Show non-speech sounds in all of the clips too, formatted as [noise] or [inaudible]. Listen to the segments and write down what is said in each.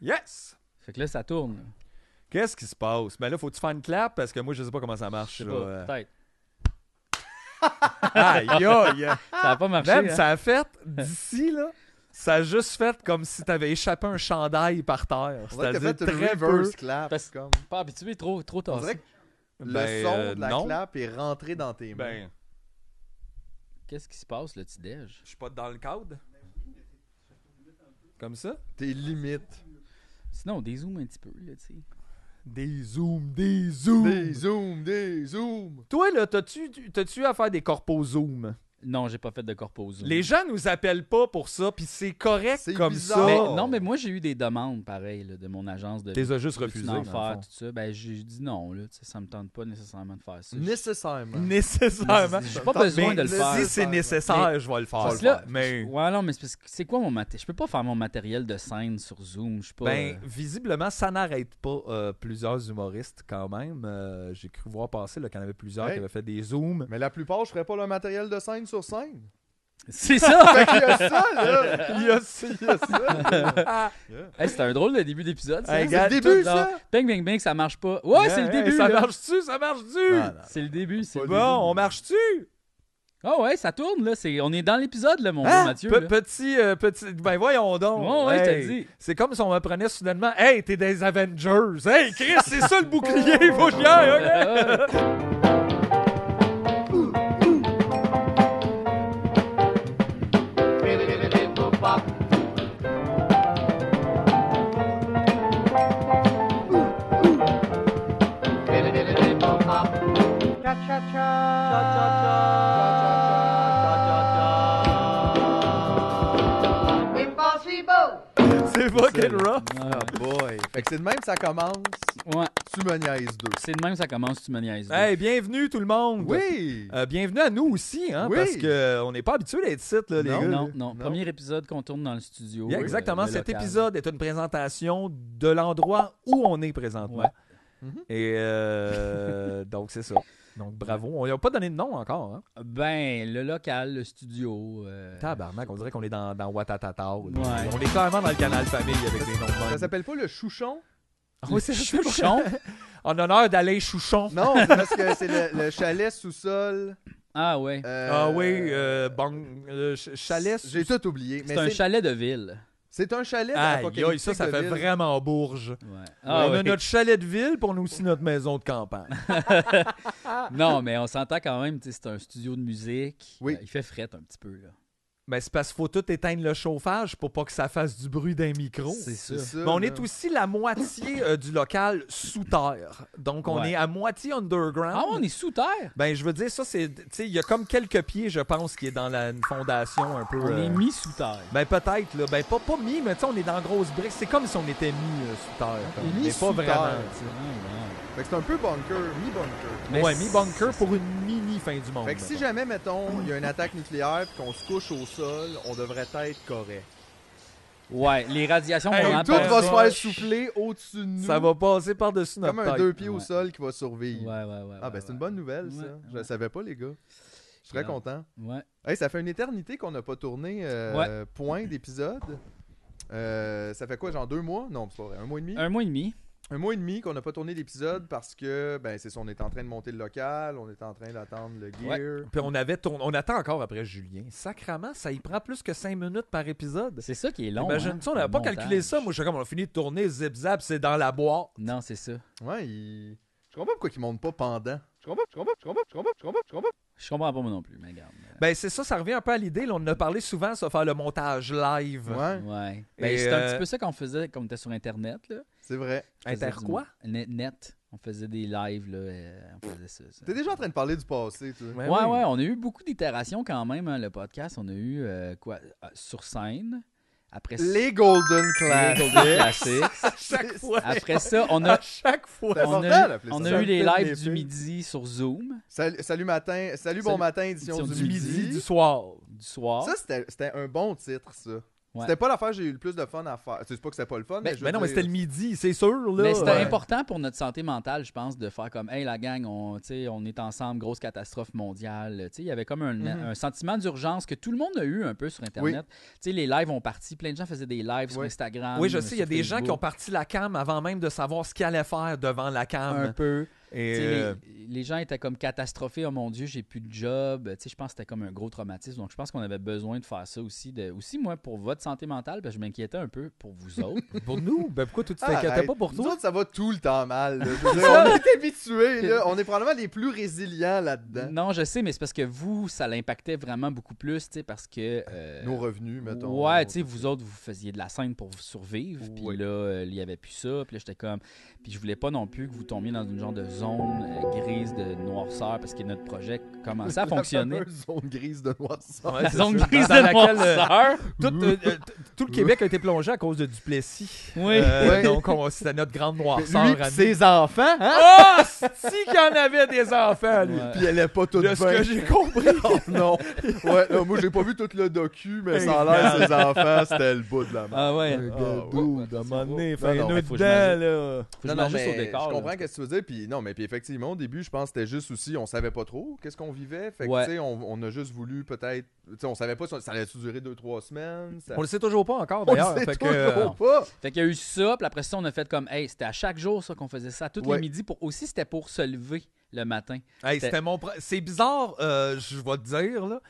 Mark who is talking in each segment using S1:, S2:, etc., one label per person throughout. S1: Yes!
S2: Fait que là, ça tourne.
S1: Qu'est-ce qui se passe? Ben là, faut-tu faire une clap? Parce que moi, je sais pas comment ça marche.
S2: Je sais
S1: là. Euh,
S2: pas, peut-être.
S1: Aïe, aïe!
S2: Ça a pas marché.
S1: Man,
S2: hein.
S1: Ben, ça a
S2: [laughs]
S1: fait d'ici, là. Ça a juste fait comme si t'avais échappé un chandail par terre.
S3: On dirait que
S1: C'est-à-dire
S3: t'as fait une
S1: très peu.
S3: reverse clap.
S2: Parce-
S3: Comme...
S2: Pas habitué, trop, trop
S3: On
S2: tard.
S3: dirait que le
S1: Ben,
S3: son
S1: euh,
S3: de la
S1: non.
S3: clap est rentré dans tes mains.
S1: Ben,
S2: Qu'est-ce qui se passe, le petit déj?
S1: je suis pas dans le cadre. Comme ça?
S3: T'es limite.
S2: Sinon, on dézoome un petit peu, là, tu sais.
S1: Des zooms, des zooms.
S3: Des zooms, des zooms.
S1: Toi, là, t'as-tu, t'as-tu à faire des corpos zoom?
S2: Non, j'ai pas fait de corpo zoom.
S1: Les gens nous appellent pas pour ça, puis c'est correct
S3: C'est
S1: comme
S3: bizarre.
S2: Mais-
S1: ça.
S3: Oh.
S2: non, mais moi, j'ai eu des demandes, pareil, là, de mon agence de...
S1: T'es juste
S2: Peux-tu
S1: refusé.
S2: en
S1: dans le
S2: faire,
S1: fond.
S2: tout ça. Ben, j'ai dit non, là, tu sais, ça me tente pas nécessairement de faire ça.
S1: [laughs]
S3: Nécessairement.
S1: Nécessairement.
S2: J'ai pas besoin
S1: Mais
S2: de le faire.
S1: Si c'est nécessaire, je vais le faire.
S2: Parce que là,
S1: mais
S2: Ouais, non, mais c'est parce que c'est quoi mon matériel? Je peux pas faire mon matériel de scène sur Zoom. Je suis pas.
S1: ben,
S2: euh, [laughs]
S1: visiblement, ça n'arrête pas euh, plusieurs humoristes quand même. Euh, J'ai cru voir passer là, qu'il y en avait plusieurs
S3: Hey.
S1: qui avaient fait des zooms.
S3: Mais la plupart, je ferais pas le matériel de scène sur scène. [laughs]
S2: C'est ça!
S1: [laughs]
S3: Fait qu'il y a ça,
S1: [laughs]
S3: là.
S1: Il y a ça.
S3: Il y a ça. Ah,
S2: Hey, c'était un drôle de début d'épisode, ça.
S1: Hey,
S3: C'est le
S1: Regarde,
S3: début,
S2: Tout dans-
S3: ça.
S2: Bang, bang, bang, ça marche pas. Ouais, c'est le
S1: Hey,
S2: début.
S1: Ça
S2: là.
S1: marche-tu? Ça marche-tu?
S3: Non, non.
S2: C'est le début, c'est le
S1: Bon, on marche-tu?
S2: Ah ouais, ça tourne, là. c'est- On est dans l'épisode, là, mon
S1: Hein?
S2: bon Mathieu.
S1: Pe-
S2: là.
S1: petit, euh, petit. Ben voyons donc.
S2: Ouais, ouais, je te
S1: Hey,
S2: le dis.
S1: C'est comme si on m'apprenait soudainement Hey, t'es des Avengers. Hey, Chris, c'est ça
S2: [laughs]
S1: le bouclier, il faut que j'y aille, ok?
S2: Ah ouais.
S4: Impossible!
S1: C'est fucking [laughs] rough.
S3: Ah, boy. Fait que c'est de même, ça commence.
S2: Ouais,
S3: Tu me niaises deux.
S2: c'est de même que ça commence, tu me niaises. là.
S1: Hey, bienvenue tout le monde.
S3: Oui.
S1: Euh, bienvenue à nous aussi, hein,
S3: Oui.
S1: parce que euh, on n'est pas habitué d'être ici, là, les
S3: Non,
S1: gars.
S2: non,
S3: là.
S2: non,
S3: Non.
S2: Premier épisode qu'on tourne dans le studio.
S1: Yeah,
S2: euh,
S1: exactement,
S2: le
S1: cet
S2: local.
S1: épisode est une présentation de l'endroit où on est présentement. Mm-hmm.
S2: Ouais.
S3: Mhm.
S1: Et euh,
S3: [laughs]
S1: donc, c'est ça. Donc, bravo. On n'a pas donné de nom encore. Hein?
S2: Ben, le local, le studio. euh,
S1: Tabarnak, on dirait qu'on est dans, dans Watatata. là.
S2: Ouais.
S1: On est clairement dans le canal famille avec les noms de même.
S3: Ça s'appelle pas le chouchon?
S1: Ah oui, c'est
S2: le
S1: vrai. [laughs]
S2: chouchon.
S1: En honneur d'Alain Chouchon.
S3: Non, c'est [laughs] parce que c'est le, le chalet sous-sol.
S2: Ah ouais.
S3: euh,
S1: Ah oui, euh, bon, euh, ch- chalet.
S3: J'ai tout oublié. mais
S2: C'est un chalet de ville.
S3: C'est un chalet
S1: Aïe, aïe, ça,
S3: apocalyptique
S1: ça
S3: de
S1: fait
S3: ville.
S1: vraiment bourge.
S2: Ouais. Ah
S1: on
S2: ouais.
S1: a notre chalet de ville, puis on a aussi notre maison de campagne.
S3: [laughs]
S2: Non, mais on s'entend quand même, tu sais, c'est un studio de musique.
S3: Oui.
S2: Euh, il fait fret un petit peu, là.
S1: Mais c'est parce qu'il faut tout éteindre le chauffage pour pas que ça fasse du bruit d'un micro.
S3: C'est ça,
S1: Mais Ben, on
S3: là.
S1: est aussi la moitié euh, du local sous terre. Donc, on
S2: Ouais.
S1: est à moitié underground.
S2: Ah, on est sous terre.
S1: Ben, je veux dire, ça, c'est. Tu sais, il y a comme quelques pieds, je pense, qui est dans la une fondation un peu.
S2: On
S1: euh,
S2: est mis sous terre.
S1: Ben, peut-être, là. Ben, pas, pas mis, mais tu sais, on est dans grosse brique. C'est comme si on était mis euh, sous terre. comme.
S3: Mis
S1: mais
S3: sous
S1: pas vraiment.
S3: terre.
S1: tu sais.
S2: Ouais,
S3: Fait que c'est un peu bunker, mi-bunker.
S2: Mais
S1: ouais,
S2: c'est-
S1: mis bunker pour une mini fin du monde.
S3: Fait que si
S1: mettons.
S3: jamais, mettons, il y a une attaque nucléaire pis qu'on se couche au sol, on devrait être correct.
S2: ouais. Ouais, les radiations
S1: Hey,
S2: qu'on
S1: Ah,
S3: tout
S2: entend.
S1: ben,
S3: va se
S1: ouais.
S3: faire souffler au-dessus de nous.
S1: Ça va passer par-dessus notre
S3: Comme un
S1: tête.
S3: deux pieds au
S2: Ouais.
S3: sol qui va survivre.
S2: Ouais, ouais, ouais.
S3: Ah, ben c'est une bonne nouvelle, ça.
S2: Ouais,
S3: Je
S2: ouais.
S3: le savais pas, les gars. Je suis très
S2: Ouais.
S3: content.
S2: Ouais.
S3: Hey, ça fait une éternité qu'on n'a pas tourné euh, point d'épisode. Euh, ça fait quoi, genre deux mois? Non, c'est pas vrai. Un mois et demi?
S2: Un mois et demi.
S3: Un mois et demi qu'on n'a pas tourné d'épisode parce que, ben, c'est ça, on est en train de monter le local, on est en train d'attendre le gear.
S1: Puis on avait tourné- on attend encore après Julien. Sacrament, ça y prend plus que 5 minutes par épisode.
S2: C'est ça qui est long. hein,
S1: Imagine-tu, on n'avait
S2: le
S1: pas
S2: montage.
S1: calculé ça. Moi, je suis comme, on a fini de tourner, zip-zap, c'est dans la boîte.
S2: Non, c'est ça.
S3: Ouais, il- je comprends pas pourquoi ils montent pas pendant. Je comprends, pas, je comprends, pas, je comprends, pas, je comprends, pas, je comprends, pas, je comprends. pas.
S2: Je comprends pas moi non plus, mais regarde.
S1: Ben, c'est ça, ça revient un peu à l'idée. là, on en a parlé souvent, ça, faire le montage live.
S3: Ouais,
S2: Ouais.
S1: Et,
S2: Ben, c'est un
S1: euh,
S2: petit peu ça qu'on faisait quand on était sur Internet, là.
S3: c'est vrai.
S2: On faisait
S1: Inter
S2: du-
S1: quoi?
S2: Net, net. On faisait des lives, là. euh, on faisait ça. ça.
S3: T'es déjà en train de parler du passé, tu
S1: Ben
S2: ouais,
S1: oui. [laughs]
S2: ouais, on a eu beaucoup d'itérations quand même, hein, le podcast. On a eu euh, quoi euh, Sur scène. Après ça,
S3: Les Golden Class.
S2: les Golden Classics.
S1: Chaque fois.
S2: [laughs] Après ça, on
S1: À
S2: a,
S1: chaque fois.
S3: C'est
S2: on
S3: important
S2: a,
S3: d'appeler ça.
S2: on
S3: Ça
S2: a
S3: me
S2: eu les
S3: fait
S2: lives du
S3: l'effet.
S2: midi sur Zoom,
S3: [laughs] Salut, salut matin, salut,
S2: Salut.
S3: bon matin, édition,
S2: Édition
S3: du,
S1: Du midi,
S3: midi.
S1: du soir.
S2: du soir.
S3: Ça, c'était c'était un bon titre, ça.
S2: Ouais.
S3: C'était pas l'affaire que j'ai eu le plus de fun à faire. C'est pas que c'était pas le fun,
S2: Ben-
S3: mais, je veux
S1: Mais non, mais
S3: dire-
S1: c'était le midi, c'est sûr. Là.
S2: Mais c'était
S1: Ouais.
S2: important pour notre santé mentale, je pense, de faire comme Hey la gang, on, tu sais, on est ensemble, grosse catastrophe mondiale. Tu sais, Il y avait comme un,
S3: Mhm.
S2: un sentiment d'urgence que tout le monde a eu un peu sur Internet. Tu sais, Les lives ont parti, plein de gens faisaient des lives sur
S3: Oui.
S2: Instagram.
S1: Oui, je sais, il y a
S2: sur
S1: des gens qui ont
S2: Facebook,
S1: parti la cam avant même de savoir ce qu'ils allaient faire devant la
S2: un
S1: cam.
S2: peu. Tu
S1: Et,
S2: sais,
S1: euh,
S2: les, les gens étaient comme catastrophés, oh mon Dieu, j'ai plus de job. Tu sais, je pense que c'était comme un gros traumatisme. Donc, je pense qu'on avait besoin de faire ça aussi. De, aussi, moi, pour votre santé mentale, parce que je m'inquiétais un peu pour
S1: [laughs]
S2: vous autres.
S1: Pour nous, ben pourquoi tu
S3: Ah,
S1: t'inquiétais
S3: arrête.
S1: pas pour
S3: Nous
S1: toi?
S3: autres, ça va tout le temps mal. là. Je veux dire, on est habitués. là. On est probablement les plus résilients là-dedans.
S2: non, je sais, mais c'est parce que vous, ça l'impactait vraiment beaucoup plus, tu sais, parce que. euh,
S3: Nos revenus, mettons.
S2: Ouais, tu sais, vous autres, vous faisiez de la scène pour vous survivre. Puis
S3: Ouais.
S2: là, euh, il y avait plus ça. Puis là, j'étais comme. Puis je voulais pas non plus que vous tombiez dans une genre de zone euh, grise de noirceur parce que notre projet
S3: [laughs]
S2: commençait à fonctionner.
S3: La fameuse zone grise de noirceur.
S1: Ouais,
S2: La
S1: c'est
S2: zone
S1: ça.
S2: grise
S1: Dans
S2: de
S1: laquelle, euh, [laughs]
S2: noirceur.
S1: tout, euh, euh, t- tout le Québec a été plongé à cause de Duplessis.
S2: Oui.
S1: Euh, [laughs]
S3: Ouais.
S1: Donc, on- c'était notre grande noirceur
S3: Lui
S1: à
S3: pis
S1: nous.
S3: ses enfants, hein?
S1: Ah! si qu'il y en avait des enfants, lui!
S2: Ouais.
S3: Puis elle est pas toute
S1: De ce
S3: bien.
S1: que j'ai compris.
S3: [laughs] Oh, non. Ouais, non, moi j'ai pas vu tout le docu, mais ça a l'air ses enfants, c'était le bout de la main.
S2: Ah ouais.
S3: Ah, ouais.
S1: d'un moment donné, fais
S3: non,
S1: un
S3: mais
S1: autre
S2: faut que je
S1: dedans, là.
S2: Faut que je m'ajuste
S3: mais
S2: au décor.
S3: je
S2: là.
S3: comprends ce que tu veux dire. Puis non, mais puis effectivement, au début, je pense que c'était juste aussi, on savait pas trop qu'est-ce qu'on vivait. Fait que,
S2: Ouais.
S3: tu sais, on, on a juste voulu peut-être. Tu sais, on savait pas si on- ça allait durer 2-3 semaines. Ça...
S1: On le sait toujours pas encore,
S3: On le
S1: d'ailleurs.
S3: sait
S1: fait que, euh,
S3: toujours [laughs] pas.
S2: Fait qu'il y a eu ça, puis après ça, on a fait comme, hey, c'était à chaque jour ça qu'on faisait ça, tous
S3: Ouais.
S2: les midis. Pour... Aussi, c'était pour se lever le
S3: [laughs]
S2: matin.
S1: Hey, c'était mon pre- C'est bizarre, euh, je vais te dire, là.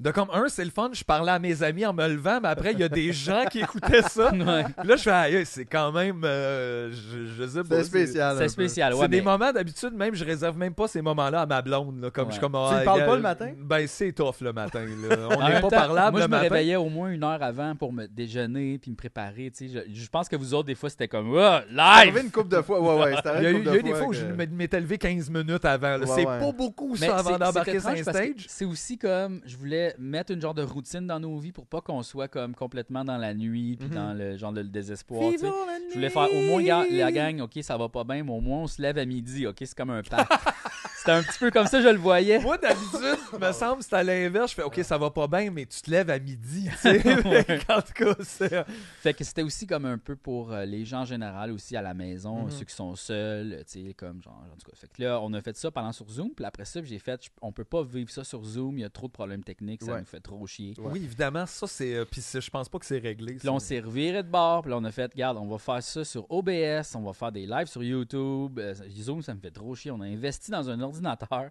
S1: De comme un, c'est le fun, je parlais à mes amis en me levant, mais après, il y a des gens qui écoutaient ça.
S3: Ah,
S2: Ouais.
S1: Puis Là, je fais, aïe, aïe, c'est quand même. euh, je, je sais pas.
S3: C'était spécial. un
S2: C'est
S3: peu.
S2: spécial.
S1: C'est
S2: Ah, ouais,
S1: des
S2: mais-
S1: moments d'habitude, même, je réserve même pas ces moments-là à ma blonde. Là, comme je
S2: Ouais.
S1: suis comme,
S3: Tu
S1: ah,
S3: lui parles
S1: gars,
S3: pas le matin?
S1: Ben, c'est tough le matin.
S2: [laughs]
S1: là. On
S2: En
S1: n'est
S2: même
S1: pas
S2: temps,
S1: parlable
S2: Moi,
S1: le
S2: je me
S1: matin.
S2: réveillais au moins une heure avant pour me déjeuner puis me préparer. tu sais. Je, je pense que vous autres, des fois, c'était comme Ah,
S3: C'est arrivé
S2: live!
S3: une couple de fois.
S1: [laughs]
S3: Ouais, ouais, c'est
S1: Il y
S3: arrivé
S1: a
S3: une
S1: eu, il
S3: couple
S1: y a
S3: de
S1: eu des fois où je
S3: [laughs] que-
S1: m- m'étais levé 15 minutes avant. là.
S3: Ouais,
S1: c'est
S3: ouais.
S1: pas beaucoup ça
S2: Mais c'est-
S1: avant
S2: c'est
S1: d'embarquer sur
S2: étrange
S1: un
S2: parce que
S1: stage.
S2: C'est aussi comme je voulais mettre une genre de routine dans nos vies pour pas qu'on soit comme complètement dans la nuit puis
S1: Mm-hmm.
S3: Mhm.
S2: dans le genre de le désespoir. tu sais. Je voulais faire au moins gars, la gang, ok, ça va pas bien, mais au moins on se lève à midi, ok, c'est comme un pacte. [laughs] C'était un petit peu comme ça, je le voyais.
S1: Moi, d'habitude, me semble, c'est à l'inverse. Je fais, OK, ça va pas bien, mais tu te lèves à midi.
S2: [laughs]
S1: tu sais. [laughs] en tout cas, c'est. euh,
S2: Fait que c'était aussi comme un peu pour euh, les gens en général aussi à la maison,
S1: Mhm.
S2: ceux qui sont seuls, euh, tu sais, comme genre, en tout cas. Fait que là, on a fait ça pendant sur Zoom, puis après ça, j'ai fait, je- on peut pas vivre ça sur Zoom, il y a trop de problèmes techniques, ça
S3: Ouais.
S2: nous fait trop chier.
S3: Ouais.
S1: Oui, évidemment, ça, c'est. euh, Puis c'est- je pense pas que c'est réglé.
S2: Puis là, on
S1: ça.
S2: s'est reviré de bord, puis là, on a fait, garde, on va faire ça sur OBS, on va faire des lives sur YouTube. Euh, Zoom, ça me fait trop chier. On a investi dans un ordinateur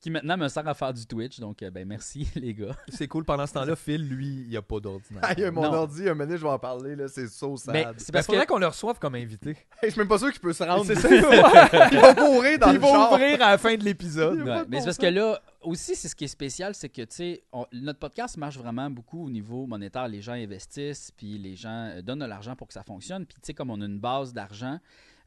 S2: qui maintenant me sert à faire du Twitch, donc euh, ben merci [laughs] les gars.
S1: C'est cool. Pendant ce temps-là, Phil, lui, il a pas d'ordinateur.
S3: Aïe, mon
S2: Non.
S3: ordi, un moment, je vais en parler, là, c'est so sad.
S2: Mais c'est
S1: Ben,
S2: parce que
S1: faudrait qu'on le reçoive comme invité.
S3: Hey, je suis même pas sûr qu'il peut se rendre.
S1: C'est ça. [laughs]
S3: Il va mourir dans
S1: Ils
S3: le
S1: vont
S3: char.
S1: ouvrir à la fin de l'épisode.
S3: Il y a
S2: Ouais,
S3: pas de
S2: mais
S3: bon
S2: c'est parce que là, aussi, c'est ce qui est spécial, c'est que, tu sais, on- notre podcast marche vraiment beaucoup au niveau monétaire. Les gens investissent, puis les gens euh, donnent de l'argent pour que ça fonctionne. Puis, tu sais, comme on a une base d'argent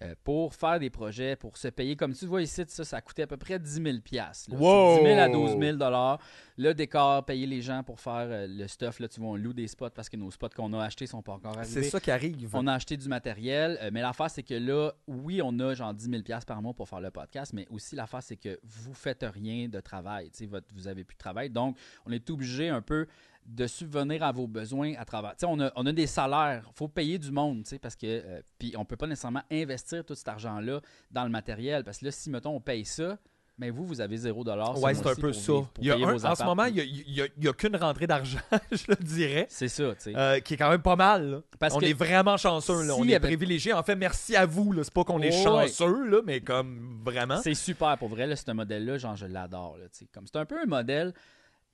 S2: euh, pour faire des projets, pour se payer. Comme tu vois ici, ça, ça coûtait à peu près 10 000 piastres, là.
S1: Wow!
S2: 10 000 à 12 000 dollars. Le décor, payer les gens pour faire euh, le stuff. Là, tu vois, on loue des spots parce que nos spots qu'on a achetés sont pas encore arrivés.
S1: C'est ça qui arrive.
S2: On a acheté du matériel, euh, mais l'affaire, c'est que là, oui, on a genre 10 000 par mois pour faire le podcast, mais aussi l'affaire, c'est que vous faites rien de travail. tu sais, votre- vous avez plus de travail. Donc, on est obligé un peu de subvenir à vos besoins à travers. tu sais, On a, on a des salaires, faut payer du monde, tu sais, parce que euh, puis on peut pas nécessairement investir tout cet argent-là dans le matériel, parce que là, si mettons on paye ça, mais vous, vous avez zéro dollar. ce
S1: Ouais, c'est un
S2: mois-ci
S1: peu
S2: pour
S1: ça.
S2: vivre, pour
S1: Il y a
S2: payer
S1: un-
S2: vos
S1: en ce
S2: apparts.
S1: moment, il n'y a, il y a qu'une rentrée d'argent, [laughs] je le dirais,
S2: c'est ça, tu sais.
S1: euh, qui est quand même pas mal. là.
S2: parce
S1: on
S2: que
S1: est vraiment chanceux, là. on
S2: s'il
S1: est
S2: avait-
S1: privilégié. En fait, merci à vous. là. C'est pas qu'on est
S2: Ouais.
S1: chanceux, là, mais comme vraiment.
S3: Hein?
S2: C'est super pour vrai, là, ce modèle-là, genre je l'adore. là, tu sais. Comme c'est un peu un modèle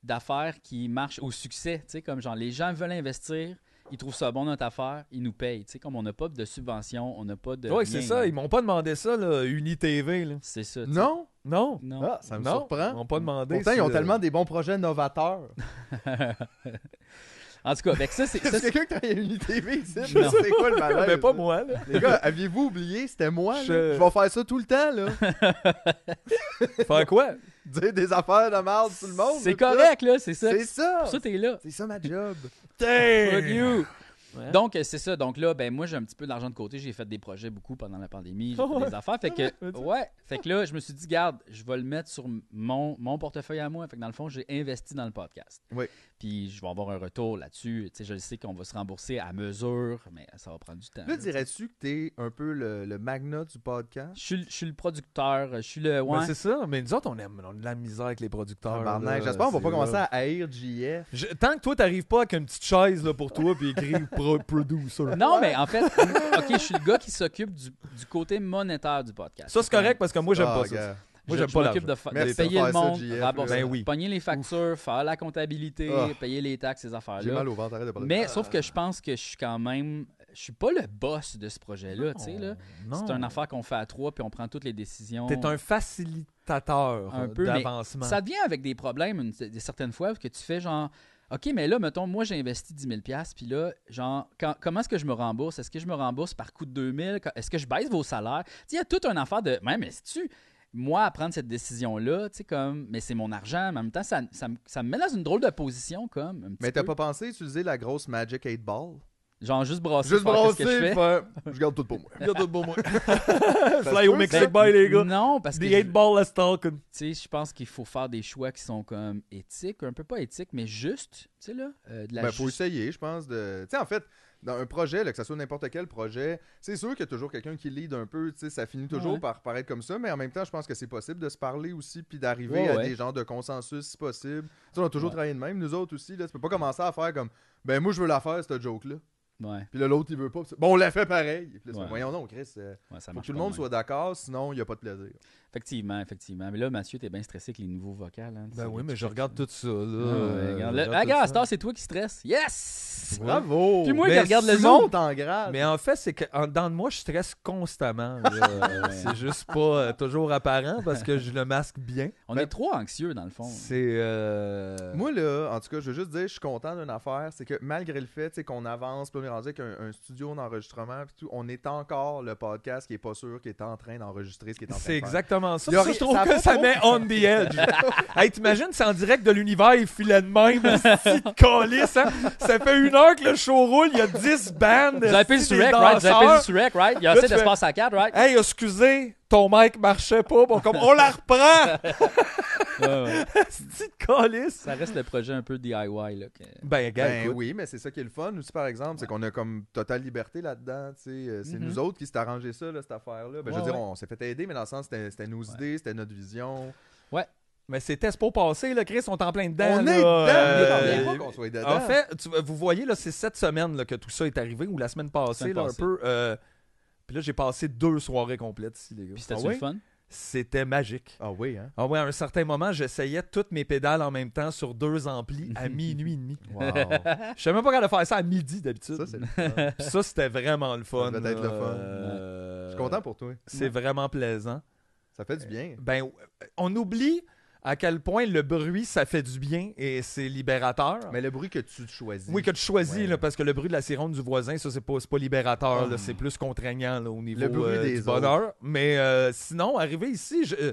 S2: d'affaires qui marche au succès, tu sais, comme genre les gens veulent investir, ils trouvent ça bon notre affaire, ils nous payent, tu sais, comme on n'a pas de subvention, on n'a pas de.
S1: Oui, c'est
S2: rien,
S1: ça.
S2: là.
S1: Ils m'ont pas demandé ça, là, UniTV. Là.
S2: C'est ça. tu sais.
S3: Non?
S1: Non.
S2: Non.
S3: Ah, ça me
S1: non, Ils
S3: surprend.
S1: m'ont pas demandé.
S3: Pourtant, ils ont
S1: ça. [laughs]
S3: tellement des bons projets novateurs. Ah!
S2: [laughs] En tout cas, avec ça, c'est.
S3: [laughs]
S2: ça,
S3: C'est
S2: c'est-
S3: quelqu'un qui travaille à Unitv ici?
S2: Non.
S3: C'est quoi le malaise?
S1: Mais pas moi.
S3: [laughs]
S1: là.
S3: Les gars, aviez-vous oublié? C'était moi, là.
S1: Je-
S3: Je vais faire ça tout le temps,
S1: [laughs]
S3: là.
S1: Faire quoi?
S3: Dire des affaires de merde sur le monde.
S2: c'est
S3: là, tout
S2: correct, là, c'est
S3: ça.
S2: ça.
S3: C'est ça.
S2: Pour ça, t'es là.
S3: C'est ça ma job.
S2: Fuck you.
S1: Ouais.
S2: Donc, euh, c'est ça. Donc là, ben moi, j'ai un petit peu d'argent de côté. J'ai fait des projets beaucoup pendant la pandémie. J'ai
S1: Ah [laughs]
S2: fait
S1: ouais.
S2: des affaires. Fait
S1: Ah
S2: que,
S1: ouais.
S2: ouais. Fait que là, je me suis dit, garde, je vais le mettre sur mon, mon portefeuille à moi. Fait que dans le fond, j'ai investi dans le podcast.
S3: Oui.
S2: Puis je vais avoir un retour là-dessus. Tu sais, je le sais qu'on va se rembourser à mesure, mais ça va prendre du temps.
S3: Là, dirais-tu que t'es un peu le, le magna du podcast?
S2: Je suis, le- je suis le producteur, je suis
S1: Ben,
S2: le. Ouais.
S1: c'est ça, mais nous autres, on, aime, on a de la misère avec les producteurs.
S3: Tabarnak,
S1: là,
S3: J'espère qu'on va
S1: c'est-
S3: pas commencer à haïr JF.
S1: Je- tant que toi, t'arrives pas avec une petite chaise là, pour toi, puis écrit pro- producer.
S2: non, mais en fait, [laughs] OK, je suis le gars qui s'occupe du, du côté monétaire du podcast.
S1: Ça, c'est correct parce que moi, j'aime
S3: Ah,
S1: pas ça.
S3: gars.
S1: Moi,
S2: Je-
S1: j'aime
S2: je
S1: pas
S2: m'occupe
S1: l'argent.
S2: de, fa- de
S3: Merci de
S2: payer le
S3: faire ça,
S2: monde,
S3: JF,
S2: rembourser-
S1: là. Ben oui.
S2: pogner les factures, faire la comptabilité,
S3: Ah.
S2: payer les taxes, ces
S1: Ah,
S3: J'ai
S2: affaires-là.
S3: mal au ventre, arrête de parler.
S2: Mais sauf que je pense que je suis quand même. Je suis pas le boss de ce projet-là, tu sais. là.
S1: Oh, Non.
S2: C'est une affaire qu'on fait à trois, puis on prend toutes les décisions.
S1: T'es un facilitateur
S2: Un peu, mais
S1: d'avancement.
S2: Ça devient avec des problèmes une- des certaines fois que tu fais genre. OK, mais là, mettons, moi, j'ai investi 10 000 puis là, genre, quand- comment est-ce que je me rembourse? Est-ce que je me rembourse par coup de 2 000? Quand- Est-ce que je baisse vos salaires? Tu sais, il y a toute une affaire de... Mais, mais si tu... Moi, à prendre cette décision-là, tu sais, comme... Mais c'est mon argent, mais en même temps, ça, ça me- ça me met dans une drôle de position, comme, un petit
S3: Mais t'as
S2: peu.
S3: pas pensé utiliser la grosse Magic 8 Ball?
S2: Genre, juste brasser,
S3: Juste
S2: faire qu'est-ce
S3: brasser,
S2: que je fais. [laughs]
S3: faire, je garde tout pour moi.
S1: Il y a tout beau moi.
S3: Ça
S1: Fly
S3: se
S1: au
S3: peut,
S1: Mexique,
S3: ça?
S1: bye les gars.
S2: Non, parce que... Ben
S1: The
S2: je-
S1: 8 ball last talking.
S2: tu sais, je pense qu'il faut faire des choix qui sont comme éthiques, un peu pas éthiques, mais justes, tu sais, là, euh, de la
S3: Ben, faut
S2: juste-
S3: essayer, je pense. De... Tu sais, en fait, dans un projet, là, que ce soit n'importe quel projet, c'est sûr qu'il y a toujours quelqu'un qui lead un peu. Tu sais, ça finit toujours
S2: Ouais.
S3: par paraître comme ça, mais en même temps, je pense que c'est possible de se parler aussi puis d'arriver
S2: Ouais,
S3: à
S2: ouais.
S3: des genres de consensus si possible. Tu sais, on a toujours
S2: Ouais.
S3: travaillé de même, nous autres aussi. Là, tu peux pas commencer à faire comme ben moi, je veux la faire, cette joke-là.
S2: Ouais,
S3: Puis là, l'autre, il veut pas. Puis c'est- Bon, on l'a fait pareil. Puis là, c'est
S2: Ouais.
S3: Voyons non, Chris. euh,
S2: ouais, ça
S3: faut que
S2: marche
S3: tout le
S2: pas de
S3: monde
S2: même.
S3: soit d'accord, sinon, il n'y a pas de plaisir.
S2: Effectivement, effectivement. Mais là, Mathieu, t'es bien stressé avec les nouveaux vocales. Hein,
S1: Ben
S2: C'est-
S1: oui, mais
S2: tu-
S1: je regarde tout ça. Là.
S2: Ah, ouais, regarde. Le-
S1: Je regarde
S2: Ah,
S1: tout
S2: gars, à
S1: ça.
S2: cette heure, c'est toi qui stresse. Yes!
S1: Ouais.
S3: Bravo!
S2: Puis moi qui
S3: Mais
S2: regarde le
S1: [laughs]
S3: Simon,
S2: Zoom.
S3: t'en grade.
S1: Mais en fait, c'est que en dedans de moi, je stresse constamment. là.
S2: [laughs] Ouais.
S1: c'est juste pas euh, toujours apparent parce que je le masque bien.
S2: On
S3: Ben-
S2: est trop anxieux, dans le fond.
S1: C'est. euh,
S3: Moi, là, en tout cas, je veux juste dire, je suis content d'une affaire. C'est que malgré le fait tu sais, qu'on avance, puis on est rendu avec un, un studio d'enregistrement, puis tout, on est encore le podcast qui est pas sûr, qui est en train d'enregistrer ce qui est en train
S1: C'est
S3: de faire.
S1: exactement ça.
S3: Y a
S1: Ça,
S3: ri-
S1: je trouve
S3: ça a
S1: que
S3: pas
S1: ça
S3: trop-
S1: met on the
S3: [laughs]
S1: edge. hey, t'imagines, c'est en direct de l'univers, il filait de même,
S2: [laughs]
S1: petite calice, hein? Ça fait une heure que le show roule, il y a 10 bandes.
S2: Vous avez payé
S1: esti,
S2: sur
S1: des
S2: rec, right? Vous avez payé
S1: danseurs.
S2: sur rec, right? Il y a
S1: Là,
S2: assez
S1: tu
S2: d'espace à 4, right?
S1: Hey, excusez, ton mic marchait pas, bon, comme, on la reprend!
S2: [laughs]
S1: [laughs]
S2: Ouais, ouais.
S1: Petite calice.
S2: Ça reste le projet un peu DIY, là. que-
S1: Ben, gars,
S3: Ben
S1: écoute.
S3: oui, mais c'est ça qui est le fun aussi, par exemple, c'est qu'on a comme totale liberté là-dedans. tu sais, euh, C'est
S2: Mhm.
S3: nous autres qui s'est arrangé ça, là, cette affaire-là. Ben, je veux
S2: Ouais,
S3: dire,
S2: ouais.
S3: on s'est fait aider, mais dans le sens, c'était c'était nos
S2: Ouais.
S3: idées, c'était notre vision.
S1: Mais c'était pas passé, là, Chris, on est en plein dedans.
S3: on
S1: Ben là,
S3: est dedans!
S1: euh,
S3: mais pas qu'on soit dedans.
S1: En fait, tu- vous voyez, là, c'est cette semaine là, que tout ça est arrivé, ou la semaine passée,
S2: Semaine
S1: là, un
S2: passée.
S1: peu. euh, Puis là, j'ai passé deux soirées complètes ici, les gars.
S2: Puis c'était-tu
S1: Ah ouais?
S2: le fun?
S1: C'était magique.
S3: Ah oui,
S1: [laughs]
S3: hein?
S1: Ah ouais, à un certain moment, j'essayais toutes mes pédales en même temps sur deux amplis
S3: [laughs]
S1: à minuit et demi.
S3: Wow.
S1: Je savais même pas quand de faire ça à midi
S3: ça,
S1: d'habitude.
S3: c'est le fun.
S1: Puis Ça, c'était vraiment le fun.
S3: devait être le
S1: là.
S3: fun.
S1: Euh,
S3: Je suis content pour toi.
S1: C'est vraiment plaisant.
S3: Ça fait du bien.
S1: Ben, euh, on oublie à quel point le bruit, ça fait du bien et c'est libérateur.
S3: Mais le bruit que tu choisis.
S1: Oui, que tu choisis,
S3: Ouais. Ah.
S1: là, parce que le bruit de la sirène du voisin, ça, c'est pas, c'est pas libérateur, là,
S2: Oh.
S1: c'est plus contraignant là, au niveau
S3: Le bruit
S1: euh,
S3: des
S1: du bonheur. Mais euh, sinon, arrivé ici, je- euh,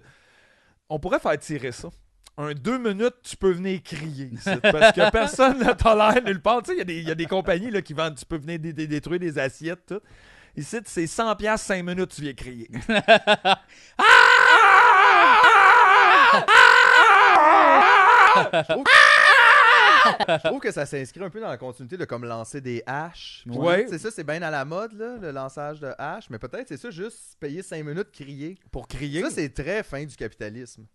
S1: on pourrait faire tirer ça. Un deux minutes, tu peux venir
S3: [laughs]
S1: crier. ici, Parce que personne ne tolère nulle part. Tu sais, il y a des- il y, a des compagnies là, qui vendent, tu peux venir dé- dé- détruire des assiettes. tout. Ici, c'est 100 pièces 5 minutes, tu viens crier.
S3: Je trouve- Je trouve que ça s'inscrit un peu dans la continuité de comme lancer des haches. Puis,
S1: Ouais.
S3: C'est ça, c'est bien à la mode, là, le lançage de haches. Mais peut-être, c'est ça, juste payer 5 minutes, crier.
S1: Pour crier.
S3: Ça, c'est très fin du capitalisme.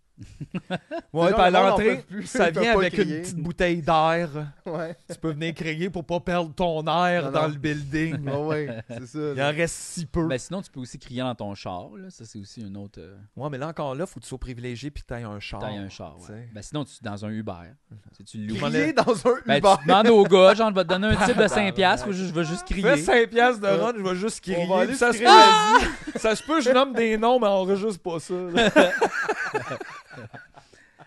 S1: Ouais, puis à
S3: genre, le monde en
S1: l'entrée,
S3: peut plus,
S1: ça
S3: il peut
S1: vient
S3: pas
S1: avec
S3: crier.
S1: une petite bouteille d'air.
S3: [laughs] Ouais.
S1: Tu peux venir crier pour pas perdre ton air
S3: Non,
S1: dans
S3: non.
S1: le building.
S3: Ouais, Ah ouais, c'est ça.
S1: Il en reste si peu.
S2: Ben, sinon, tu peux aussi crier dans ton char, là. Ça, c'est aussi un autre... euh,
S1: Ouais, mais là encore là, faut que tu sois privilégié puis que aies un char.
S2: taille un char, ouais.
S1: tu sais.
S2: Ben, sinon, tu es dans
S1: [laughs]
S2: un Uber. Si tu loues...
S3: Crier dans un
S2: Ben,
S3: Uber.
S2: tu demandes au gars, genre, je vais te donner un type de 5 piastres, faut juste- je vais juste
S1: Fais
S2: crier.
S1: 5 piastres de run, je vais juste crier. Ah!
S3: On va aller
S1: puis ça,
S3: se
S1: se peut,
S3: crier.
S1: [laughs] ça se peut, je nomme des noms, mais on enregistre pas ça. là.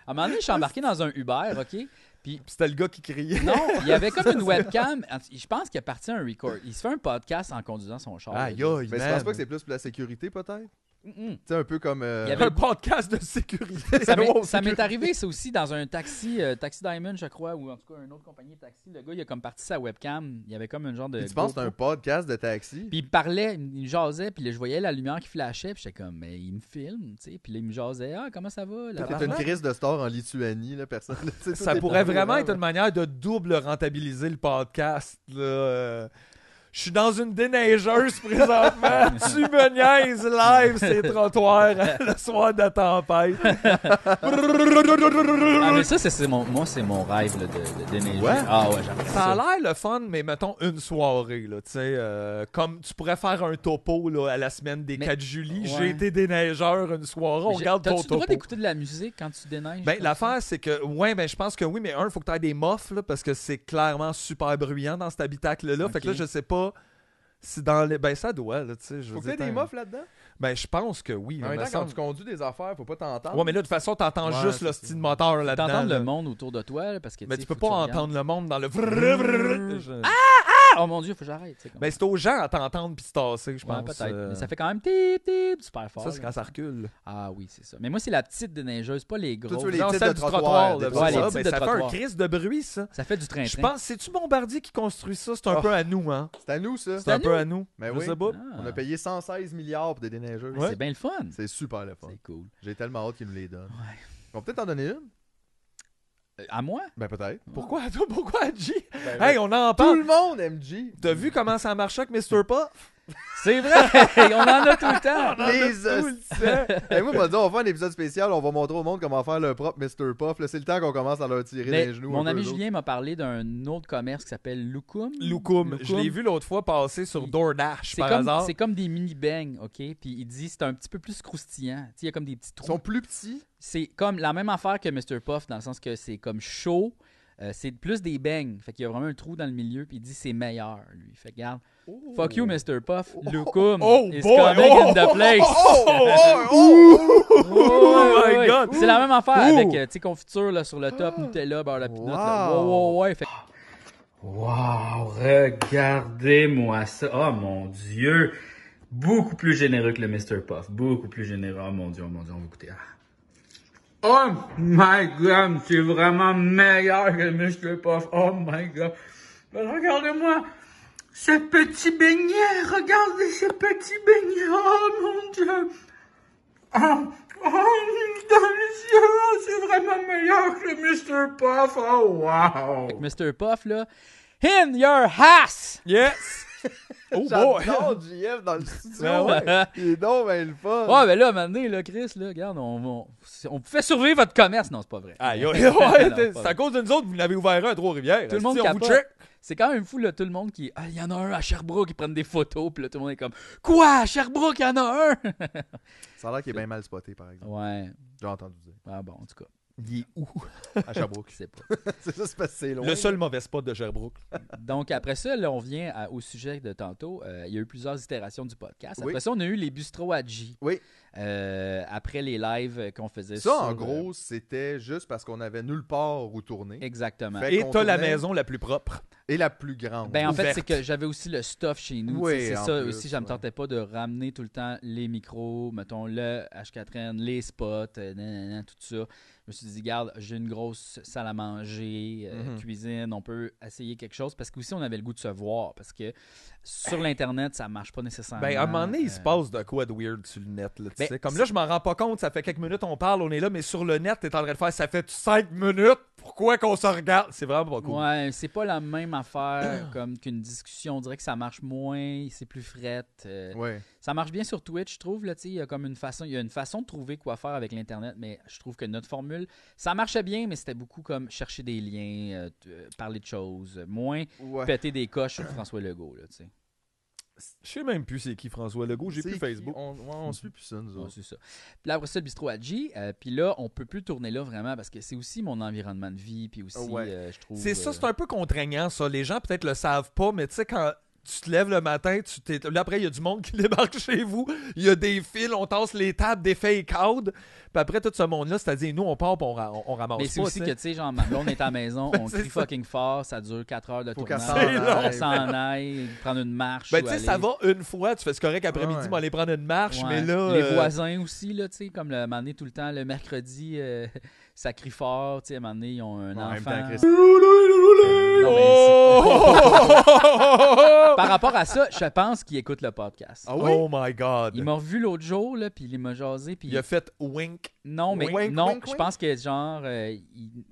S2: À un moment donné, je suis embarqué dans un Uber, OK?
S1: [laughs] Puis c'était le gars qui criait.
S2: Non, il y avait comme une webcam. Je pense qu'il est parti un record. Il se fait un podcast en conduisant son char.
S1: Aïe, aïe,
S3: Mais je
S1: Ben, man.
S3: pense pas que c'est plus pour la sécurité, peut-être.
S1: [laughs]
S2: Mm-mm.
S3: Tu sais, un peu comme. euh,
S2: Il y avait-
S1: Un podcast de sécurité. [laughs]
S2: Ça m'est-
S1: Wow,
S2: ça m'est
S1: sécurité.
S2: arrivé, c'est aussi dans un taxi, euh, Taxi Diamond, je crois, ou en tout cas une autre compagnie de taxi. Le gars, il a comme parti sa webcam. Il y avait comme une genre de.
S3: Tu penses que c'est un
S2: GoPro.
S3: podcast de taxi?
S2: Puis il me parlait, il me jasait, puis là, je voyais la lumière qui flashait, puis j'étais comme, mais il me filme, tu sais. Puis là, il me jasait, ah, comment ça va? la
S3: T'es une
S2: barbe?
S3: crise de star en Lituanie, là, personne. [laughs] tu sais, tout
S1: Ça
S3: est
S1: pourrait
S3: partout,
S1: vraiment
S3: là.
S1: être une manière de double rentabiliser le podcast. là. Euh, Je suis dans une déneigeuse [laughs] présentement.
S2: [laughs]
S1: tu me niaises live ces trottoirs [laughs] le soir de tempête.
S2: Ah, mais ça, c'est- c'est mon, moi, c'est mon rêve là, de, de déneiger.
S3: Ouais?
S2: Ah, ouais, j'aimerais
S1: Ça a
S2: ça.
S1: l'air le fun, mais mettons une soirée, là, tu sais, euh, comme tu pourrais faire un topo là, à la semaine des
S2: Mais-
S1: 4 juillet.
S2: ouais.
S1: J'ai été déneigeur une soirée, on
S2: Mais j'ai-
S1: regarde ton
S2: T'as-tu le
S1: topo.
S2: droit d'écouter de la musique quand tu déneiges?
S1: Ben,
S2: comme ça?
S1: l'affaire, c'est que, ouais, ben, je pense que oui, mais un, faut que tu aies des mofs, là, parce que c'est clairement super bruyant dans cet habitacle-là. Fait que là,
S2: Ok.
S1: je sais pas si dans les. Ben, ça doit, là, tu sais. je veux
S3: Faut que
S1: dire,
S3: t'aies des
S1: t'as-
S3: mofs là-dedans.
S1: Ben, je pense que oui.
S3: En
S1: il
S3: même
S1: me
S3: temps, quand
S1: semble.
S3: tu conduis des affaires, faut pas t'entendre.
S1: Ouais, mais là, de toute façon, t'entends
S3: Ouais,
S1: juste
S3: c'est
S1: le
S3: ça.
S1: style moteur là-dedans.
S2: T'entends
S1: là.
S2: le monde autour de toi, là, parce que
S1: Mais
S2: sais,
S1: tu peux
S2: faut
S1: pas
S2: que regardes.
S1: entendre le monde dans le. vrrr, vrrr, je-
S2: Ah, oh mon dieu, faut que j'arrête. tu sais, comme-
S1: Ben, c'est aux gens à t'entendre puis se tasser, je
S2: Ouais,
S1: pense.
S2: peut-être.
S1: euh.
S2: Mais ça fait quand même tip, tip, super fort.
S1: Ça, c'est
S2: là.
S1: quand ça recule.
S2: Ah oui, c'est ça. Mais moi, c'est la petite déneigeuse, pas les
S3: Toi, tu
S2: gros.
S3: veux les
S1: Non,
S3: petites
S1: celle
S3: de
S1: du
S3: trottoir,
S1: trottoir,
S3: des
S1: là,
S2: trottoirs.
S1: ça,
S2: Ouais, les
S1: ben,
S2: petites
S1: ça
S2: de
S1: fait un
S2: trottoir.
S1: crise de bruit, ça.
S2: Ça fait du train-train.
S1: Je pense, c'est-tu Bombardier qui construit ça? C'est un
S3: Oh.
S1: peu à nous, hein?
S3: C'est à nous, ça.
S1: C'est
S2: Ah. à
S1: un peu à nous.
S3: Mais
S1: Je
S3: oui.
S1: sais pas.
S2: Ah.
S3: On a payé 116 milliards pour des déneigeuses.
S1: Ouais.
S2: C'est bien le fun.
S3: C'est super le fun.
S2: C'est cool.
S3: J'ai tellement hâte qu'ils nous les donnent.
S2: Ouais.
S3: On va peut-être en donner une.
S2: Euh, à moi?
S3: Ben peut-être.
S1: Pourquoi, toi, pourquoi, G?
S3: Ben,
S1: Hey, on en
S3: tout
S1: parle.
S3: le monde, MJ.
S1: T'as vu comment ça marchait avec Mr. Puff?
S2: C'est vrai! [laughs] on en a tout le
S1: [laughs]
S2: temps!
S3: Les hostils. [laughs] Ben, moi, on m'a dit, on va faire un épisode spécial, on va montrer au monde comment faire leur propre Mr. Puff. Là, c'est le temps qu'on commence à leur tirer
S2: Mais
S3: les genoux. un
S2: mon
S3: peu,
S2: ami
S3: eux autres.
S2: Julien m'a parlé d'un autre commerce qui s'appelle Loukoum.
S1: Loukoum. Je l'ai vu l'autre fois passer sur
S2: Il-
S1: DoorDash,
S2: C'est
S1: par
S2: comme,
S1: hasard.
S2: c'est comme des mini bangs, OK? Puis il dit c'est un petit peu plus croustillant. Tu sais, il y a comme des petits
S3: Ils
S2: trous.
S3: sont plus petits.
S2: C'est comme la même affaire que Mr. Puff, dans le sens que c'est comme chaud. euh, c'est plus des bangs. Fait qu'il y a vraiment un trou dans le milieu. Puis il dit c'est meilleur, lui. Fait que, regarde. Fuck you, Mr. Puff. Loukoum
S1: oh,
S2: is
S1: boy,
S2: coming
S1: [laughs] oh,
S2: in the place.
S3: Oh, oh, oh, oh.
S1: Oh my God. Ah.
S2: C'est la même
S1: Ouh.
S2: affaire avec euh, tu sais, confiture là, sur le top, Nutella, beurre de pinot. là.
S3: Wow.
S2: Ouais, ouais, ouais. Fait que-
S4: Wow, regardez-moi ça. Oh mon Dieu. Beaucoup plus généreux que le Mr. Puff. Beaucoup plus généreux. Oh mon Dieu, oh mon Dieu, on va écouter. Ah. Oh my God, c'est vraiment meilleur que le Mr. Puff. Oh my God. Regardez-moi ce petit beignet. Regardez ce petit beignet. Oh mon Dieu. Oh, oh délicieux. C'est vraiment meilleur que le Mr. Puff. Oh wow.
S2: Mr. Puff, là. In your ass!
S1: Yes! Oh boy!
S2: [laughs]
S3: [laughs] J'adore JF [laughs] dans le studio.
S1: Ben
S2: ouais.
S3: Il est donc ben le fun.
S2: Ouais, mais là, à un moment donné, là, Chris, là, regarde, on, on, on fait survivre votre commerce. Non, c'est pas vrai.
S1: Aïe,
S2: [laughs] Non,
S1: aïe, ouais,
S2: pas
S1: t'es- c'est
S2: vrai.
S1: à cause de nous autres, vous l'avez ouvert un à Trois-Rivières.
S2: Tout le monde
S1: Asti, on vous
S2: capote.
S1: check.
S2: C'est quand même fou, là, tout le monde qui. Ah, il y en a un à Sherbrooke qui prennent des photos, puis là, tout le monde est comme Quoi À Sherbrooke, il y en a un
S3: Ça a l'air qu'il est bien mal spoté, par exemple.
S2: Ouais.
S3: J'ai entendu dire.
S2: Ah bon, en tout cas,
S1: Il est où?
S3: À Sherbrooke.
S2: [laughs] je sais pas.
S3: [laughs] c'est ça, c'est parce que c'est loin.
S1: Le seul mauvais spot de Sherbrooke.
S2: Donc, après ça, là, on vient à- au sujet de tantôt. Euh, il y a eu plusieurs itérations du podcast. Après
S3: Oui.
S2: ça, on a eu les bistros à J.
S3: Oui.
S2: Euh, après les lives qu'on faisait.
S3: Ça, ben.
S2: sur,
S3: en
S2: euh,
S3: gros, c'était juste parce qu'on avait nulle part où tourner.
S2: exactement.
S3: Fait
S1: Et
S3: qu'on
S1: t'as la
S3: tournait.
S1: maison la plus propre.
S3: Et la plus grande.
S2: Ben, en fait,
S1: ouverte.
S2: c'est que j'avais aussi le stuff chez nous.
S3: Oui,
S2: tu sais, c'est
S3: en
S2: ça
S3: plus,
S2: aussi, je me
S3: ouais.
S2: tentais pas de ramener tout le temps les micros, mettons le H4N, les spots, euh, nanana, tout ça. Je me suis dit, garde, j'ai une grosse salle à manger, euh,
S3: Mhm.
S2: cuisine, on peut essayer quelque chose. Parce qu'aussi, on avait le goût de se voir. Parce que sur l'Internet, ça marche pas nécessairement.
S1: Ben, à un moment donné, il se
S2: Euh,
S1: passe de quoi de weird sur le net. Là, tu
S2: Ben,
S1: sais. Comme là, je m'en rends pas compte. Ça fait quelques minutes, on parle, on est là, mais sur le net, t'es en train de faire ça fait 5 minutes. Pourquoi qu'on se regarde? C'est vraiment pas cool.
S2: Ouais, c'est pas la
S1: [clears throat]
S2: même affaire comme qu'une discussion. On dirait que ça marche moins, c'est plus fret. euh,
S3: Ouais.
S2: Ça marche bien sur Twitch, je trouve. Là, tu sais, il y a comme une façon, il y a une façon de trouver quoi faire avec l'internet, mais je trouve que notre formule, ça marchait bien, mais c'était beaucoup comme chercher des liens, euh, t- euh, parler de choses, euh, moins
S3: Ouais.
S2: péter des coches sur François Legault. Là, tu sais.
S1: Je sais même plus c'est qui François Legault, j'ai
S3: C'est
S1: plus
S3: qui-
S1: Facebook.
S3: On, ouais, on suit plus ça, nous
S2: Ouais,
S3: autres.
S2: c'est ça. Puis là, après ça, le bistrot à G, euh, puis là, on peut plus tourner là vraiment parce que c'est aussi mon environnement de vie, puis aussi,
S3: Ouais.
S2: euh, je trouve.
S1: C'est ça,
S2: euh,
S1: c'est un peu contraignant, ça. Les gens peut-être le savent pas, mais tu sais, quand tu te lèves le matin, tu t'es... là après il y a du monde qui [laughs] débarque chez vous, il y a des fils, on tasse les tables, des fake out, puis après tout ce monde là, c'est-à-dire nous on part, puis on, ra- on, on ramasse
S2: Mais c'est
S1: pas,
S2: aussi
S1: tu
S2: que,
S1: sais. Ben,
S2: tu sais, genre, ma blonde est à la
S1: [laughs]
S2: maison, on
S1: C'est
S2: crie
S1: ça.
S2: fucking fort, ça dure 4 heures de
S3: Faut qu'elle
S2: tournage.
S3: s'en
S1: C'est long.
S2: on
S3: aille.
S2: s'en aille, prendre une marche.
S1: Ben,
S2: ou
S1: tu sais,
S2: aller-
S1: ça va une fois, tu fais ce correct après-midi,
S3: Ah ouais.
S1: mais on aller prendre une marche,
S2: Ouais.
S1: mais là.
S2: Les
S1: euh,
S2: voisins aussi, là, tu sais, comme le à un moment donné, tout le temps, le mercredi, euh, [laughs] ça crie fort, tu sais, à un moment donné, ils ont un
S3: Ouais, en même
S2: enfant.
S3: temps, Chris-
S2: Non, mais
S1: Oh!
S2: c'est- Par rapport à ça, je pense qu'ils écoutent le podcast.
S3: Ah oui?
S1: [laughs] Oh my god.
S2: Il m'a revu l'autre jour, là, puis il m'a jasé, puis
S1: Il a fait wink.
S2: non, mais
S3: Wink,
S2: non,
S3: wink,
S2: je
S3: wink.
S2: pense que genre, euh, il-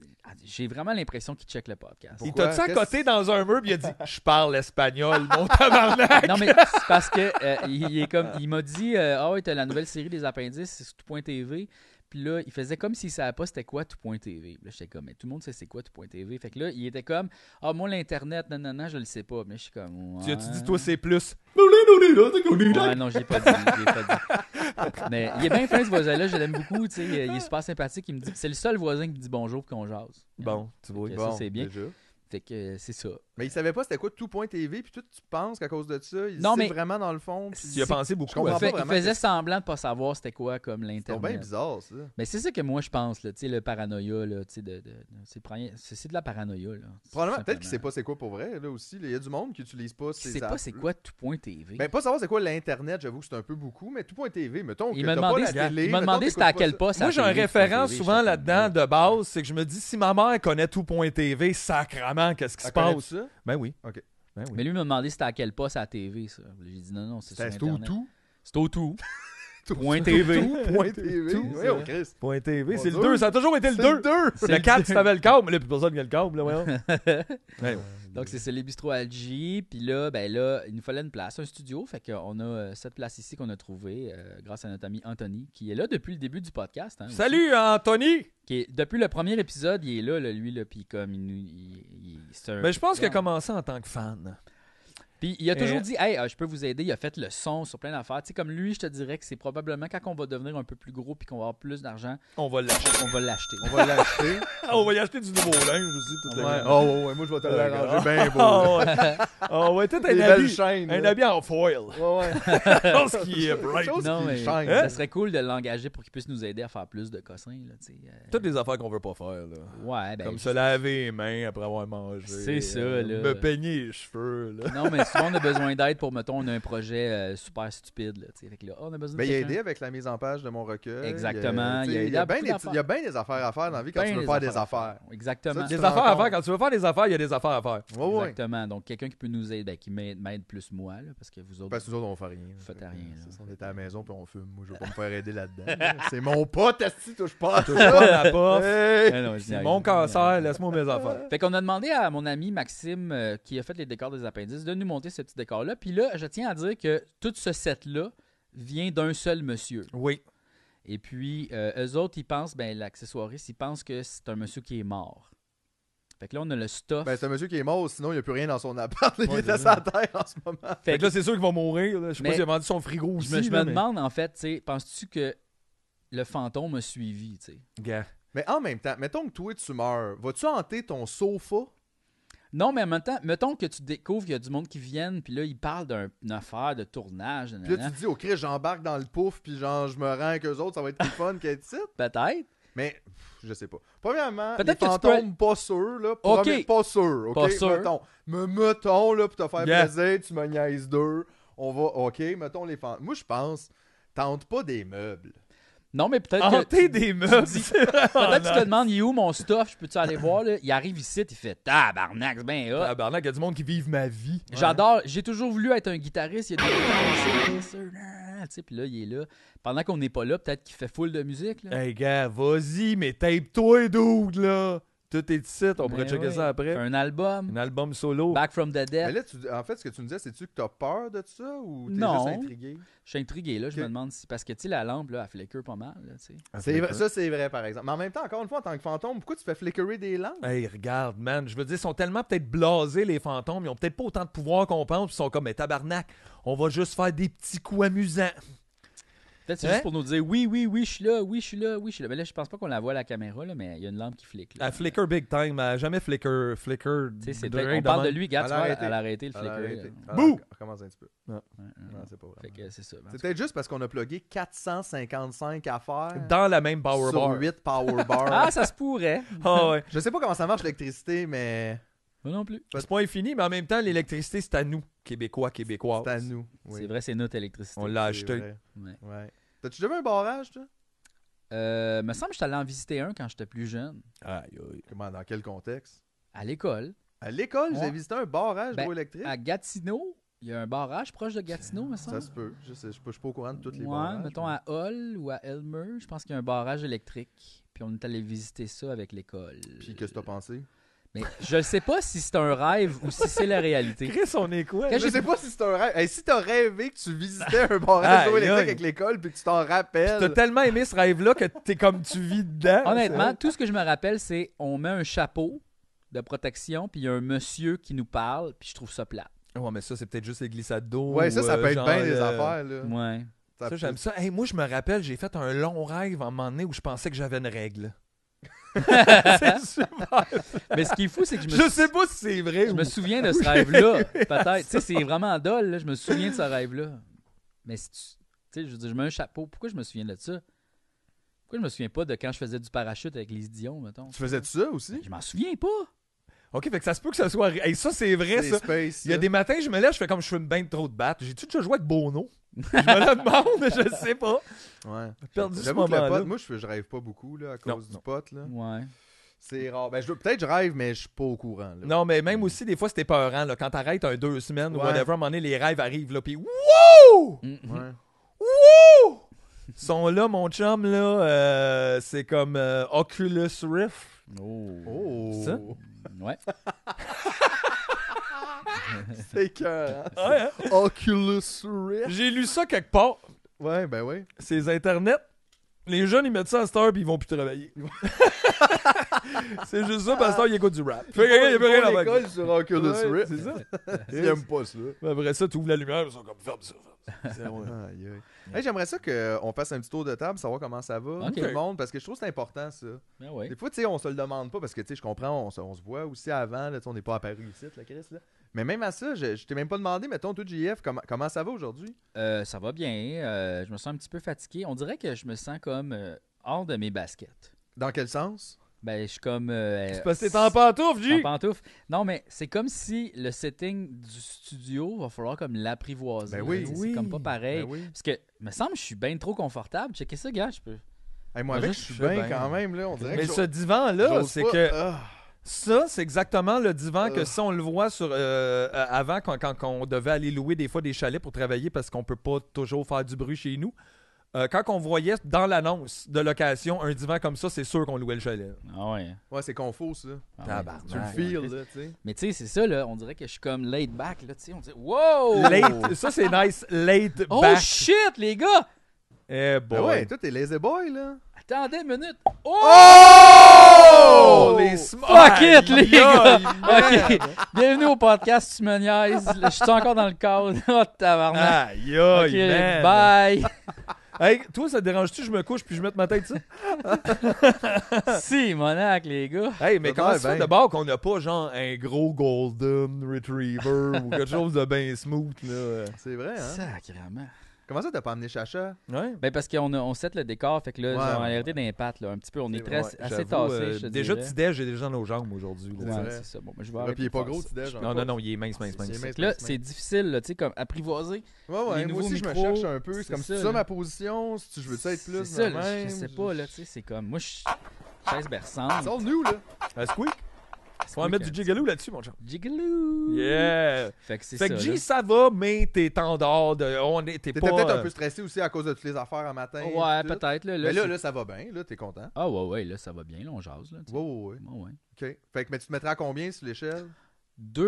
S2: j'ai vraiment l'impression qu'il check le podcast.
S1: Il
S3: Pourquoi?
S1: t'a-tu à
S3: Qu'est-ce-
S1: côté dans un mur, puis il a dit Je parle espagnol, mon [laughs] tabarnak.
S2: Non, mais c'est parce que euh, il, il est comme, il m'a dit euh, Ah ouais, t'as la nouvelle série des appendices, c'est sur tout.tv. Puis là, il faisait comme s'il savait pas c'était quoi tout.tv. Puis Là, j'étais comme, mais tout le monde sait c'est quoi tout.tv. Fait que là, il était comme, ah, moi, l'Internet, non, non, non, je le sais pas. Mais je suis comme,
S1: Tu as-tu
S2: Ouais.
S1: dit, toi, c'est plus
S2: Ouais, non, je l'ai pas dit. je l'ai pas dit. Mais il est bien fin, ce voisin-là, je l'aime beaucoup. tu sais, Il est super sympathique. Il me dit, c'est le seul voisin qui me dit bonjour puis qu'on jase.
S1: Bon, tu vois.
S2: Ok.
S3: Bon,
S2: ça, c'est bien.
S3: déjà.
S2: Fait que euh, c'est ça.
S3: Mais il savait pas c'était quoi tout.tv, puis toi, tu penses qu'à cause de ça, il
S2: Non,
S3: sait
S2: mais-
S3: vraiment dans le fond. puis-
S1: Tu y as pensé
S3: Je
S1: beaucoup hein.
S3: comprends
S1: à ça.
S2: Il,
S3: pas
S2: fait- il
S3: vraiment
S2: faisait
S3: qu'est-ce-
S2: semblant de pas savoir c'était quoi comme
S3: C'est bien
S2: l'Internet.
S3: bizarre, ça.
S2: Mais c'est ça que moi je pense, là, tu sais, le paranoïa, là, tu sais, de, de- de- c'est pra- c'est c'est de la paranoïa. Là,
S3: Probablement, peut-être qu'il sait
S2: Simplement.
S3: pas c'est quoi pour vrai, là aussi. là. Il y a du monde qui utilise pas
S2: Qui
S3: ces
S2: sait pas
S3: apps.
S2: c'est quoi tout point TV.
S3: Ben, pas savoir c'est quoi l'Internet, j'avoue que c'est un peu beaucoup, mais tout.tv, mettons
S2: il
S3: que
S2: m'a
S3: t'as pas
S2: demandé,
S3: la
S2: c'était-
S3: télé,
S2: il m'a
S3: mettons
S2: demandé
S3: que
S2: c'était à
S3: t'écoutes
S2: quel
S3: pas ça.
S2: poste.
S1: Moi, j'ai un référent souvent là-dedans
S2: de
S1: de base, c'est que je me dis si ma mère connaît tout.tv, sacrament, qu'est-ce qui se
S3: Elle connaît
S1: passe
S3: ça?
S1: Ben oui.
S3: Ok.
S1: Ben oui.
S2: Mais lui il m'a demandé c'était à quel poste à la TV, ça. J'ai dit non, non, c'est sur
S3: C'est au
S2: Internet.
S3: tout.
S2: C'est au
S3: [laughs]
S2: tout.
S3: Tout-
S2: Point TV.
S3: Tout.tv.
S1: Tout,
S3: Oui, oh, Christ.
S1: Point TV,
S3: Mon
S1: c'est le
S3: Dieu.
S1: 2, ça a toujours été le 2.
S3: deux.
S1: Le 4, tu avais le câble, mais là, plus personne qui a le câble, là,
S3: [laughs]
S1: voyons. Ouais.
S2: Donc c'est ça, les bistrots Algi. Puis là, ben là, il nous fallait une place, un studio. Fait qu'on a euh, cette place ici qu'on a trouvée euh, grâce à notre ami Anthony, qui est là depuis le début du podcast. hein, aussi.
S1: Salut, Anthony!
S2: Qui est- depuis le premier épisode, il est là, là, lui, là, puis comme il nous. il- il- c'est un-
S1: Mais Ben,
S3: Ben,
S1: je pense qu'il a
S2: Ouais.
S1: commencé en tant que fan.
S2: Puis il a toujours
S1: Et-
S2: dit, hey, euh, je peux vous aider. Il a fait le son sur plein d'affaires. Tu sais, comme lui, je te dirais que c'est probablement quand on va devenir un peu plus gros puis qu'on va avoir plus d'argent,
S1: On va l'acheter.
S2: on va l'acheter.
S3: On va l'acheter.
S1: [laughs] on va y acheter du nouveau linge aussi. toute la
S3: Ouais.
S1: gang.
S3: Oh, ouais, ouais, moi, je vais te
S1: Oh,
S3: l'arranger bien beau.
S1: Oh, ouais. Oh, ouais, tout
S3: Des
S1: un
S3: belles
S1: habit.
S3: chaînes.
S1: Un
S3: là.
S1: habit en foil.
S3: [laughs] Ouais, ouais.
S1: Je pense qu'il est bright.
S3: Chose
S2: Non,
S3: qui
S2: mais
S3: change.
S2: ça serait cool de l'engager pour qu'il puisse nous aider à faire plus de cossins. Là, tu sais, euh,
S1: Toutes les affaires qu'on veut pas faire, là.
S3: Ah,
S2: ouais, ben.
S1: Comme se laver les mains après avoir mangé.
S2: C'est ça,
S1: euh,
S2: là.
S1: Me peigner les cheveux, là.
S2: Non, mais souvent, on a besoin d'aide pour, mettons, on a un projet euh, super stupide. Là, tu sais. fait que là, oh, on a besoin
S3: Ben,
S2: de
S3: il a
S2: quelqu'un.
S3: aidé avec la mise en page de mon recueil.
S2: Exactement,
S3: Euh,
S2: il
S3: tu
S2: a
S3: sais,
S2: aidé
S3: Il y a
S2: à
S3: bien
S2: beaucoup
S3: des-
S2: d'affaires.
S3: il y a bien des affaires à faire dans la vie quand
S2: Ben,
S3: tu veux
S2: les
S3: faire des
S2: à faire.
S3: affaires.
S2: Exactement.
S3: Ça, tu
S1: Des
S3: te rends
S1: affaires à
S3: compte.
S1: faire. Quand tu veux faire des affaires, il y a des affaires à faire.
S3: Ouais, ouais.
S2: Exactement. Donc, quelqu'un qui peut nous aider, ben, qui m'aide m'aide plus moi, là, parce que vous autres.
S3: Parce que nous autres, on fait rien.
S2: Faites à rien, là.
S3: C'est ça, On était à la maison puis on fume. Moi, je veux pas me faire aider là-dedans. là.
S2: [laughs]
S3: C'est mon pote, Asti, touche pas. à
S1: Touche
S3: ça.
S1: pas à la porte.
S3: Hey!
S1: [laughs]
S2: Ah non, je dis
S1: C'est
S2: rien.
S1: mon cancer, laisse-moi mes affaires.
S2: Fait qu'on a demandé à mon ami Maxime, euh, qui a fait les décors des appendices, de nous monter ce petit décor-là. Puis là, je tiens à dire que tout ce set-là vient d'un seul monsieur.
S1: Oui.
S2: Et puis, euh, eux autres, ils pensent, ben, l'accessoiriste, ils pensent que c'est un monsieur qui est mort. Fait que là, on a le stuff.
S3: Ben, c'est un monsieur qui est mort, sinon il n'y a plus rien dans son appart. là. Il
S1: Ouais,
S3: était
S1: c'est
S3: sur la
S1: ça.
S3: terre en ce moment.
S1: Fait que là, c'est sûr qu'il va mourir. là. Je sais
S2: Mais-
S1: pas s'il a vendu son frigo
S2: je
S1: aussi.
S2: me, je me
S1: là, mais-
S2: demande, en fait, tu sais, penses-tu que le fantôme a suivi, tu sais?
S1: Gars.
S3: Mais en même temps, mettons que toi, tu meurs. Vas-tu hanter ton sofa?
S2: Non, mais en même temps, mettons que tu découvres qu'il y a du monde qui viennent, puis là, ils parlent d'un- d'une affaire de tournage.
S3: Puis là,
S2: nanana.
S3: tu te dis, au Christ, j'embarque dans le pouf, puis genre, je me rends avec eux autres, ça va être plus fun qu'être ici.
S2: Peut-être.
S3: Mais pff, je sais pas. Premièrement,
S2: Peut-être
S3: les
S2: que tu
S3: fantômes, pas sûr, là. Premier-
S2: Ok.
S3: Pas sûr, ok?
S2: Pas sûr.
S3: Mettons, me mettons, là, pour te faire
S1: Yeah.
S3: plaisir, tu me niaises deux. On va, ok, mettons les fantômes. Moi, je pense, tente pas des meubles.
S2: Non, mais peut-être que.
S1: Hanter des meubles. [laughs]
S2: Peut-être que tu te demandes, il est où mon stuff? Je peux-tu aller voir? Là? Il arrive ici, il fait tabarnak, c'est ben hot.
S1: Tabarnak, il y a Ah, du monde qui vive ma vie.
S2: J'adore, j'ai toujours voulu être un guitariste. Il y a des. Tu sais, Puis là, il est là. Pendant qu'on n'est pas là, peut-être qu'il fait full de musique. Là.
S1: Hey, gars, vas-y, mais tape-toi, dude, là. Tout est ici, Eh, on pourrait
S2: Ben
S1: checker
S2: oui.
S1: ça après.
S2: Un Bah, album,
S1: Un album solo.
S2: Back from the
S3: Mais
S2: Dead.
S3: là, tu- en fait, ce que tu me disais, c'est-tu que t'as peur de ça ou t'es
S2: Non.
S3: juste intrigué?
S2: Je suis intrigué, là. Je
S3: Ok.
S2: me demande si. Parce que, tu sais, la lampe, là, elle flicker pas mal. Là, tu sais.
S1: Ah,
S3: C'est vrai- ça, c'est vrai, par exemple. Mais en même temps, encore une fois, en tant que fantôme, pourquoi tu fais flickering des lampes?
S1: Hey, regarde, man, je veux dire, ils sont tellement peut-être blasés, les fantômes. Ils ont peut-être pas autant de pouvoir qu'on pense. puis Ils sont comme, mais tabarnak, on va juste faire des petits coups amusants.
S2: Peut-être c'est
S1: Hein?
S2: juste pour nous dire oui, oui, oui, je suis là, oui, je suis là, oui, je suis là. Mais là, je pense pas qu'on la voit à la caméra, là, mais il y a une lampe qui flique. là.
S1: Elle flicker big time, elle a jamais flicker. Flicker.
S2: Tu sais, c'est
S1: de-
S2: vrai,
S1: de
S2: on parle de
S1: même.
S2: lui, regarde,
S3: Elle
S2: tu
S3: a
S2: vois,
S3: arrêté.
S2: elle a arrêté le
S3: Elle a
S2: flicker.
S3: arrêté.
S2: là.
S3: Ah,
S1: Bouh!
S3: on Recommence un petit peu.
S2: euh, Ouais, ouais.
S3: Non, c'est pas vrai.
S2: Fait que c'est ça. ben, en
S3: C'est
S2: tout
S3: peut-être juste parce qu'on a plugué 455 affaires
S1: Dans la même power
S3: sur
S1: bar.
S3: 8 power
S2: cas.
S3: bars.
S2: Ah, ça se pourrait.
S1: Ah ouais.
S3: Je sais pas comment ça marche l'électricité, mais
S2: Moi non plus.
S1: Ce point est fini, mais en même temps, l'électricité, c'est à nous, Québécois, Québécois.
S3: c'est à nous. Oui,
S2: C'est vrai, c'est notre électricité.
S1: On l'a
S3: c'est
S1: acheté.
S3: vrai.
S2: Ouais.
S3: Ouais. T'as-tu déjà vu un barrage, toi?
S2: Euh, me semble que je suis allé en visiter un quand j'étais plus jeune,
S1: Aïe, aïe.
S3: Comment, dans quel contexte?
S2: à l'école.
S3: À l'école,
S2: Ouais.
S3: j'ai visité un barrage
S2: Ben,
S3: d'eau électrique.
S2: À Gatineau, il y a un barrage proche de Gatineau, me semble.
S3: Ça se peut. Je sais, je suis pas je suis pas au courant de toutes les
S2: ouais,
S3: barrages.
S2: mettons à Hull ou à Elmer, je pense qu'il y a un barrage électrique. Puis on est allé visiter ça avec l'école.
S3: Puis qu'est-ce que t'as pensé?
S2: Mais je ne sais pas si c'est un rêve ou si c'est la
S3: [laughs]
S2: réalité.
S1: Chris, on est quoi?
S2: Quand
S1: là?
S3: Je sais pas si c'est un rêve. Hey, si t'as rêvé que tu visitais un barrage d'eau
S1: Aïe,
S3: électrique
S1: aïe.
S3: avec l'école puis que tu t'en
S1: T'as
S3: rappelles.
S1: tellement aimé ce rêve-là que t'es comme tu vis dedans.
S3: hein?
S2: Honnêtement, tout ce que je me rappelle, c'est on met un chapeau de protection, puis il y a un monsieur qui nous parle, puis je trouve ça plat.
S1: Ouais, mais ça, c'est peut-être juste les glissades d'eau.
S3: Ouais, ça, ça
S1: euh,
S3: peut être
S1: genre,
S3: bien des
S1: euh,
S3: affaires, là.
S2: Ouais.
S1: Ça, j'aime ça. Hey, moi, je me rappelle, j'ai fait un long rêve à un moment donné où je pensais que j'avais une
S2: [laughs]
S1: règle. [laughs] c'est super.
S2: Mais ce qui est fou,
S3: [laughs]
S2: c'est que je me,
S1: Je sais pas si c'est vrai.
S2: je
S1: ou-
S2: me
S1: [laughs]
S2: souviens de ce rêve-là, peut-être. Tu sais, c'est vraiment dole, là, je me souviens de ce rêve-là. Mais si tu tu sais, je veux dire, je mets un chapeau, pourquoi je me souviens de ça? Pourquoi je me souviens pas de quand je faisais du parachute avec les Dion, mettons?
S3: Tu faisais ça aussi?
S2: Je m'en souviens pas.
S1: Ok, fait que ça se peut que ça soit. ré- Hey, ça, c'est vrai,
S3: Des
S1: ça.
S3: spaces,
S1: Il y a
S3: là.
S1: des matins, je me lève, je fais comme je fume bien trop de battes. J'ai-tu déjà joué avec Bono? je me le demande, je sais pas.
S3: Ouais.
S1: J'ai perdu ce
S3: J'avoue que le
S1: moment-là.
S3: pot, moi je, je rêve pas beaucoup là, à cause
S1: Non,
S3: du
S1: non.
S3: pot. Là.
S2: Ouais.
S3: C'est rare. Ben, je- Peut-être je rêve, mais je suis pas au courant. là.
S1: Non, mais même aussi, des fois, c'était peurant. Là. Quand t'arrêtes un deux semaines ou
S3: Ouais.
S1: whatever, à un moment donné, les rêves arrivent. Là, puis wow!
S2: Mhm.
S1: [laughs]
S3: Ouais.
S1: Wouh! sont là, mon chum, là. euh, c'est comme euh, Oculus Rift.
S2: Oh.
S3: Oh!
S1: Ça?
S2: Ouais.
S3: [laughs] C'est que.
S1: Ouais, hein?
S3: Oculus Rift.
S1: J'ai lu ça quelque part.
S3: Ouais, ben oui.
S1: Ces internets. Les jeunes, ils mettent ça à cette heure puis ils vont plus travailler. [laughs] c'est juste ça, parce que ils écoutent du rap. Fait que, gars, il y a plus rien à faire.
S3: l'école sur Oculus
S1: Ouais,
S3: Rift.
S1: C'est ça.
S3: Ils aiment pas [laughs] ça.
S1: Mais Après ça, tu ouvres la lumière, ils sont comme ferme ça. ferme ça. C'est vrai.
S3: Aïe, aïe. Hey, J'aimerais ça qu'on fasse un petit tour de table, savoir comment ça va,
S2: Ok.
S3: tout le monde, parce que je trouve que c'est important ça.
S2: Ben ouais.
S3: Des fois, tu sais, on se le demande pas parce que, tu sais, je comprends, on se, on se voit aussi avant, là, tu sais, on n'est pas apparu ici, la Chris, là. Mais même à ça, je, je t'ai même pas demandé, mettons, toi, JF, comment, comment ça va aujourd'hui?
S2: Euh, ça va bien. euh, je me sens un petit peu fatigué. On dirait que je me sens comme euh, hors de mes baskets.
S3: Dans quel sens?
S2: Ben, je suis comme. euh,
S1: C'est parce que t'es en pantoufle,
S2: en
S1: J.
S2: pantoufles. Non, mais c'est comme si le setting du studio va falloir comme l'apprivoiser.
S3: Ben oui.
S2: là, tu sais,
S1: Oui.
S2: C'est comme pas pareil.
S3: Ben oui.
S2: Parce que, me semble, que je suis bien trop confortable. Checker ça, gars. Je peux.
S3: Hey, moi,
S1: Moi,
S3: avec,
S1: je
S3: je suis
S1: suis
S3: bien
S1: bien.
S3: quand même, là. On dirait
S1: Mais
S3: que
S1: ce
S3: j'ose-
S1: divan-là,
S3: j'ose
S1: c'est
S3: pas.
S1: que.
S3: Ah,
S1: Ça, c'est exactement le divan que
S3: Ugh.
S1: si on le voit sur euh, euh, avant quand, quand- quand on devait aller louer des fois des chalets pour travailler parce qu'on peut pas toujours faire du bruit chez nous. Euh, quand on voyait dans l'annonce de location un divan comme ça, c'est sûr qu'on louait le chalet.
S2: Ah ouais.
S3: Ouais, c'est confus, ça.
S2: Ah ouais.
S1: Tabarnak.
S3: Tu le
S1: Ouais,
S3: feels, là, tu sais.
S2: Mais tu sais, c'est ça, là. On dirait que je suis comme laid back, là. Tu sais, on dit Wow!
S1: Late- ça c'est nice, late
S2: Oh Ah
S1: back.
S2: shit, les gars!
S1: Eh
S3: Ben
S1: boy.
S3: ouais, toi, t'es lazy boy, là.
S2: Attendez une minute.
S1: Oh, les sm-
S2: Fuck it,
S1: Aïe,
S2: les gars!
S1: aïe,
S2: OK. [laughs] Bienvenue au podcast Tu me niaises. Je suis encore dans le cadre. [laughs] Oh, tabarnak.
S1: Aïe, aïe,
S2: [laughs] OK,
S1: Ah, man.
S2: bye. [laughs]
S1: Hey, toi, ça te dérange-tu? Je me couche puis je mets ma tête ça?
S2: si, monac, les gars.
S1: Hey, mais
S3: Ça
S1: comment
S3: va
S1: ça se fait
S3: bien.
S1: de bord qu'on n'a pas genre un gros Golden [laughs] Retriever ou quelque chose de bien smooth, là?
S3: C'est vrai, hein?
S2: Sacrément.
S3: Comment ça, t'as pas amené Chacha?
S1: Ouais.
S2: Ben, parce qu'on a- on set le décor, fait que là,
S3: Ouais,
S2: genre, on a
S3: ouais.
S2: hérité d'un pat, là, un petit peu. On est,
S3: C'est
S2: très,
S3: vrai,
S2: assez
S1: J'avoue,
S2: tassé,
S1: euh,
S2: je te
S1: déjà,
S2: dirais.
S1: petit déj, j'ai déjà nos jambes aujourd'hui. là.
S3: Ouais.
S2: Ouais,
S3: vrai.
S2: c'est ça. Bon, ben, je vais
S3: Là,
S2: arrêter
S3: Ah, puis il est
S2: de
S3: pas
S2: faire
S3: gros,
S2: ça.
S3: tu déj.
S1: Non, non, non, il est mince, mince,
S3: C'est
S1: mince.
S3: mince,
S2: Là,
S3: mince,
S2: c'est
S3: mince.
S2: difficile, là, tu sais, comme apprivoiser.
S3: Ouais,
S2: les
S3: ouais, moi
S2: nouveaux
S3: aussi, je me
S2: micros,
S3: cherche un peu.
S2: c'est
S3: C'est comme
S2: ça,
S3: ça,
S2: là.
S3: ma position. Si tu veux ça être plus,
S2: C'est ça,
S3: de
S2: là, je-
S3: même,
S2: je sais pas, là, tu sais, c'est comme. Moi, je suis chaise berçante.
S3: Sors-nous, là.
S1: Ah, squeak? Faut en mettre du jigaloo là-dessus, mon chum.
S2: Jigaloo!
S1: Yeah!
S2: Fait que c'est ça.
S1: Fait que
S2: là.
S1: G, ça va, mais t'es tendard de. On est, t'es
S3: T'étais
S1: pas.
S3: peut-être un
S1: euh,
S3: peu stressé aussi à cause de toutes les affaires en matin.
S2: Ouais,
S3: pis tout.
S2: peut-être. Là, là,
S3: Mais là,
S2: c'est-
S3: là, ça va bien. Là, t'es content.
S2: Ah, ouais, ouais, là, ça va bien. Là, on jase. Là, tu sais.
S3: Ouais, ouais, ouais.
S2: Ouais, ouais.
S3: OK. Fait que, mais tu te mettrais à combien sur l'échelle?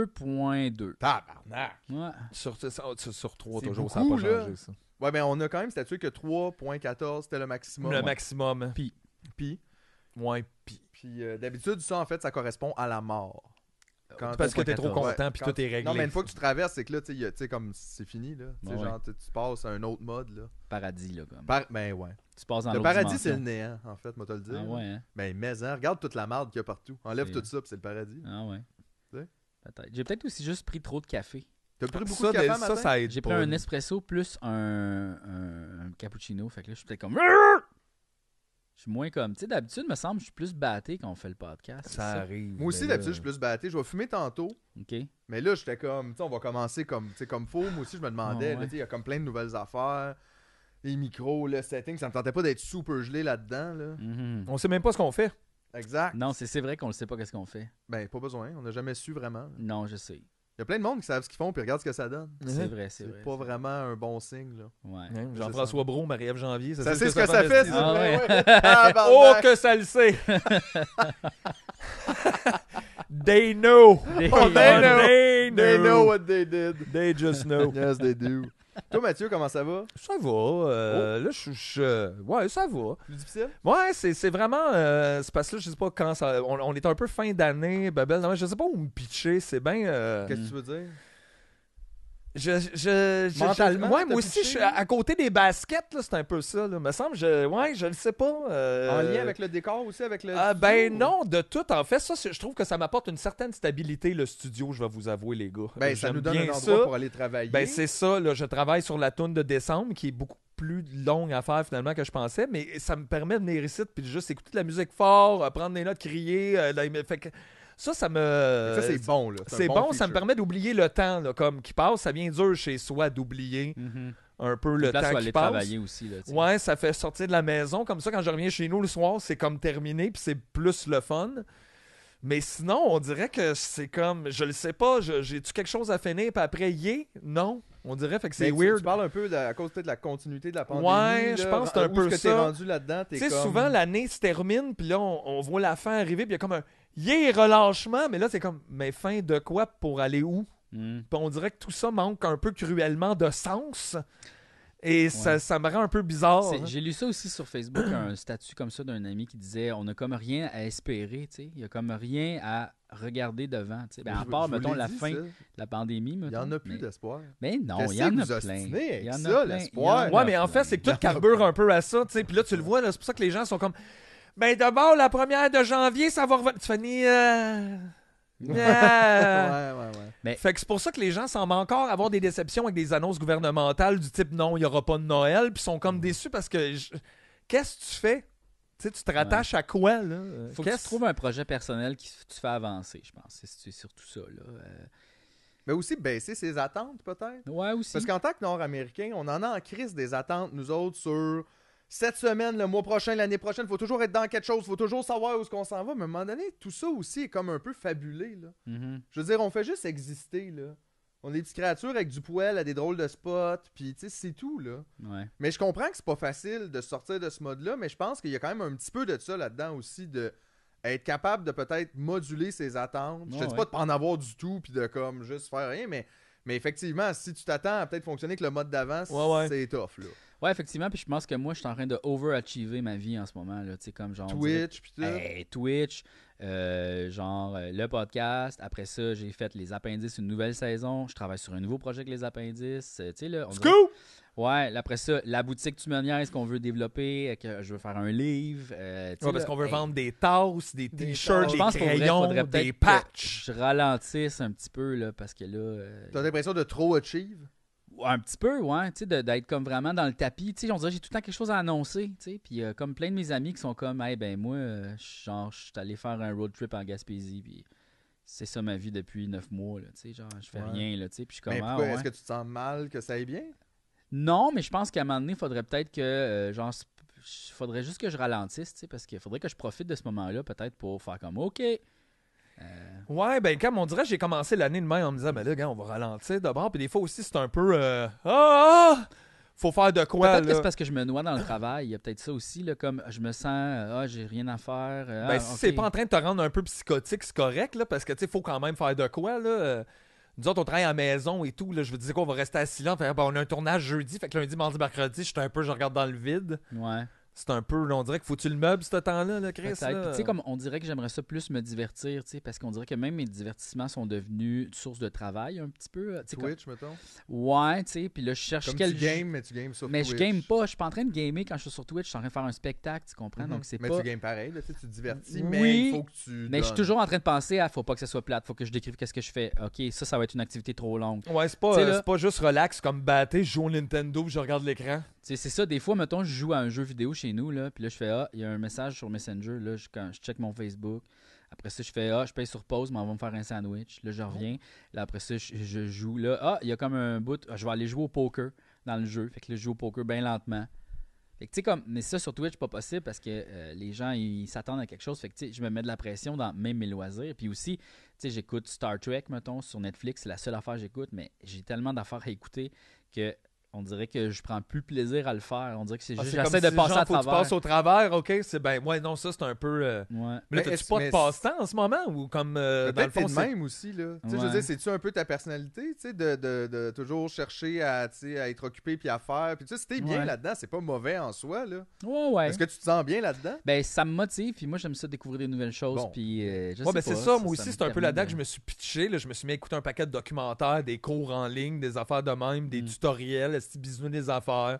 S2: 2.2.
S3: Tabarnak!
S2: Ouais.
S1: Sur, sur, sur 3
S3: C'est
S1: toujours,
S3: beaucoup,
S1: ça n'a pas
S3: là.
S1: changé, ça.
S3: Ouais, mais on a quand même statué que 3.14, c'était le maximum.
S1: Le maximum. Puis.
S3: Puis,
S1: Ouais, puis.
S3: puis, euh, d'habitude, ça, en fait, ça correspond à la mort. Quand
S1: Parce que t'es trop
S2: 3,14.
S1: content, puis
S3: Quand-
S1: tout est réglé.
S3: Non, mais une fois que tu traverses, c'est que là, tu sais, y a- tu sais, comme c'est fini, là. Tu sais,
S2: Ouais,
S3: genre, tu tu passes à un autre mode, là.
S2: Paradis, là, comme.
S3: Par- Ben ouais.
S2: Tu passes dans
S3: Le
S2: l'autre
S3: paradis, c'est le
S2: dimension.
S3: néant, en fait, moi, te le dire.
S2: Ah ouais, hein?
S3: Ben, mais hein, regarde toute la marde qu'il y a partout. Enlève
S2: C'est-
S3: tout ça, puis c'est le paradis.
S2: Ah ouais.
S3: Tu sais?
S2: Peut-être. J'ai peut-être aussi juste pris trop de café.
S3: T'as pris beaucoup
S1: ça,
S3: de café
S1: de-
S3: à
S1: ça,
S3: matin?
S1: ça aide
S2: J'ai
S1: pas,
S2: pris un
S1: là.
S2: espresso plus un, un- un cappuccino. Fait que là, je suis peut-être comme. [laughs] Je suis moins comme. Tu sais, d'habitude, me semble, je suis plus batté quand on fait le podcast. c'est
S1: Ça arrive.
S3: Moi aussi,
S1: mais
S3: d'habitude, je
S1: là-
S3: suis plus batté. Je vais fumer tantôt.
S2: OK.
S3: Mais là, j'étais comme, tu sais, on va commencer comme, tu sais, comme faux. Moi aussi, je me demandais,
S2: Ah
S3: là,
S2: ouais.
S3: tu sais, il y a comme plein de nouvelles affaires. Les micros, le setting, ça me tentait pas d'être super gelé là-dedans, là.
S2: Mhm.
S1: On sait même pas ce qu'on fait.
S3: Exact.
S2: Non, c'est c'est vrai qu'on ne sait pas qu'est-ce qu'on fait.
S3: Ben, pas besoin, on n'a jamais su vraiment.
S2: Non, je sais.
S3: Il y a plein de monde qui savent ce qu'ils font puis regarde ce que ça donne.
S1: Uh-huh.
S2: C'est vrai, c'est
S3: C'est
S2: vrai.
S3: pas vraiment un bon signe, là.
S2: Ouais. [laughs]
S1: Hein, Jean-François Brault, Marie-Ève Janvier.
S3: Ça,
S1: le
S3: c'est ce que ça fait, c'est
S2: Ah
S3: vrai,
S2: ouais.
S3: ouais.
S1: [laughs] Oh,
S3: Tabarnak.
S1: que ça le sait! [laughs] they know!
S2: Des-
S3: Oh,
S1: ben,
S3: they know.
S1: They know!
S3: They know what they did.
S1: They just
S3: [laughs]
S1: know.
S3: Yes, they do. Toi, Mathieu, comment ça va?
S1: ça va. euh,
S3: Oh.
S1: Là, je suis... je- Ouais, ça va.
S3: Plus difficile?
S1: Ouais, c'est c'est vraiment... euh, c'est parce que là, je sais pas quand ça... On, on est un peu fin d'année, Babel. Non, mais je sais pas où me pitcher. C'est bien... euh,
S3: Qu'est-ce que tu veux dire?
S1: Je, je, je-
S3: Mentalement,
S1: je- ouais,
S3: t'as
S1: moi aussi,
S3: pitché,
S1: je suis
S3: là?
S1: à, à côté des baskets, là, c'est un peu ça. Là. Me semble, je, ouais, je le sais pas. euh,
S3: En lien avec le décor aussi, avec le.
S1: Ah,
S3: studio,
S1: ben
S3: ou-
S1: non, de tout. En fait, ça, c'est- je trouve que ça m'apporte une certaine stabilité, le studio, je vais vous avouer, les gars.
S3: Ben, ça
S1: J'aime
S3: nous donne
S1: bien
S3: un endroit
S1: ça.
S3: pour aller travailler.
S1: Ben, c'est ça, là, je travaille sur la toune de décembre, qui est beaucoup plus longue à faire finalement que je pensais, mais ça me permet de venir ici, puis de juste écouter de la musique fort, euh, prendre des notes, crier. euh, là, mais- fait que ça, ça me...
S3: Ça, c'est bon, là. un
S1: Euh, C'est bon, ça me
S3: feature.
S1: permet d'oublier le temps là, comme qui passe. Ça vient dur chez soi d'oublier
S2: Mhm.
S1: un peu le
S2: Une place où
S1: temps
S2: aller
S1: qui passe.
S2: travailler aussi. Là, tu sais.
S1: Ouais, ça fait sortir de la maison. Comme ça, quand je reviens chez nous le soir, c'est comme terminé, puis c'est plus le fun. Mais sinon, on dirait que c'est comme, je le sais pas, je- j'ai-tu quelque chose à finir, puis après, yé? Non. On dirait, fait que c'est
S3: Mais Ben, tu-
S1: weird.
S3: Tu parles un peu de- à cause peut-être de la continuité de la pandémie.
S1: Ouais,
S3: là,
S1: je pense que c'est un
S3: où
S1: peu
S3: est-ce que t'es
S1: ça.
S3: rendu là-dedans, t'es
S1: Tu sais,
S3: comme...
S1: souvent, l'année se termine, puis là, on, on voit la fin arriver, puis il y a comme un yé relâchement, mais là, c'est comme, mais fin de quoi pour aller où?
S2: Mhm.
S1: Puis on dirait que tout ça manque un peu cruellement de sens. Et ça,
S2: Ouais.
S1: ça me rend un peu bizarre.
S2: C'est-
S1: hein.
S2: J'ai lu ça aussi sur Facebook, un [clears throat] statut comme ça d'un ami qui disait on n'a comme rien à espérer, tu sais. Il n'y a comme rien à regarder devant, tu sais. Ben,
S3: Je
S2: à
S3: vous-
S2: part,
S3: je vous
S2: mettons,
S3: l'ai
S2: la
S3: dit,
S2: fin
S3: ça.
S2: de la pandémie.
S3: Il n'y en a plus d'espoir.
S2: Mais non,
S3: Qu'est-ce
S2: il y en
S3: que
S2: a
S3: vous
S2: plein.
S3: ostinez
S2: Il y
S3: avec
S2: en
S3: ça,
S2: a plein. Il
S3: l'espoir?
S2: y en a
S1: Ouais, mais en
S2: plein.
S1: fait, c'est que tout carbure un peu à ça, tu sais. Puis là, tu le vois, là, c'est pour ça que les gens sont comme. Ben d'abord, la première de janvier, ça va revenir. Tu fais ni,
S2: [laughs]
S1: euh, euh.
S3: Ouais, ouais, ouais.
S1: Fait que c'est pour ça que les gens semblent encore avoir des déceptions avec des annonces gouvernementales du type non, il n'y aura pas de Noël, puis sont comme déçus parce que. je- Qu'est-ce que tu fais? Tu sais, tu te rattaches à quoi, là?
S2: faut que tu
S1: Qu'est-ce
S2: trouves un projet personnel qui f- tu fais avancer, je pense. C'est- C'est surtout ça, là. Euh,
S3: Mais aussi baisser ses attentes, peut-être.
S2: Ouais, aussi.
S3: Parce qu'en tant que Nord-Américain, on en a en crise des attentes, nous autres, sur cette semaine, le mois prochain, l'année prochaine. faut toujours être dans quelque chose. faut toujours savoir où est-ce qu'on s'en va. Mais à un moment donné, tout ça aussi est comme un peu fabulé, là.
S2: Mhm.
S3: Je veux dire, on fait juste exister, là. On est des petites créatures avec du poêle à des drôles de spots, puis tu sais, c'est tout, là.
S2: Ouais.
S3: Mais je comprends que c'est pas facile de sortir de ce mode-là, mais je pense qu'il y a quand même un petit peu de ça là-dedans aussi, de être capable de peut-être moduler ses attentes. je
S2: Ouais,
S3: te dis
S2: ouais.
S3: pas de pas en avoir du tout, puis de comme juste faire rien, mais, mais effectivement, si tu t'attends à peut-être fonctionner avec le mode d'avant,
S1: Ouais, ouais.
S3: c'est tough, là.
S2: Ouais, effectivement. Puis je pense que moi, je suis en train de overachiever ma vie en ce moment, là. Tu sais, comme genre. on dirait-
S3: Twitch, puis tout.
S2: Hey, Twitch, euh, genre euh, le podcast. Après ça, j'ai fait les appendices une nouvelle saison. Je travaille sur un nouveau projet avec les appendices. Euh, tu sais, là, on dirait-
S1: Scoop!
S2: Ouais, là, après ça, la boutique Tu me niaises qu'on veut développer, euh, que je veux faire un livre. euh, tu sais,
S1: Ouais, parce
S2: là,
S1: qu'on veut
S2: hey,
S1: vendre des tasses, des
S3: Des
S1: t-shirts,
S3: tasses.
S1: des
S2: je pense pour vrai,
S1: crayons,
S2: faudrait peut-être
S1: des
S2: que
S1: patchs.
S2: Je ralentisse un petit peu, là, parce que là. euh,
S3: T'as l'impression de trop achieve?
S2: Ouais, Un petit peu, ouais, tu sais, de- d'être comme vraiment dans le tapis. Tu sais, on dirait que j'ai tout le temps quelque chose à annoncer, tu sais. Puis euh, comme plein de mes amis qui sont comme, hey, ben moi, euh, je suis genre, je suis allé faire un road trip en Gaspésie, puis c'est ça ma vie depuis neuf mois, là, tu sais. Genre, je fais
S3: Ouais.
S2: rien, là, tu sais. Puis je suis comme,
S3: mais
S2: Ah,
S3: pourquoi
S2: ouais.
S3: est-ce que tu te sens mal que ça aille bien?
S2: Non, mais je pense qu'à un moment donné, il faudrait peut-être que, euh, genre, sp- j- faudrait juste que je ralentisse, tu sais, parce qu'il faudrait que je profite de ce moment-là, peut-être, pour faire comme, OK. Euh,
S1: Ouais, ben comme on dirait, j'ai commencé l'année de même en me disant, mais là, gars, on va ralentir d'abord. Puis des fois aussi, c'est un peu. euh, Ah! ah! Faut faire de quoi,
S2: peut-être que
S1: là?
S2: c'est parce que je me noie dans le travail. Il y a peut-être ça aussi, là, comme je me sens, euh, ah, j'ai rien à faire. euh,
S1: Ben,
S2: ah,
S1: si
S2: ok.
S1: c'est pas en train de te rendre un peu psychotique, c'est correct, là, parce que, tu sais, faut quand même faire de quoi, là. Euh, Nous autres, on travaille à la maison et tout, là. Je veux dire quoi, ah, on va rester assis là. Fait, ben, on a un tournage jeudi, fait que lundi, mardi, mercredi, je suis un peu, je regarde dans le vide.
S2: Ouais.
S1: C'est un peu, on dirait qu'il faut que tu le meubles ce temps-là, là, Chris.
S2: Peut-être. Puis,
S1: là.
S2: Tu sais, comme on dirait que j'aimerais ça plus me divertir, tu sais, parce qu'on dirait que même mes divertissements sont devenus une source de travail un petit peu. tu sais, comme-
S3: Twitch, mettons.
S2: Ouais, tu sais, puis là, je cherche
S3: Comme
S2: quel
S3: tu
S2: jeu-
S3: games, mais tu games sur
S2: Mais je
S3: Twitch.
S2: game pas, je suis pas en train de gamer quand je suis sur Twitch, je suis en train de faire un spectacle, tu comprends?
S3: Mhm.
S2: Donc c'est
S3: mais
S2: pas.
S3: tu games pareil, là, tu sais, tu te divertis,
S2: Oui,
S3: mais il faut que tu.
S2: Mais je suis
S3: donnes.
S2: toujours en train de penser à faut pas que ça soit plate, faut que je décrive qu'est-ce que je fais. OK, ça ça va être une activité trop longue. Tu
S1: Ouais, c'est pas,
S2: Tu sais,
S1: euh,
S2: là-
S1: c'est pas juste relax comme batté, je joue au Nintendo, puis je regarde l'écran.
S2: sais, c'est ça des fois mettons je joue à un jeu vidéo chez nous là, puis là je fais ah, il y a un message sur Messenger là, je, quand je check mon Facebook. Après ça, je fais ah, je paye sur pause, mais on va me faire un sandwich. Là, je reviens. Là après ça, je, je joue là, ah, il y a comme un bout, ah, je vais aller jouer au poker dans le jeu. Fait que là, je joue au poker bien lentement. Fait que tu sais comme mais ça sur Twitch pas possible parce que euh, les gens ils s'attendent à quelque chose. Fait que tu sais, je me mets de la pression dans même mes loisirs. Puis aussi, tu sais, j'écoute Star Trek mettons sur Netflix, c'est la seule affaire que j'écoute, mais j'ai tellement d'affaires à écouter que on dirait que je prends plus plaisir à le faire. On dirait que c'est
S1: Ah,
S2: juste
S1: c'est comme
S2: j'essaie
S1: si,
S2: de passer
S1: genre,
S2: à
S1: faut que tu
S2: travers.
S1: passes au travers, ok? C'est ben, ouais, non, ça c'est un peu. euh,
S2: Ouais.
S1: Mais là,
S3: Mais
S1: t'as-tu
S3: est-ce-
S1: pas de
S3: mais-
S1: passe-temps en ce moment ou comme euh, dans le
S3: Peut-être que
S1: fond,
S3: t'es de
S1: c'est-
S3: même aussi, là. Tu sais, je
S2: Ouais.
S3: veux dire, c'est-tu un peu ta personnalité, tu sais, de, de- de toujours chercher à, tu sais, à être occupé puis à faire. Puis tu sais, si t'es bien
S2: Ouais.
S3: là-dedans, c'est pas mauvais en soi, là.
S2: Ouais, ouais.
S3: Est-ce que tu te sens bien là-dedans?
S2: Ben, ça me motive, puis moi, j'aime ça découvrir des nouvelles choses,
S3: Bon.
S2: puis euh, je
S1: Ouais,
S2: sais
S1: ben, c'est
S2: pas,
S1: ça, moi aussi,
S2: me
S1: c'est un peu
S2: permet
S1: là-dedans
S2: de-
S1: que
S2: [coughs]
S1: je me suis pitché. Là, je me suis mis à écouter un paquet de documentaires, des cours en ligne, des affaires de même, des
S2: Mm.
S1: tutoriels, est business des affaires.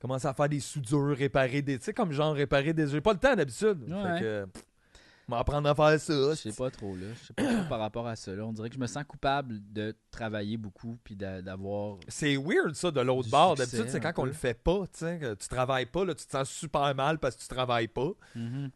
S1: Commencer à faire des soudures, réparer des. Tu sais, comme genre réparer des. J'ai pas le temps d'habitude.
S2: Ouais.
S1: Fait que. pff, M'apprendre à faire ça.
S2: Je sais pas trop, là. Je sais pas trop par rapport à ça, là. On dirait que je me sens coupable de travailler beaucoup, puis d'a- d'avoir...
S1: C'est weird ça de l'autre
S2: Du
S1: bord.
S2: succès,
S1: D'habitude, c'est
S2: un
S1: quand on
S2: peu.
S1: le fait pas, tu sais, que tu travailles pas, là, tu te sens super mal parce que tu travailles pas.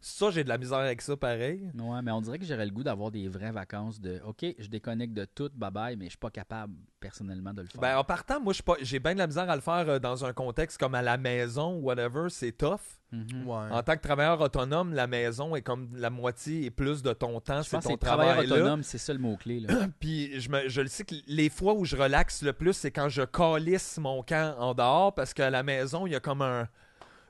S1: Ça, j'ai de la misère avec ça pareil.
S2: Ouais, mais on dirait que j'aurais le goût d'avoir des vraies vacances de... OK, je déconnecte de tout, bye-bye, mais je suis pas capable, personnellement, de le faire.
S1: Ben, en partant, moi, je suis pas- j'ai bien de la misère à le faire euh, dans un contexte comme à la maison, whatever, c'est tough.
S2: Mhm.
S3: Ouais.
S1: En tant que travailleur autonome, la maison est comme la moitié et plus de ton temps,
S2: Je
S1: c'est
S2: pense que
S1: ton
S2: c'est travailleur
S1: travail là.
S2: autonome, c'est ça le
S1: [coughs]
S2: mot-clé, là.
S1: [laughs] Puis je, me- je le sais que les fois où je relaxe le plus, c'est quand je calisse mon camp en dehors parce qu'à la maison, il y a comme un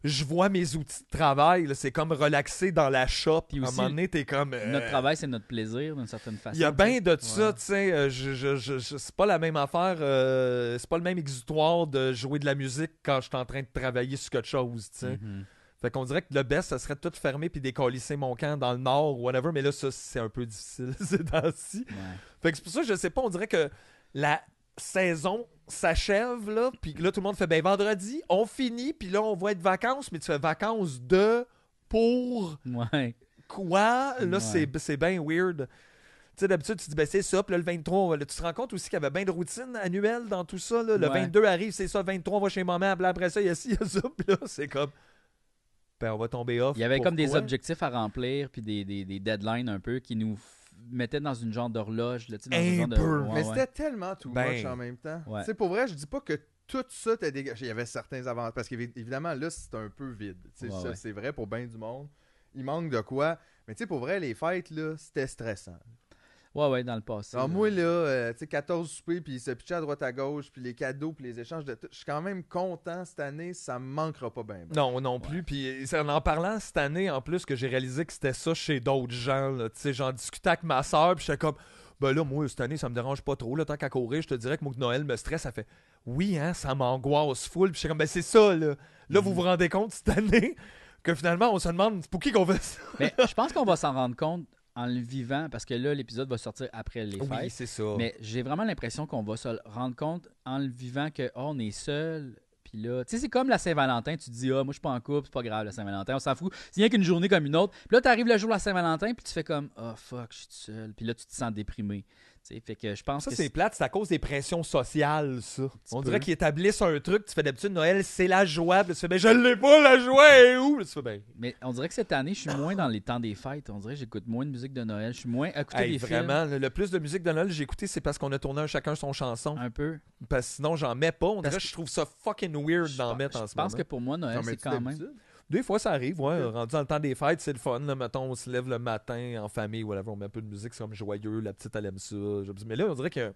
S1: je vois mes outils de travail, là, c'est comme relaxer dans la shop.
S2: Puis
S1: à un
S2: aussi,
S1: moment donné, t'es comme euh,
S2: Notre travail, c'est notre plaisir, d'une certaine façon.
S1: il y a bien de ça,
S3: Ouais.
S1: tu sais. euh, je- je- je- je- C'est pas la même affaire, euh, c'est pas le même exutoire de jouer de la musique quand je suis en train de travailler sur quelque chose, tu sais.
S2: Mhm.
S1: Fait qu'on dirait que le best, ça serait tout fermé puis décolisser mon camp dans le nord ou whatever, mais là, ça, c'est un peu difficile [laughs] ces temps-ci.
S2: Ouais.
S1: Fait que c'est pour ça que je sais pas, on dirait que la saison s'achève, là, puis que là, tout le monde fait, ben vendredi, on finit, puis là, on va être vacances, mais tu fais vacances de, pour,
S2: Mm-hmm. Ouais.
S1: quoi? Là,
S2: Ouais.
S1: c'est- c'est bien weird. Tu sais, d'habitude, tu te dis, ben c'est ça, puis là, le 23, on va- là, tu te rends compte aussi qu'il y avait bien de routine annuelle dans tout ça, là. Le
S2: Ouais.
S1: 22 arrive, c'est ça, 23, on va chez maman, puis là, après ça, il y a ci, il y a ça, [laughs] puis là, c'est comme, ben on va tomber off.
S2: Il y avait comme des
S1: Pourquoi?
S2: objectifs à remplir, puis des, des- des deadlines un peu qui nous f- mettaient dans une genre d'horloge. là, tu sais, dans
S1: Un
S2: une genre de-
S1: peu.
S2: ouais,
S3: mais
S2: ouais.
S3: c'était tellement tout
S1: Ben.
S3: much en même temps.
S2: Ouais.
S3: Tu sais, pour vrai, je dis pas que tout ça t'a dégagé. Il y avait certains avantages. Parce qu'évidemment, là, c'est un peu vide. Tu sais,
S2: Ouais,
S3: ça,
S2: ouais.
S3: C'est vrai pour bien du monde. Il manque de quoi. Mais tu sais, pour vrai, les fêtes, là, c'était stressant.
S2: Ouais, ouais, dans le passé.
S1: Ah,
S3: Alors
S2: là.
S3: moi, là, euh, tu sais, 14 soupers, puis se pitcher à droite à gauche, puis les cadeaux, puis les échanges de tout. Je suis quand même content cette année, ça me manquera pas bien. ben.
S1: Non, non plus. Puis c'est en en parlant cette année, en plus, que j'ai réalisé que c'était ça chez d'autres gens. là. Tu sais, j'en discutais avec ma soeur, puis j'étais comme, ben là, moi, cette année, ça me dérange pas trop. Là, tant qu'à courir, je te dirais que moi, que Noël me stresse. Ça fait, oui, hein, ça m'angoisse full. Puis j'étais comme, ben c'est ça, là. Là,
S2: Mm.
S1: vous vous rendez compte cette année [laughs] que finalement, on se demande, c'est pour qui qu'on veut ça?
S2: Mais je pense qu'on va s'en rendre compte en le vivant, parce que là, l'épisode va sortir après les fêtes.
S1: c'est ça.
S2: Mais j'ai vraiment l'impression qu'on va se le rendre compte en le vivant que oh, on est seul. Puis là, tu sais, c'est comme la Saint-Valentin. Tu te dis, ah, moi, je suis pas en couple, c'est pas grave, la Saint-Valentin, on s'en fout. C'est rien qu'une journée comme une autre. Puis là, t'arrives le jour de la Saint-Valentin, puis tu fais comme, ah, fuck, je suis tout seul. Puis là, tu te sens déprimé. Tu sais, fait que je pense
S1: Ça,
S2: que
S1: c'est plate, c'est à cause des pressions sociales, ça.
S2: petit
S1: On
S2: peu.
S1: dirait qu'ils établissent un truc, tu fais d'habitude Noël, c'est la joie, puis tu fais, ben je l'ai pas, la joie, elle est où? Puis tu fais, ben,
S2: Mais on dirait que cette année, je suis moins dans les temps des fêtes. On dirait que j'écoute moins de musique de Noël. Je suis moins à écouter
S1: Hey,
S2: des
S1: vraiment, le, le plus de musique de Noël que j'ai écouté, c'est parce qu'on a tourné un chacun son chanson.
S2: films. Un peu.
S1: Parce que sinon, j'en mets pas. On
S2: Parce
S1: dirait que je trouve ça fucking weird
S2: Je
S1: d'en
S2: pe-
S1: mettre en
S2: Je
S1: ce
S2: pense Euh,
S1: moment.
S2: que pour moi, Noël,
S3: T'en
S2: c'est
S3: mets-tu
S2: quand même.
S3: d'habitude?
S1: Des fois, ça arrive, ouais.
S3: Ok.
S1: Rendu dans le temps des fêtes, c'est le fun. Là. Mettons, on se lève le matin en famille, whatever, on met un peu de musique, c'est comme joyeux, la petite, elle aime ça. Je me dis, Mais là, on dirait que.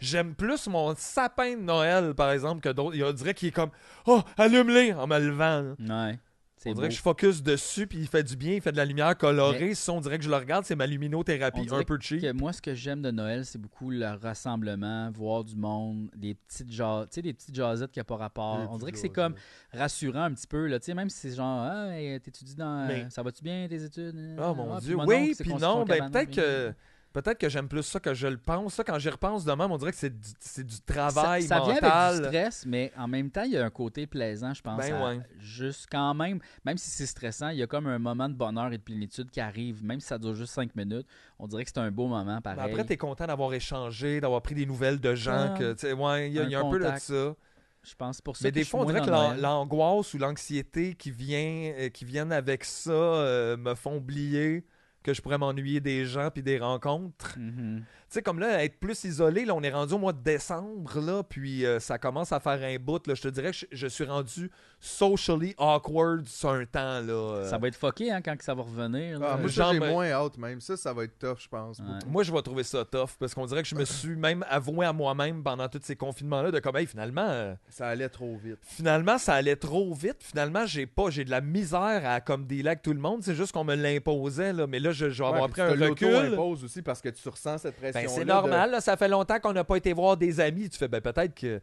S1: J'aime plus mon sapin de Noël, par exemple, que d'autres. Il- On dirait qu'il est comme Oh, allume-les en me levant. là.
S2: Ouais. C'est
S1: on
S2: beau.
S1: dirait que je focus dessus, puis il fait du bien, il fait de la lumière colorée. Si on dirait que je le regarde, c'est ma
S2: On
S1: luminothérapie
S2: dirait
S1: un peu cheap.
S2: que moi, ce que j'aime de Noël, c'est beaucoup le rassemblement, voir du monde, des petites ja- tu sais, des petites jasettes qui n'ont pas rapport.
S1: Des
S2: On
S1: petites
S2: dirait que c'est
S1: jasettes.
S2: comme rassurant un petit peu, là, tu sais, même si c'est genre, ah, hey, t'étudies dans,
S1: Mais-
S2: euh, ça va-tu bien tes études?
S1: Oh
S2: Ah,
S1: mon
S2: puis
S1: dieu,
S2: mon oncle,
S1: oui,
S2: c'est
S1: puis
S2: construction
S1: non, ben
S2: cabane,
S1: peut-être
S2: puis-
S1: que peut-être que j'aime plus ça que je le pense. Ça, quand j'y repense de même, on dirait que c'est du, c'est du travail
S2: ça, ça
S1: mental.
S2: vient avec du stress, mais en même temps, il y a un côté plaisant, je pense.
S1: Ben
S2: à-
S1: ouais.
S2: Juste quand même, même si c'est stressant, il y a comme un moment de bonheur et de plénitude qui arrive, même si ça dure juste cinq minutes. On dirait que c'est un beau moment,
S1: Mais
S2: pareil.
S1: Ben après, t'es content d'avoir échangé, d'avoir pris des nouvelles de gens.
S2: Ah,
S1: que, tu sais, ouais, il y a,
S2: un
S1: il y a un peu de
S2: contact.
S1: ça.
S2: je pense c'est pour ça
S1: Mais
S2: que
S1: des
S2: je suis
S1: fois, on
S2: moins
S1: dirait que
S2: dans
S1: l'an-
S2: Noël.
S1: l'angoisse ou l'anxiété qui, vient, euh, qui viennent avec ça euh, me font oublier que je pourrais m'ennuyer des gens puis des rencontres.
S2: Mhm.
S1: Tu sais, comme là, être plus isolé, là, on est rendu au mois de décembre, là, puis euh, ça commence à faire un bout. Là, je te dirais que je, je suis rendu socially awkward sur un temps, là. euh.
S2: Ça va être fucké hein, quand que ça va revenir. là.
S3: Ah, moi,
S1: Euh,
S3: ça,
S1: genre,
S3: j'ai
S1: mais-
S3: moins hâte, même. Ça, ça va être tough, je pense.
S2: Ouais.
S1: Moi, je vais trouver ça tough parce qu'on dirait que je me suis même avoué à moi-même pendant tous ces confinements-là de comme, hey, finalement, euh,
S3: Ça allait trop vite.
S1: finalement, ça allait trop vite. Finalement, j'ai pas, j'ai de la misère à comme des lacs tout le monde. C'est juste qu'on me l'imposait, là. Mais là, je, je vais avoir pris un recul.
S3: impose aussi parce que tu ressens cette pression.
S1: Ben, c'est normal, là, ça fait longtemps qu'on n'a pas été voir des amis. Tu fais, ben peut-être que.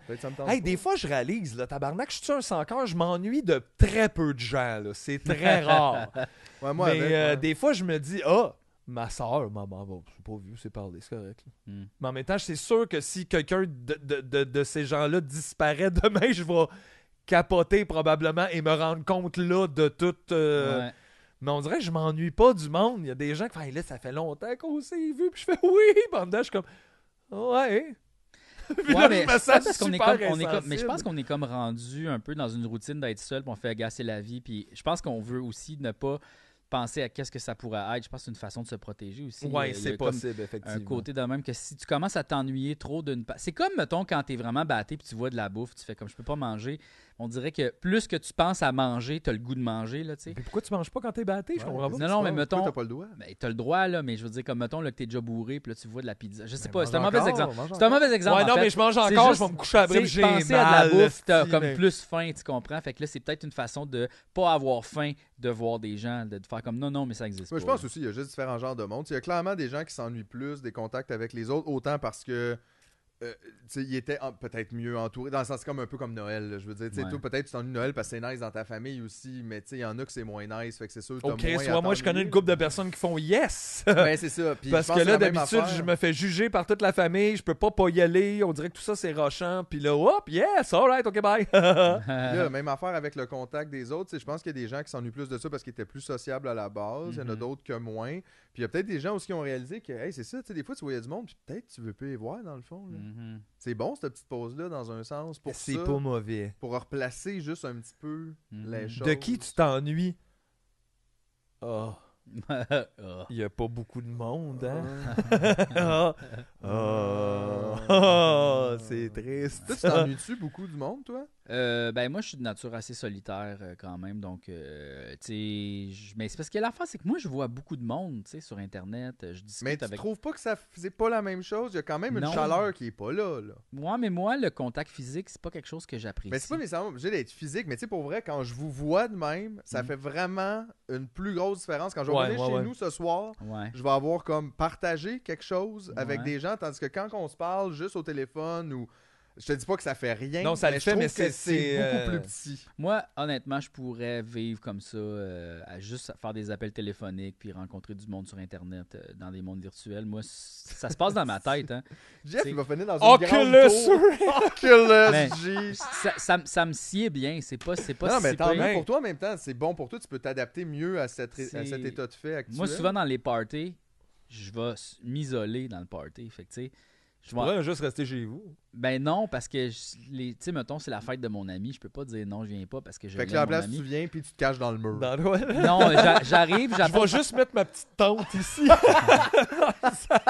S1: Hey, des fois, je réalise, là, tabarnak, je suis un sans cœur, je m'ennuie de très peu de gens, là. C'est
S2: [laughs]
S1: très rare.
S2: Ah,
S3: Ouais, moi,
S1: mais
S3: avec,
S1: euh,
S3: ouais.
S1: des fois, je me dis, ah, ma soeur, maman, bon, je suis pas vieux, c'est parler, c'est correct. là.
S2: Mm.
S1: Mais en même temps, c'est sûr que si quelqu'un de, de- de- de ces gens-là disparaît [laughs] demain, je vais capoter probablement et me rendre compte là de tout. euh,
S2: Ouais.
S1: Mais on dirait que je m'ennuie pas du monde. Il y a des gens qui font, Hey, là, ça fait longtemps qu'on s'est vu, puis je fais, [laughs] oui, pendant, je suis comme, ouais. [laughs] Puis [laughs]
S2: Ouais,
S1: là,
S2: mais
S1: je me
S2: c'est pas
S1: sens
S2: parce qu'on est
S1: super
S2: comme- on est comme- mais je
S1: insensible.
S2: pense qu'on est comme rendu un peu dans une routine d'être seul, puis on fait agacer la vie. Puis je pense qu'on veut aussi ne pas penser à qu'est-ce que ça pourrait être. Je pense que c'est une façon de se protéger aussi.
S1: Ouais,
S2: Euh, il y a
S1: c'est
S2: comme
S1: possible,
S2: Un
S1: effectivement.
S2: côté de même que si tu commences à t'ennuyer trop d'une. pa- C'est comme, mettons, quand t'es vraiment batté puis tu vois de la bouffe, tu fais comme je peux pas manger. On dirait que plus que tu penses à manger, t'as le goût de manger, là, tu sais.
S1: Mais pourquoi tu manges pas quand t'es batté? Je
S3: Ouais,
S1: comprends pas.
S2: Non, non, mais
S3: Pourquoi
S2: mettons-
S3: T'as pas le doigt.
S2: Ben, t'as le droit, là, mais je veux dire, comme mettons, là, que t'es déjà bourré, puis là, tu vois de la pizza. Je sais
S1: Mais
S2: pas, c'est un
S1: Ben, mange
S2: mauvais
S1: encore,
S2: exemple.
S1: mange
S2: C'est un mauvais exemple.
S1: Ouais,
S2: en
S1: non,
S2: fait.
S1: mais je mange
S2: C'est
S1: encore,
S2: juste-
S1: je vais me coucher à
S2: Tu
S1: bribe,
S2: sais,
S1: j'ai
S2: penser
S1: mal.
S2: à de la bouffe, t'as
S1: esti,
S2: comme
S1: mais-
S2: plus faim, tu comprends? Fait que là, c'est peut-être une façon de pas avoir faim, de voir des gens, de de faire comme non, non, mais ça existe
S3: Mais
S2: pas.
S3: je pense
S2: [laughs]
S3: aussi qu'il y a juste différents genres de monde. Il y a clairement des gens qui s'ennuient plus des contacts avec les autres, autant parce que euh, tu sais, ils étaient en- peut-être mieux entourés. Dans le sens, c'est comme un peu comme Noël. là. Je veux dire, tu sais,
S2: Ouais.
S3: toi, peut-être tu t'ennuies de Noël parce que c'est nice dans ta famille aussi, mais tu sais, il y en a que c'est moins nice. Fait que c'est sûr que t'as
S1: Ok,
S3: moins à
S1: soit moi je connais
S3: t'ennuyer.
S1: une couple de personnes qui font yes.
S3: Ben, c'est ça.
S1: [laughs]
S3: Puis
S1: Parce
S3: je pense
S1: que là,
S3: c'est la même
S1: d'habitude,
S3: affaire.
S1: je me fais juger par toute la famille, je peux pas pas y aller, on dirait que tout ça c'est rochant, puis là, hop, yes, alright, ok, bye.
S3: Puis
S1: Euh.
S3: là, même affaire avec le contact des autres. tu sais, Je pense qu'il y a des gens qui s'ennuient plus de ça parce qu'ils étaient plus sociables à la base. Il y en
S1: Mm-hmm.
S3: a
S2: Mhm.
S3: d'autres que moins. Puis il y a peut-être des gens aussi qui ont réalisé que, hey, c'est ça, tu sais, des fois, tu voyais du monde, puis peut-être tu veux plus les voir, dans le fond. là.
S2: Mhm.
S3: C'est bon, cette petite pause-là, dans un sens, pour ça,
S1: mauvais.
S3: pour replacer juste un petit
S1: [laughs]
S3: peu
S2: Mhm.
S3: les choses.
S1: De qui tu t'ennuies Ah,
S2: [laughs] Ah.
S1: il y a pas beaucoup de monde, hein.
S3: Hein?
S1: [laughs] Ah, ah, ah, c'est triste.
S3: Toi, tu t'ennuies-tu beaucoup du monde, toi?
S2: Euh, ben moi je suis de nature assez solitaire euh, quand même donc euh, tu sais je- mais c'est parce que l'affaire c'est que moi je vois beaucoup de monde tu sais sur internet euh, je discute
S3: Mais tu
S2: avec
S3: trouves pas que ça faisait pas la même chose? Il y a quand même une
S2: Non.
S3: chaleur qui est pas là, là.
S2: moi mais moi le contact physique c'est pas quelque chose que j'apprécie
S3: Mais c'est pas nécessairement obligé d'être physique, mais tu sais, pour vrai, quand je vous vois de même, ça
S2: Mhm.
S3: fait vraiment une plus grosse différence. Quand je vais
S1: Mm-hmm. Ouais,
S3: revenir
S1: ouais,
S3: chez
S1: ouais.
S3: nous ce soir,
S2: ouais
S3: je vais avoir comme partagé quelque chose avec
S2: Ouais.
S3: des gens, tandis que quand on se parle juste au téléphone ou. Je te dis pas que ça fait rien.
S1: Non, ça le
S3: je
S1: fait,
S3: trouve
S1: mais
S3: que
S1: c'est-
S3: c'est
S1: c'est,
S3: beaucoup
S1: euh,
S3: plus petit.
S2: Moi, honnêtement, je pourrais vivre comme ça, euh, à juste faire des appels téléphoniques puis rencontrer du monde sur Internet euh, dans des mondes virtuels. Moi, c- ça se passe dans ma tête. hein.
S3: Jeff,
S2: c'est-
S3: il va finir dans une grande tour.
S1: Oculus
S2: Ah, Mais-
S3: Oculus G.
S2: Ça, ça, me- ça me sied bien. C'est pas, c'est pas
S3: Non,
S2: si
S3: mais
S2: pire.
S3: tant mieux
S1: bien.
S3: pour toi en même temps. C'est bon pour toi. Tu peux t'adapter mieux à, cette ré- à
S2: C'est-
S3: cet état de fait actuel.
S2: Moi, souvent dans les parties, je vais s- m'isoler dans le party. Fait que, tu sais, je vais-
S1: Ouais, juste rester chez vous.
S2: Ben non, parce que, je- les- tu sais, mettons, c'est la fête de mon ami. Je peux pas dire non, je viens pas parce que je
S3: Fait que
S2: l'aime,
S3: là, à la
S2: mon
S3: place,
S2: ami.
S3: tu viens puis tu te caches dans le mur.
S1: Dans [laughs] le-
S2: [laughs] Non, j'a- j'arrive,
S1: Je
S2: j'apporte
S1: vais juste mettre ma petite tente ici.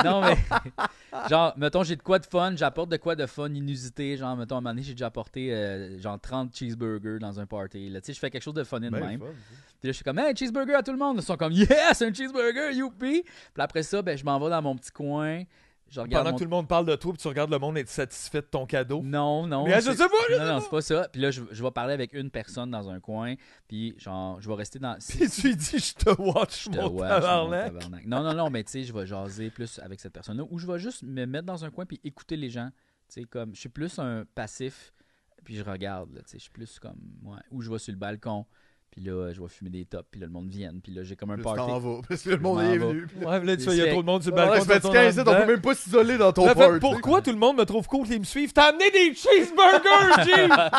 S2: Non, mais. [laughs] genre, mettons, j'ai de quoi de fun, j'apporte de quoi de fun inusité. Genre, mettons, à un moment donné, j'ai déjà apporté euh, genre 30 cheeseburgers dans un party. Là, tu sais, je fais quelque chose de fun in
S3: Ben,
S2: même.
S3: fun, ça.
S2: Puis là, je suis comme, hey, cheeseburger à tout le monde. Ils sont comme, yes, un cheeseburger, youpi. Puis après ça, ben, je m'en vais dans mon petit coin. Je regarde
S1: Pendant
S2: mon-
S1: que tout le monde parle de toi, puis tu regardes le monde être satisfait de ton cadeau. [laughs]
S2: Non, non.
S1: Mais ah, je
S2: c'est-
S1: sais pas, je sais
S2: Non, non, c'est pas ça. Puis là, je, je vais parler avec une personne dans un coin, puis genre, je vais rester dans... si-
S1: Puis tu lui dis, je te watch,
S2: Je te
S1: mon
S2: watch, mon
S1: tabarnak.
S2: tabarnak. Non, non, non, mais tu sais, je vais jaser plus avec cette personne-là ou je vais juste me mettre dans un coin puis écouter les gens. Tu sais, comme, je suis plus un passif puis je regarde, là, tu sais, je suis plus comme, ouais. Ou je vais sur le balcon puis là, je vais fumer des tops puis là, le monde vient puis là, j'ai comme un
S3: Tu
S2: party.
S3: t'en vas, parce que le
S2: Je
S3: monde
S2: m'en
S3: est
S2: vais.
S3: venu.
S1: Ouais, là, tu
S2: C'est
S1: vois, il y a
S2: sec.
S1: trop de monde sur le
S3: Ouais,
S1: balcon.
S3: je fais
S1: tu
S3: du
S1: retournes
S3: 15 on
S1: en
S3: peut
S1: dedans.
S3: même pas s'isoler dans ton
S1: Là, fait,
S3: party.
S1: pourquoi tout le monde me trouve cool et me suivent? T'as amené des [laughs] cheeseburgers, Jim!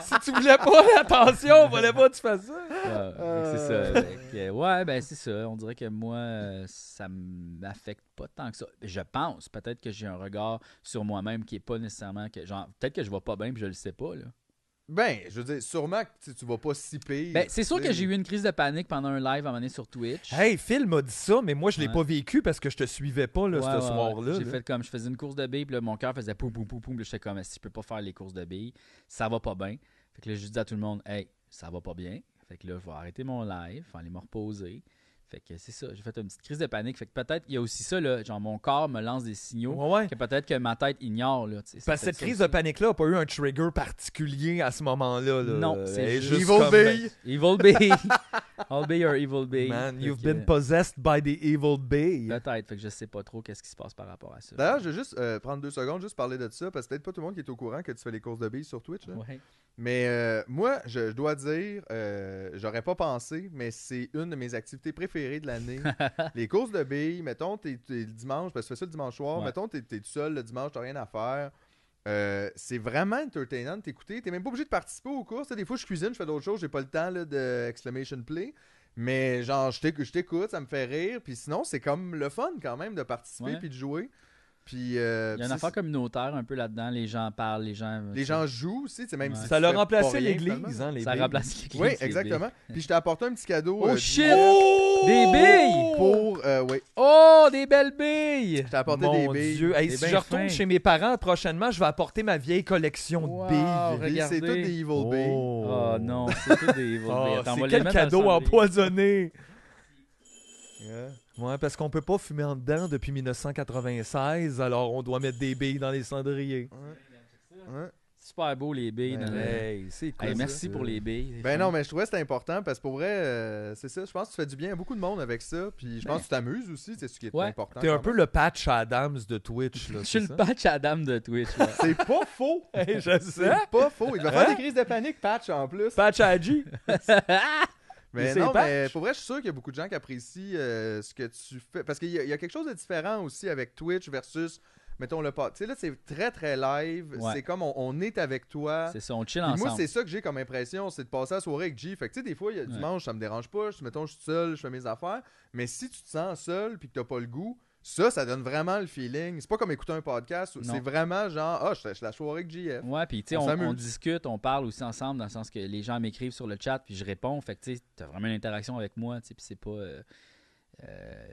S1: si tu voulais pas [laughs] l'attention, voulais pas que tu fasses ça.
S2: Ouais, fait que c'est
S3: Euh.
S2: ça. Fait que, ouais, ben c'est ça. On dirait que moi, euh, ça m'affecte pas tant que ça. Je pense. Peut-être que j'ai un regard sur moi-même qui est pas nécessairement que. Genre, peut-être que je vais pas bien puis je le sais pas, là.
S3: Ben, je veux dire, sûrement que tu- tu vas pas si pire.
S2: Ben, c'est sûr
S3: tu sais.
S2: que j'ai eu une crise de panique pendant un live à un moment donné sur Twitch.
S1: Hey, Phil m'a dit ça, mais moi, je l'ai
S2: Ouais.
S1: pas vécu parce que je te suivais pas là,
S2: Ouais,
S1: ce
S2: ouais,
S1: soir-là.
S2: ouais. J'ai
S1: là.
S2: fait comme je faisais une course de billes, puis là, mon cœur faisait poum poum poum poum, puis j'étais comme si je peux pas faire les courses de billes, ça va pas bien. Fait que là, je dis à tout le monde, hey, ça va pas bien. Fait que là, je vais arrêter mon live, faut aller me reposer. Fait que c'est ça, j'ai fait une petite crise de panique. Fait que peut-être il y a aussi ça là, genre mon corps me lance des signaux
S1: Ouais, ouais.
S2: que peut-être que ma tête ignore là. tu sais. C'est
S1: Parce que cette
S2: peut-être ça
S1: crise de
S2: aussi.
S1: panique-là n'a pas eu un trigger particulier à ce moment-là. là.
S2: Non, c'est
S1: Elle est
S2: juste- ben,
S3: Evil
S1: comme, ben,
S3: Bee.
S1: [laughs]
S2: Evil bee, I'll be your evil bee.
S1: Man,
S2: Fait
S1: you've
S2: que,
S1: been possessed by the evil bee.
S2: Peut-être, fait que je sais pas trop qu'est-ce qui se passe par rapport à ça.
S3: D'ailleurs, je vais juste euh, prendre deux secondes, juste parler de ça, parce que peut-être pas tout le monde qui est au courant que tu fais les courses de billes sur Twitch. là.
S2: Ouais.
S3: Mais euh, moi, je, je dois dire, euh, j'aurais pas pensé, mais c'est une de mes activités préférées de l'année.
S2: [laughs]
S3: les courses de billes, mettons, t'es, t'es le dimanche, parce que je fais ça le dimanche soir,
S2: Ouais.
S3: mettons, t'es, t'es tout seul le dimanche, t'as rien à faire. Euh, c'est vraiment entertainant de t'écouter. T'es même pas obligé de participer aux courses. Des fois, je cuisine, je fais d'autres choses, j'ai pas le temps là, de exclamation play. Mais genre, je t'éc- je t'écoute, ça me fait rire. Puis sinon, c'est comme le fun quand même de participer
S2: Ouais.
S3: puis de jouer.
S2: Il y
S3: Puis, euh,
S2: a
S3: puis
S2: une affaire
S3: c'est-
S2: communautaire un peu là-dedans, les gens parlent, les gens
S3: les gens jouent aussi, tu sais, même
S2: Ouais.
S3: si
S1: Ça
S3: tu
S1: l'a
S3: fais pas
S1: remplacé
S3: rien,
S1: l'église,
S3: finalement.
S1: hein, les
S2: ça
S1: billes.
S2: remplace les
S3: Oui,
S2: clips, les
S3: exactement. Puis je t'ai apporté un petit cadeau.
S2: Hein. Oh,
S3: euh, du-
S2: shit!
S1: Oh!
S2: Des billes!
S3: Pour, euh, oui,
S2: billes. Oh, des belles billes!
S3: je t'ai apporté
S1: Mon
S3: des billes.
S1: Dieu. Hey,
S2: T'es
S1: si
S2: bien
S1: je retourne
S2: fin.
S1: chez mes parents prochainement, je vais apporter ma vieille collection
S2: Wow,
S1: de billes.
S2: Oh, regardez.
S3: Puis C'est toutes des evil billes.
S2: Oh, non, c'est tout
S1: [laughs]
S2: des evil
S1: Oh,
S2: billes. Attends, on
S1: c'est
S2: va les
S1: quel
S2: mettre dans le
S1: cadeau
S2: cendrier.
S1: empoisonné! Ouais, parce qu'on peut pas fumer en dedans depuis 1996, alors on doit mettre des billes dans les cendriers.
S3: Hein?
S2: Super beau, les billes.
S3: Ben
S2: dans le-
S3: ouais.
S1: Hey, c'est cool.
S2: Hey,
S1: ça.
S2: merci pour les billes.
S3: Ben non, mais je trouvais que c'était important parce que pour vrai, euh, c'est ça. Je pense que tu fais du bien à beaucoup de monde avec ça. Puis je pense que tu t'amuses aussi. C'est ce qui est
S2: Ouais.
S3: important.
S1: T'es un
S3: quand
S1: peu
S3: même.
S1: le patch Adams de Twitch. Là,
S2: [laughs] Je
S1: c'est
S2: suis le
S1: ça?
S2: patch Adam de Twitch.
S3: [laughs]
S2: ouais.
S3: C'est pas faux.
S1: [laughs] Hey, je sais.
S3: C'est pas faux. Il va
S2: Hein?
S3: faire des crises de panique, Patch, en plus.
S1: Patch Adji.
S3: Mais
S1: c'est
S3: non,
S1: Patch.
S3: mais pour vrai, je suis sûr qu'il y a beaucoup de gens qui apprécient euh, ce que tu fais. Parce qu'il y, a- il y a quelque chose de différent aussi avec Twitch versus, mettons, le podcast. Tu sais, là, c'est très, très live.
S2: Ouais.
S3: C'est comme on, on est avec toi.
S2: C'est ça, on chill
S3: Puis moi,
S2: ensemble.
S3: c'est ça que j'ai comme impression, c'est de passer la soirée avec G. Fait que tu sais, des fois, il y a
S2: Ouais.
S3: dimanche, ça me dérange pas. Je, mettons, je suis seul, je fais mes affaires. Mais si tu te sens seul puis que t'as pas le goût, ça, ça donne vraiment le feeling. C'est pas comme écouter un podcast.
S2: Non.
S3: C'est vraiment genre, ah, je, je la soirée
S2: [laughs]
S3: avec JF.
S2: Ouais, puis tu sais,
S3: On
S2: on,
S3: s'amuse.
S2: on discute, on parle aussi ensemble dans le sens que les gens m'écrivent sur le chat, puis je réponds. Fait que tu sais, t'as vraiment une interaction avec moi, tu sais, puis c'est pas. euh, euh,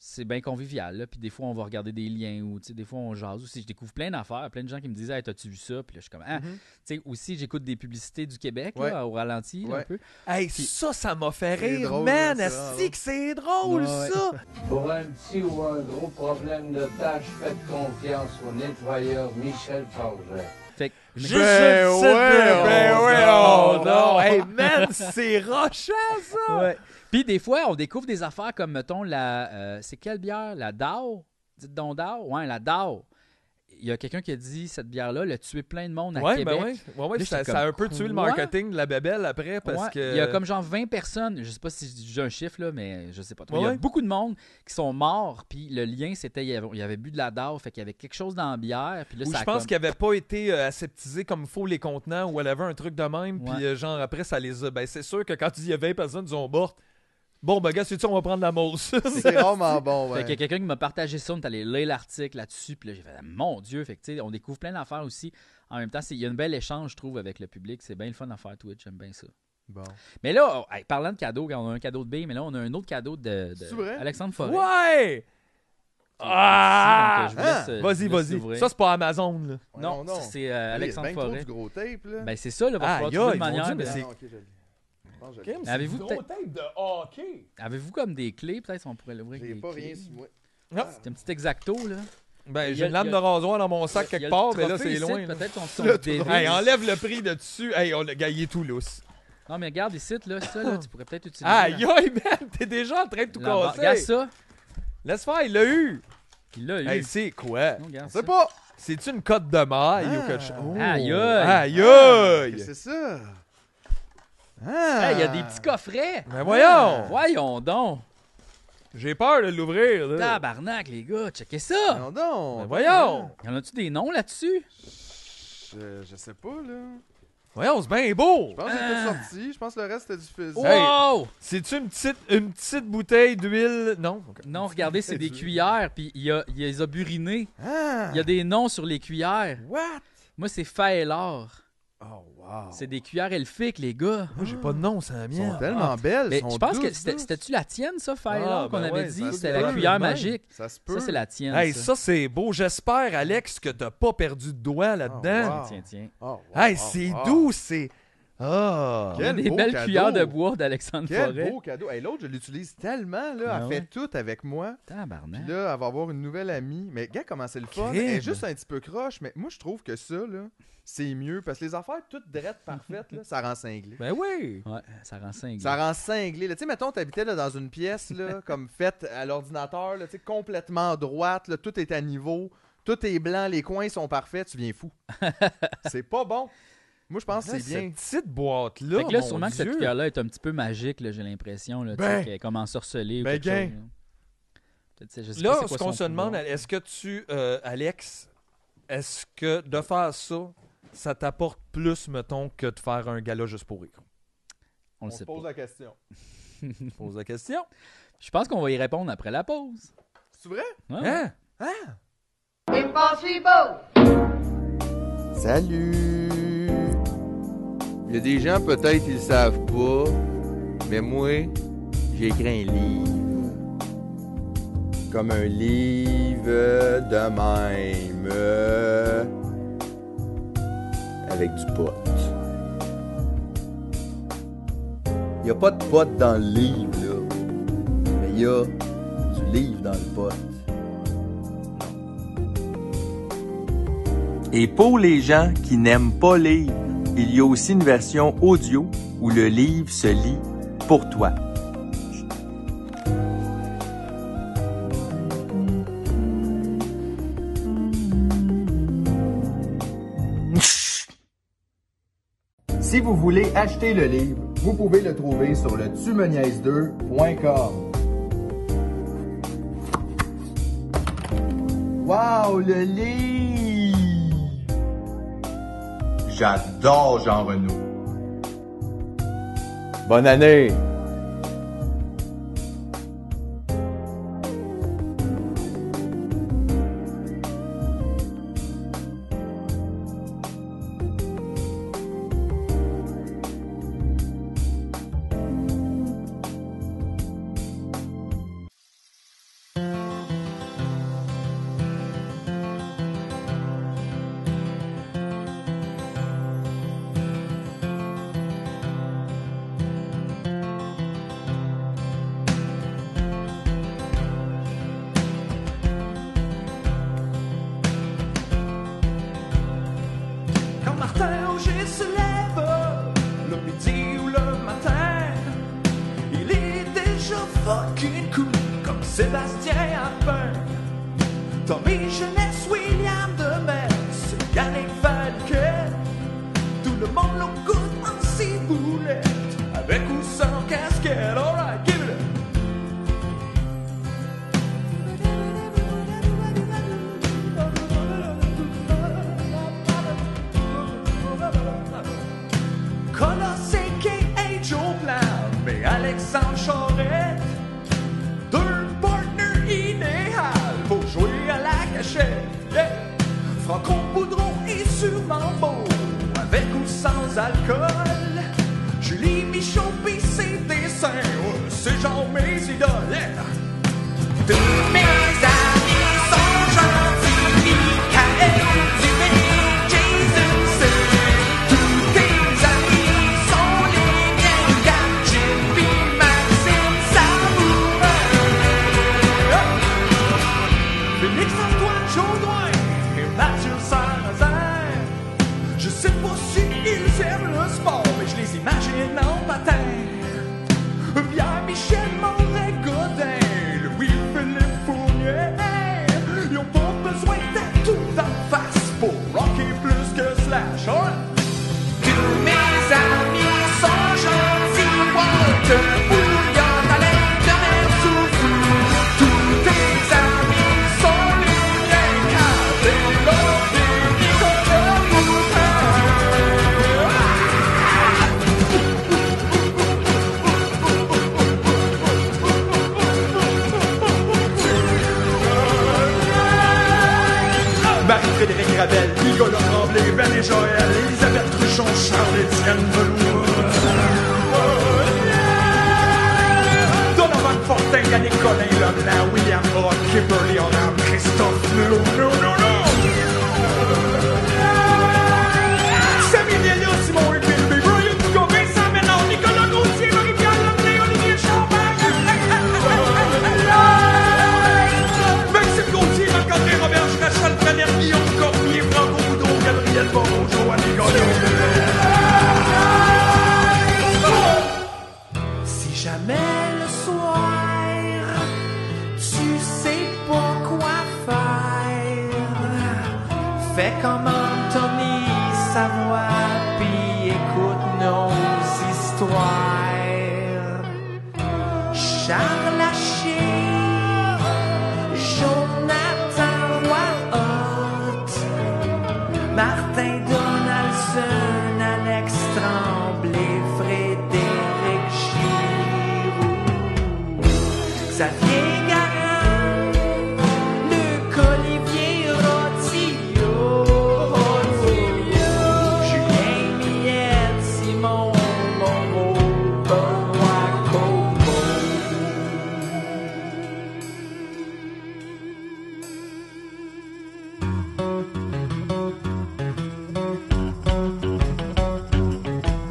S2: c'est bien convivial, là. Puis des fois, on va regarder des liens ou, tu sais, des fois, on jase aussi. Je découvre plein d'affaires, plein de gens qui me disent, hey, t'as-tu vu ça? Puis là, je suis comme, ah,
S3: Mhm.
S2: tu sais, aussi, j'écoute des publicités du Québec,
S3: Ouais.
S2: là, au ralenti, là,
S3: Ouais.
S2: un peu.
S1: Hey, ça, ça m'a fait
S3: C'est
S1: rire,
S3: drôle,
S1: man.
S3: ça, ouais.
S1: Asti que c'est drôle,
S2: hein? Ouais.
S1: ça.
S5: Pour un petit ou un gros problème de tâche, faites confiance au nettoyeur Michel Forget.
S2: Fait que,
S1: Juste
S3: Ben
S1: une petite-
S3: ouais,
S1: ben
S3: oh
S1: ouais,
S3: non.
S1: oh non. Hey, man, c'est rochant, ça.
S3: Ah!
S2: Ouais. Puis des fois, on découvre des affaires comme, mettons, la. euh, c'est quelle bière La DAO Dites donc DAO Ouais, la DAO. Il y a quelqu'un qui a dit, cette bière-là, elle a tué plein de monde à
S1: Ouais,
S2: Québec.
S1: ben ouais. Ouais, ouais,
S2: Là,
S1: ça,
S2: j'étais
S1: ça a
S2: comme,
S1: un peu tué le
S2: quoi?
S1: marketing de la babelle après parce
S2: Ouais,
S1: que.
S2: Il y a comme genre 20 personnes, je sais pas si je dis un chiffre là, mais je sais pas trop. il y a
S1: Ouais.
S2: beaucoup de monde qui sont morts, puis le lien c'était il y avait, il y avait bu de la DAO, fait qu'il y avait quelque chose dans la bière, puis là
S1: Ou
S2: ça
S1: je
S2: a
S1: pense
S2: comme-
S1: qu'ils n'avaient pas été euh, aseptisés comme faut les contenants ou elle avait un truc de même.
S2: Ouais.
S1: Puis euh, genre après, ça les a. Ben c'est sûr que quand tu dis il y a 20 personnes, ils ont mortes. Bon, ben gars, c'est sûr, on va prendre la mousse. [laughs]
S3: C'est vraiment bon,
S2: Fait
S3: ouais.
S2: qu'il y a quelqu'un qui m'a partagé ça, on est allé lire l'article là-dessus, puis là j'ai fait Ah, mon dieu, fait que tu sais, on découvre plein d'affaires aussi. En même temps, c'est- il y a une belle échange je trouve avec le public, c'est bien le fun à faire Twitch, j'aime bien ça.
S3: Bon.
S2: Mais là, oh, hey, parlant de cadeaux, on a un cadeau de B, mais là on a un autre cadeau de, de
S3: C'est vrai?
S2: Alexandre Forêt.
S1: ouais!
S2: qui est
S1: Ah!
S2: ici, donc, euh, je vous laisse, euh,
S1: Vas-y,
S2: je vous laisse
S1: vas-y.
S2: l'ouvrir.
S1: Ça, c'est pas Amazon, là.
S2: non,
S3: non.
S2: ça, c'est euh,
S3: Oui,
S2: Alexandre
S3: ben trop
S2: Forêt.
S3: du gros tape, là.
S2: Ben c'est ça, là, va
S1: Ah,
S2: falloir
S1: yo,
S2: trouver une
S1: ils vont
S2: manière
S1: dire,
S2: de-
S1: mais c'est-
S3: Non, ok, je l'ai. Je pense que je l'ai.
S2: Avez-vous
S1: c'est du
S2: peut-être-
S1: tape de hockey?
S2: Avez-vous comme des clés, peut-être, on pourrait l'ouvrir avec
S3: J'ai
S2: des
S3: pas
S2: clés?
S3: rien sur moi.
S1: Non.
S2: C'est un petit exacto, là.
S1: Ben,
S2: Il y
S1: j'ai
S2: a-
S1: une lame
S2: il y
S1: de
S2: a-
S1: rasoir dans mon sac
S2: Il y a
S1: quelque
S2: le
S1: part, mais là,
S2: trophée
S1: c'est
S2: ici,
S1: loin. là. [laughs]
S2: Peut-être qu'on se
S3: Le
S2: dévisse.
S3: trophée.
S1: Hey, enlève le prix de dessus. Hey, on, le gars, il est tout lousse.
S2: Non, mais regarde ici, là, ça, là, tu pourrais peut-être utiliser.
S1: Aïe, aïe, man, t'es déjà en train de tout
S2: hein. La-
S1: casser.
S2: Regarde ça.
S1: Laisse faire, il l'a eu.
S2: Il l'a eu.
S1: Hey, c'est quoi?
S2: Non, regarde
S3: C'est
S2: ça.
S3: pas.
S1: C'est-tu une cote de maille ou quelque chose? Oh. Aïe,
S2: Aïe, aïe.
S3: Ah, que
S1: aïe.
S3: C'est ça.
S2: Hey,
S3: Ah.
S2: Il y a des petits coffrets.
S1: Mais voyons,
S2: Voyons donc.
S1: j'ai peur de l'ouvrir. là.
S2: Tabarnak, les gars, checkez ça.
S3: Non, non.
S1: Mais
S2: Ben
S1: voyons,
S2: Y en a-tu des noms là-dessus?
S3: Je, je sais pas, là.
S1: voyons, c'est bien beau.
S3: Je pense
S2: Ah.
S3: que c'est tout sorti. Je pense que le reste, c'était du
S2: Oh.
S3: physique.
S1: Hey.
S2: Wow!
S1: C'est-tu une petite, une petite bouteille d'huile? Non.
S3: Ah.
S1: ok.
S2: Non, regardez, c'est des
S3: Dieu.
S2: cuillères, puis il y a, il les a burinés.
S3: Ah.
S2: Il y a des noms sur les cuillères.
S3: What?
S2: Moi, c'est Faelor.
S3: Oh, wow.
S2: C'est des cuillères elfiques, les gars.
S1: Moi, j'ai pas de nom, c'est la
S3: Ils sont
S1: mienne.
S3: tellement belles.
S2: Mais
S3: sont
S2: je pense que
S3: douces,
S2: c'était-
S3: douces.
S2: c'était-tu la tienne, ça, Faelor,
S1: Ah,
S2: qu'on
S1: ben
S2: avait
S1: ouais,
S2: dit?
S1: ça se
S2: C'était
S1: peut.
S2: la cuillère
S1: Même.
S2: magique.
S3: Ça se peut.
S2: Ça, c'est la tienne.
S1: Hey,
S2: ça.
S1: ça, c'est beau. J'espère, Alex, que t'as pas perdu de doigt là-dedans.
S3: wow.
S2: Tiens, tiens.
S3: Oh, Ah, wow,
S1: Hey,
S3: wow,
S1: c'est
S3: wow.
S1: doux, c'est. Ah!
S2: Il y a
S3: Quel
S2: des
S3: beau
S2: belles
S3: cadeau.
S2: cuillères de bois d'Alexandre
S3: Quel
S2: Forêt.
S3: beau cadeau. Hey, l'autre, je l'utilise tellement, là.
S2: Ah ouais.
S3: Elle
S2: Hein?
S3: fait tout avec moi. Puis
S2: Tabarnak.
S3: là, elle va avoir une nouvelle amie. Mais gars, comment c'est le fun?
S1: Crime.
S3: Elle est juste un petit peu croche, mais moi, je trouve que ça, là, c'est mieux. Parce que les affaires toutes drettes, parfaites, là, ça rend cinglé.
S1: Ben oui!
S2: Ouais, ça rend cinglé.
S3: Ça rend cinglé. là. Tu sais, mettons, t'habitais là, dans une pièce, là, comme faite à l'ordinateur, là, tu sais, complètement droite, là, tout est à niveau, tout est blanc, les coins sont parfaits, tu viens fou. c'est pas bon. Moi, je pense que
S1: Là,
S3: Ah, c'est bien.
S1: Cette petite boîte-là.
S2: Fait que là,
S1: mon
S2: sûrement que cette
S1: Dieu.
S2: cuillère-là est un petit peu magique, là, j'ai l'impression. là, tu sais,
S3: Ben.
S2: Qu'elle est comme ensorcelée ou
S3: Ben,
S2: quelque chose. là.
S3: gain.
S2: Peut-être, c'est- je sais pas
S1: Là,
S2: c'est
S1: ce
S2: quoi
S1: qu'on se
S2: son
S1: demande,
S2: pouvoir.
S1: est-ce que tu, euh, Alex, est-ce que de faire ça, ça t'apporte plus, mettons, que de faire un gala juste pour rire?
S2: on le
S3: se
S2: sait
S3: pose
S2: pas.
S3: la question.
S1: Je pose la question.
S2: Je pense qu'on va y répondre après la pause.
S3: C'est vrai?
S2: Ouais, ouais.
S1: Hein?
S6: Impossible!
S3: Salut! Il y a des gens, peut-être, ils le savent pas, mais moi, j'ai écrit un livre. Comme un livre de même. euh, Avec du pot. Il n'y a pas de pot dans le livre, là. Mais il y a du livre dans le pot.
S7: Et pour les gens qui n'aiment pas lire, il y a aussi une version audio où le livre se lit pour toi.
S3: Si vous voulez acheter le livre, vous pouvez le trouver sur le tumeniaise2.com. Wow, le livre! J'adore Jean Renaud. Bonne année!
S8: Quand Martin Roger se lève, le midi ou le matin, il est déjà fucking cool, comme Sébastien Appin. Tommy Jeunesse, William de Metz, Yannick Falquet, tout le monde le goûte en six boulettes, avec ou sans casquette, alright, give it up. Colossé K.A. Joe Plan, mais Alexandre Charette. Deux partners idéal pour jouer à la cachette. Yeah. Franco Boudron est sûrement beau, avec ou sans alcool. Julie Michaud pis ses dessins, oh, c'est genre mes idoles. yeah. Tous mes amis sont gentils, Michael, Jimmy, Jason, Sue. Tous tes amis sont les miens, Gab, Jim, puis Maxime, Samouraï. Félix Antoine Chaudron,
S1: hein?
S8: te bouillonne à l'intérieur souffle. Tous tes amis sont les miens, car t'es l'homme des Nicolas Boutin.
S6: Marie-Frédéric Rabel, Nicolas Tremblay, Ben et Joël, Elisabeth Truchon, Charles-Étienne Velour. Donovan Fortin, Yannick Collin, Leblanc, William Hort, Kimberly Hollande, Christophe Mulot, non, non, non! Samy Delia, Simon Wilby, Brian Dugo, Vincent Ménard, Nicolas Gauthier, Marie-Pierre Lemblay, Olivier Chambard, Maxime Gauthier, Marc-André Robert, Rachel Traner, Guillaume Cormier, Franco Boudon, Gabriel Moreau, Joanny
S8: Si jamais le soir tu sais pas quoi faire, fais comme Anthony Savoie, puis écoute nos histoires. Charles Haché, Jonathan Roy-Hott, Martin Donaldson, Alex Tremblay, Frédéric Giroux, Xavier Garin, Luc Olivier Rotillot, Julien Millette, Simon Moreau, Benoît Comeau.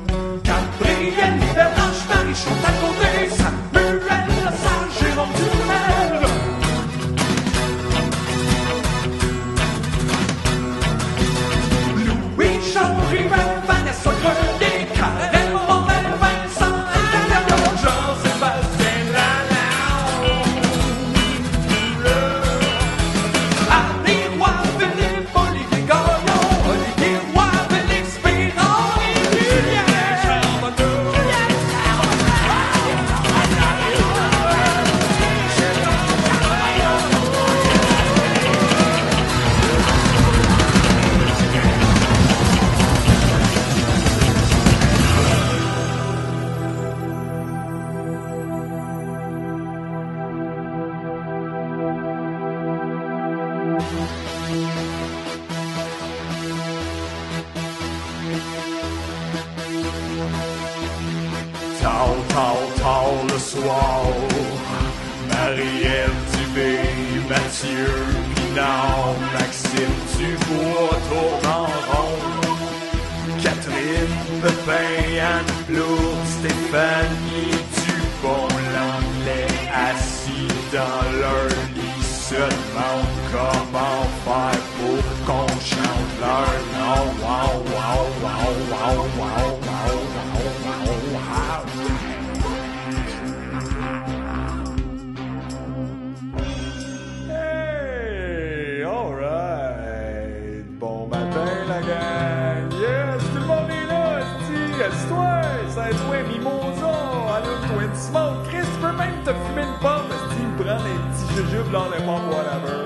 S8: Gabriel, Berlange, Marie-Chantal Gaudry, Samuel, Lazare, Jérôme Duhamel. Louis, Jean, Rivet, Vanessa Grenier, Karel Morel, Vincent, Alain, Jean-Sébastien Lalonde. Allez, Roy, Philippe, Olivier Gagnon, Olivier Roy, Félix Péron et Julien Charbonneau.
S6: Tard, tard, tard le soir. Marie-Ève Dubé, Mathieu Pinard, Maxime Dubois tourne en rond. Catherine Pepin, Anne Plourde, Stéphanie Dupont, l'anglais assis dans leur lit se demande comment faire pour qu'on chante leur nom. Wow, wow, wow, wow, wow, wow, wow, wow, wow. Hey, alright. Bon matin, la gang. Yes, tout le monde est là, esti. Assis-toi, sers-toi, mimosa. Allume-toi un petit smoke. Chris, tu peux même te fumer une pomme, esti. Prends des petits jujubes dans le pop, whatever.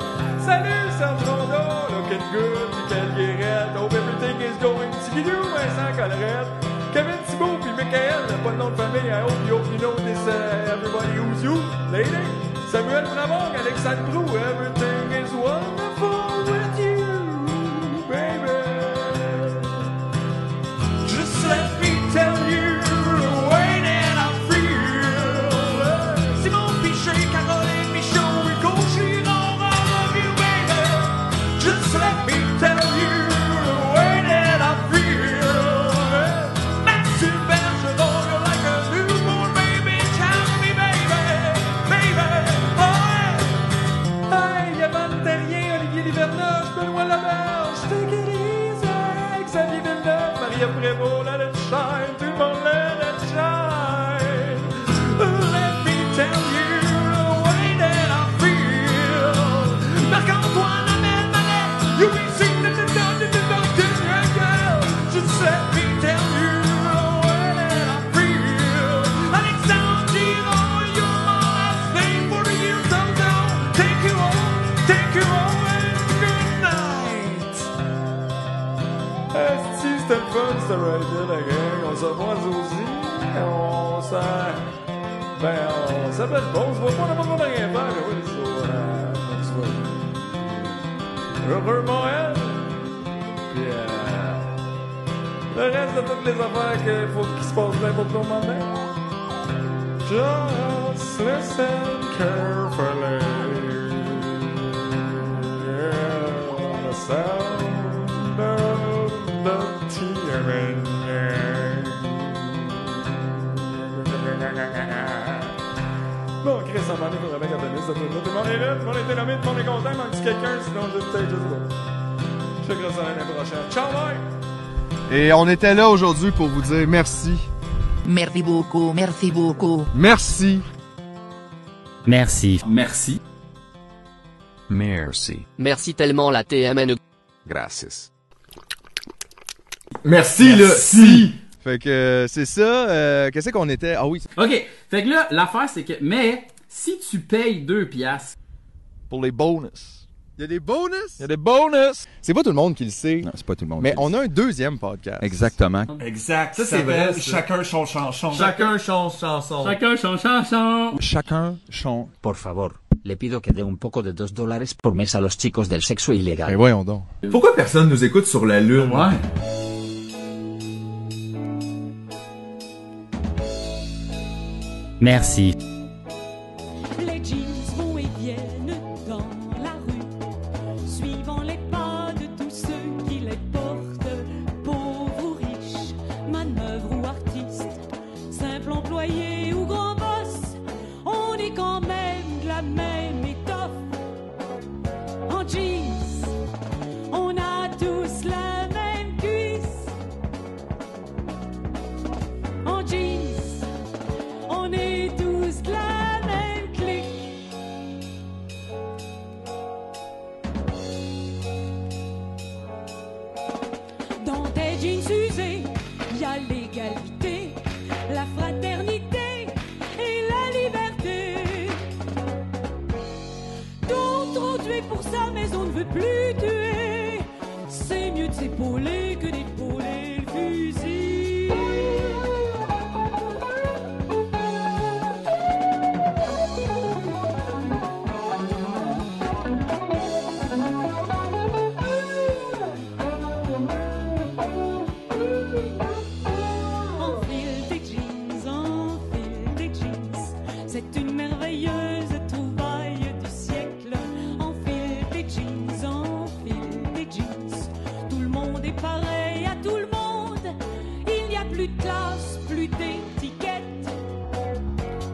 S6: Salut, Serge Rondeau. Looking good, Michael Guérette. Hope everything is going tigidou, Vincent Collerette. Kevin Thibault puis Michael, pas de nom de famille. I hope you, hope you know this, uh, everybody who's you. Later. Samuel Bravong, Alexandre Prou, everything is wonderful with you, baby. Just let me tell you the way that I feel. Simon Piché, Caroline Michaud, Rico Girard, I love you, baby. Just let me tell you the way that I feel. Maxime Bergeron, you're like a newborn baby. Tell me, baby, baby, oh yeah. Hey, Yvan Terrien, Olivier Liverneux, Ben, on s'appelle pas, on se voit pas, on n'a pas vraiment rien à faire, mais oui, so, euh, on se voit. Heureux Montréal! Puis, euh, le reste de toutes les affaires qu'il faut qu'il se passe bien pour ton moment. Just listen carefully. Yeah, the sound of the tearing. Bon, Chris, on m'en est pour Rebecca Dennis, ça tout le monde. Tout le monde est là, tout le monde est dynamique, tout le monde est content, il manque quelqu'un, sinon je peut-être juste là. Je te croise l'année prochaine. Ciao, bye!
S3: Et on était là aujourd'hui pour vous dire merci.
S9: Merci beaucoup, merci beaucoup.
S3: Merci.
S4: Merci. Merci.
S7: Merci.
S9: Merci tellement la TMN.
S7: Gracias.
S3: Merci, le si. Fait que euh, c'est ça. euh, Qu'est-ce qu'on était? Ah oui,
S4: OK. Fait que là, l'affaire, c'est que... Mais, si tu payes 2 piastres...
S1: Pour les bonus.
S3: il y a des bonus.
S1: Il y a des bonus!
S3: C'est pas tout le monde qui le sait,
S10: Non, c'est pas tout le monde.
S3: mais
S10: qui le
S3: on a un deuxième podcast.
S10: sait. Exactement.
S11: Exact.
S4: Ça, c'est vrai, ça.
S11: Chacun son chanson.
S3: Chacun change chanson.
S4: Chacun son chanson.
S10: Chacun son.
S12: Por favor, le pido que dé un poco de dos dólares por mes a los chicos del sexo
S3: Ben
S12: ilegal.
S3: voyons donc.
S11: Pourquoi personne nous écoute sur la lune?
S4: Ouais. Merci.
S9: Les jeans vont et viennent dans la rue, suivant les pas de tous ceux qui les portent. Pauvres ou riches, manœuvres ou artistes, simples employés ou grands boss, on est quand même de la même étoffe. En jeans, on a tous la même cuisse. En jeans, on est tous de la même clique. Dans tes jeans usés, y a l'égalité, la fraternité et la liberté. D'autres ont tué pour ça, mais on ne veut plus tuer. C'est mieux de s'épauler que d'épauler le fusil. Enfile tes jeans, enfile tes jeans. C'est une merveilleuse trouvaille du siècle. Enfile tes jeans, enfile tes jeans. Tout le monde est pareil à tout le monde. Il n'y a plus de classe, plus d'étiquette.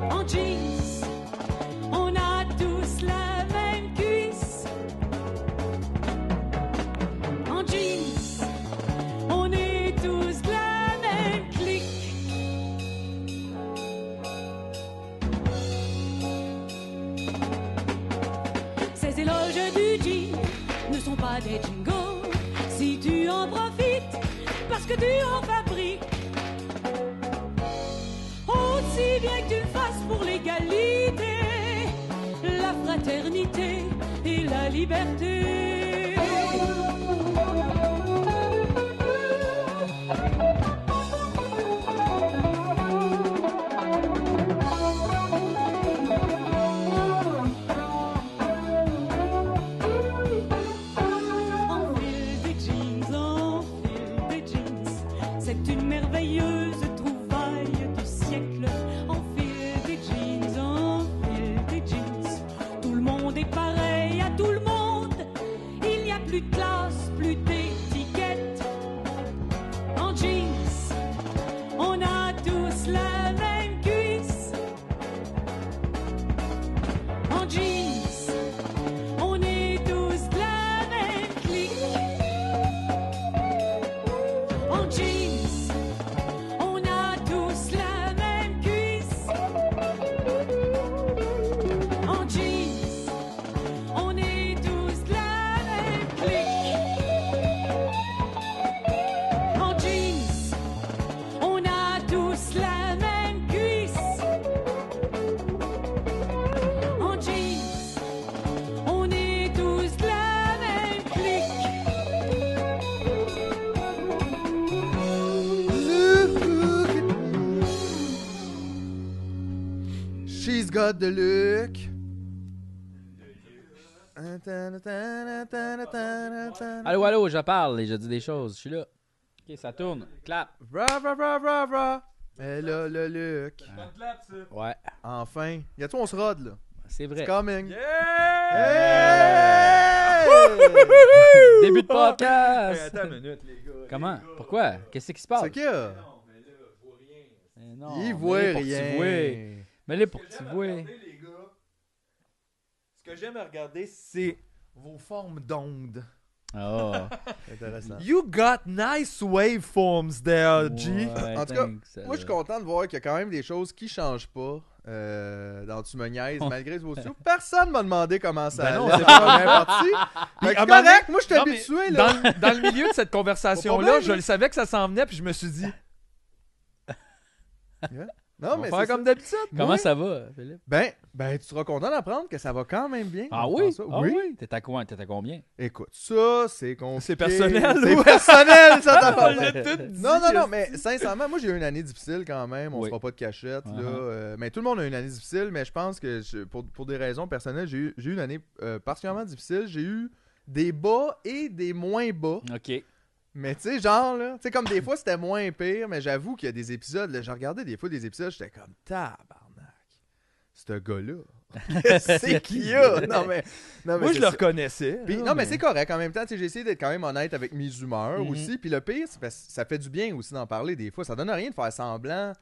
S9: En jeans, on a tous la même cuisse. En jeans. On est tous de la même clique. Ces éloges du jean ne sont pas des jingles. Si tu en profites, parce que tu en fabriques. Aussi bien que tu le fasses pour l'égalité, la fraternité et la liberté. Enfile des jeans, enfile des jeans. C'est une merveilleuse trouvaille du siècle. Enfile des jeans, enfile des jeans. Tout le monde est pareil à tout le monde.
S3: She's got the look.
S2: Allô,
S3: Allô?
S2: allô, je parle et je dis des choses. Je suis là. Ok, ça tourne. Clap.
S3: Bra, bra, bra, bra, bra. Elle a le look.
S2: Ouais,
S3: Enfin. Y'a-tu, on se rode, là?
S2: c'est vrai.
S3: It's coming. Hey!
S2: Début de
S1: Hey,
S2: podcast.
S1: attends une minute, les gars.
S2: Comment? Pourquoi? Qu'est-ce qui se passe?
S3: C'est qui, là?
S2: Eh
S1: Ah,
S2: non,
S3: Il
S2: mets-les
S3: voit
S2: pour t'y voir.
S3: rien.
S2: Mets-les pour t'y voir.
S1: Regardez, les gars. Ce que j'aime à regarder, c'est vos formes d'ondes.
S2: Oh.
S3: Intéressant.
S1: You got nice waveforms there, G.
S2: Ouais,
S3: En tout cas,
S2: thanks,
S3: Moi, je suis
S2: euh,
S3: content de voir qu'il y a quand même des choses qui changent pas euh, dans Tu me niaises, malgré ce beau studio. Personne m'a demandé comment
S1: Oh.
S3: ça
S1: Ben non,
S3: allait.
S1: c'est [laughs]
S3: pas parti. Fait que
S1: à un
S3: c'est
S1: moment
S3: correct, moi, je suis
S1: ben, Non, mais
S3: habitué,
S1: Dans,
S3: là.
S1: le- dans le milieu de cette
S3: Pas
S1: conversation-là,
S3: de problème,
S1: je
S3: là.
S1: le savais que ça s'en venait, puis je me suis dit,
S3: Non,
S1: on
S3: mais
S1: va
S3: c'est
S1: faire comme d'habitude.
S2: Comment
S1: moi.
S2: ça va, Philippe?
S3: Ben, ben, tu seras content d'apprendre que ça va quand même bien.
S2: Ah
S3: François.
S2: oui? Ah
S3: oui.
S2: oui? T'es à quoi? T'es à combien?
S3: Écoute, ça, c'est compliqué.
S1: C'est personnel,
S3: C'est
S1: ouais. [laughs]
S3: personnel, ça t'a
S1: On l'a tout dit,
S3: Non, non,
S1: que-
S3: non, mais sincèrement, moi, j'ai eu une année difficile quand même. On
S2: Oui.
S3: se fera pas de cachette, là.
S2: Uh-huh.
S3: Euh, mais tout le monde a une année difficile, mais je pense que je- pour, pour des raisons personnelles, j'ai eu, j'ai eu une année euh, particulièrement difficile. J'ai eu des bas et des moins bas.
S2: [laughs] OK.
S3: Mais tu sais, genre, là, tu sais, comme des fois, c'était moins pire, mais j'avoue qu'il y a des épisodes, là, je regardais des fois des épisodes, j'étais comme, tabarnak,
S1: [laughs]
S3: ce gars-là, qu'est-ce c'est qu'il y a? Non, mais, non, mais
S1: Moi,
S3: c'est
S1: je le
S3: ça.
S1: reconnaissais.
S3: Puis-
S1: là,
S3: non, mais, c'est correct. En même temps, tu sais, j'ai essayé d'être quand même honnête avec mes humeurs
S2: Mhm.
S3: aussi. Puis le pire, c'est parce que ça fait du bien aussi d'en parler des fois. Ça donne rien de faire semblant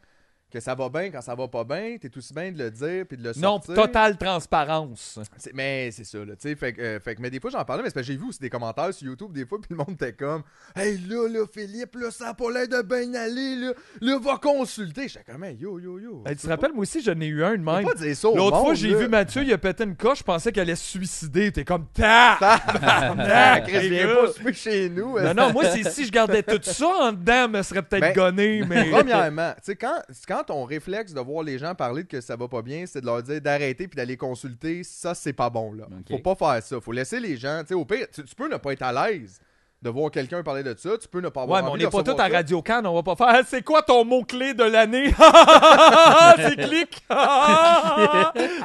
S3: que ça va bien quand ça va pas bien. T'es aussi bien de le dire puis de le
S1: Non,
S3: sortir.
S1: totale transparence.
S3: C'est- Mais c'est ça, là. Tu sais, fait, que, euh, fait que- mais des fois, j'en parlais, mais c'est parce que j'ai vu aussi des commentaires sur YouTube des fois, puis le monde était comme Hey, là, là, Philippe, là, ça a pas l'air de bien aller, là. Là, va consulter. J'étais comme Hey, yo, yo, yo.
S1: Hey, tu te rappelles, moi aussi, j'en ai eu un de
S3: Faut
S1: même.
S3: pas dire ça au
S1: L'autre fois,
S3: monde,
S1: j'ai
S3: là.
S1: vu Mathieu, il a pété une coche, je pensais qu'elle allait se suicider. T'es
S3: [laughs]
S1: comme ta!
S3: Ah,
S1: les
S3: Chris, viens
S1: gars.
S3: pas souper chez nous.
S1: Non, non, moi, c'est si je gardais tout ça en dedans, me serait peut-être
S3: Ben,
S1: gonné, mais.
S3: Premièrement, tu sais, quand, quand on réflexe de voir les gens parler de que ça va pas bien, c'est de leur dire d'arrêter puis d'aller consulter, ça, c'est pas bon, là.
S2: Ok.
S3: Faut pas faire ça. Faut laisser les gens, tu sais, au pire, tu, tu peux ne pas être à l'aise de voir quelqu'un parler de ça, tu peux ne pas avoir
S1: Ouais, mais on
S3: envie
S1: n'est
S3: de
S1: pas tous
S3: recevoir
S1: à
S3: ça.
S1: Radio Cannes, on va pas faire. C'est quoi ton mot-clé de l'année? [laughs] c'est
S2: [laughs]
S1: clic!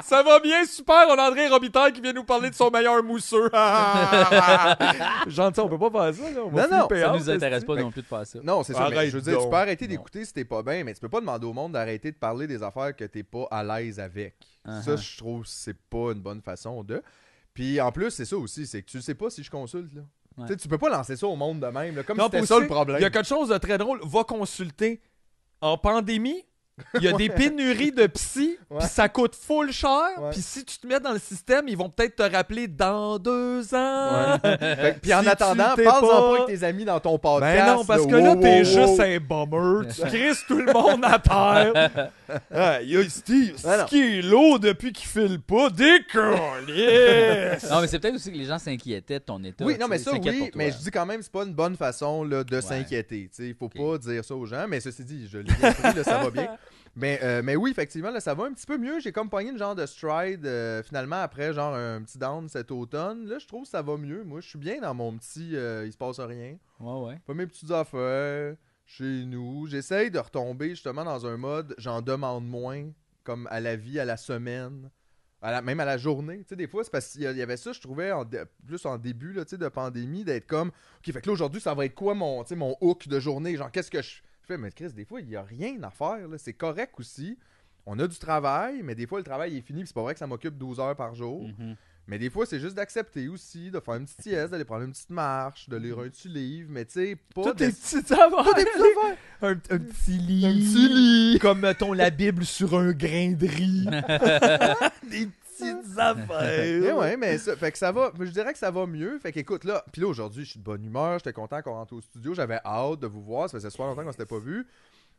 S1: ça va bien, super! On a André Robitaille qui vient nous parler de son meilleur
S2: [laughs]
S1: mousseux. Gentil, on peut pas faire ça, là. On va
S3: Non, non,
S1: flipper
S2: Ça
S1: out,
S2: nous intéresse
S1: esti.
S2: pas non plus de faire ça.
S3: Non, c'est ça. mais
S1: Arrête
S3: je veux dire, tu
S1: donc.
S3: peux arrêter d'écouter si t'es pas bien, mais tu peux pas demander au monde d'arrêter de parler des affaires que t'es pas à l'aise avec. Ça,
S2: Uh-huh.
S3: je trouve, c'est pas une bonne façon de. Puis en plus, c'est ça aussi, c'est que tu sais pas si je consulte. Là.
S2: Ouais.
S3: Tu sais, Tu peux pas lancer ça au monde de même, là, comme
S1: Non,
S3: si c'était
S1: puis
S3: ça le
S1: aussi,
S3: problème.
S1: Il y a quelque chose de très drôle. Va consulter. En pandémie, il y
S3: [laughs]
S1: a des pénuries de psy,
S3: Ouais.
S1: puis ça coûte full cher.
S3: Ouais.
S1: Puis si tu te mets dans le système, ils vont peut-être te rappeler dans deux ans. [laughs]
S3: Fait que- puis en
S1: Si tu
S3: attendant,
S1: t'es
S3: parle-en
S1: pas-
S3: pas avec tes amis dans ton podcast.
S1: Ben non, parce
S3: de
S1: que là,
S3: Ah, wow,
S1: t'es
S3: wow,
S1: juste
S3: wow.
S1: un bummer.
S3: [laughs]
S1: Tu crises tout le monde à terre. Ah, yo, Steve,
S3: Ben non.
S1: ce qui est lourd depuis qu'il file pas,
S3: [laughs]
S1: décolle.
S2: Non, mais c'est peut-être aussi que les gens s'inquiétaient de ton état.
S3: Oui, non, mais
S2: tu
S3: ça,
S2: sais, ils s'inquiètent
S3: oui,
S2: pour
S3: mais
S2: toi.
S1: hein.
S3: je dis quand même, c'est pas une bonne façon là, de s'inquiéter. tu sais. Il faut pas dire ça aux gens, mais ceci dit,
S1: [laughs]
S3: je l'ai bien pris, là, ça va bien. Mais, euh, mais oui, effectivement, là, ça va un petit peu mieux. J'ai comme pogné une genre de stride euh, finalement après, genre un petit down cet automne. Là, je trouve que ça va mieux. Moi, je suis bien dans mon petit euh, il se passe rien.
S2: Ouais, ouais.
S3: Pas mes petites affaires chez nous. J'essaye de retomber justement dans un mode j'en demande moins, comme à la vie, à la semaine, à la, même à la journée. Tu sais, des fois, c'est parce qu'il y a- il y avait ça, je trouvais, en dé- plus en début là, tu sais, de pandémie, d'être comme OK, fait que là, aujourd'hui, ça va être quoi mon, tu sais, mon hook de journée Genre, qu'est-ce que je je fais Mais Chris, des fois, il n'y a rien à faire. là. C'est correct aussi. On a du travail, mais des fois, le travail est fini, puis c'est pas vrai que ça m'occupe 12 heures par jour.
S2: Mhm.
S3: Mais des fois, c'est juste d'accepter aussi, de faire une petite sieste, d'aller prendre une petite marche, de lire un petit livre, mais tu sais, pas
S1: Tout
S3: de...
S1: est petit avant.
S3: Tout est plus ouvert.
S1: Un, un petit lit.
S3: Un petit lit.
S1: Comme, mettons, la Bible sur un grain de riz. Des petites affaires.
S3: Eh ouais, mais ça, fait que ça va, je dirais que ça va mieux. Fait qu'écoute, là, puis là, aujourd'hui, je suis de bonne humeur, j'étais content qu'on rentre au studio, j'avais hâte de vous voir, ça faisait super longtemps qu'on s'était pas vu.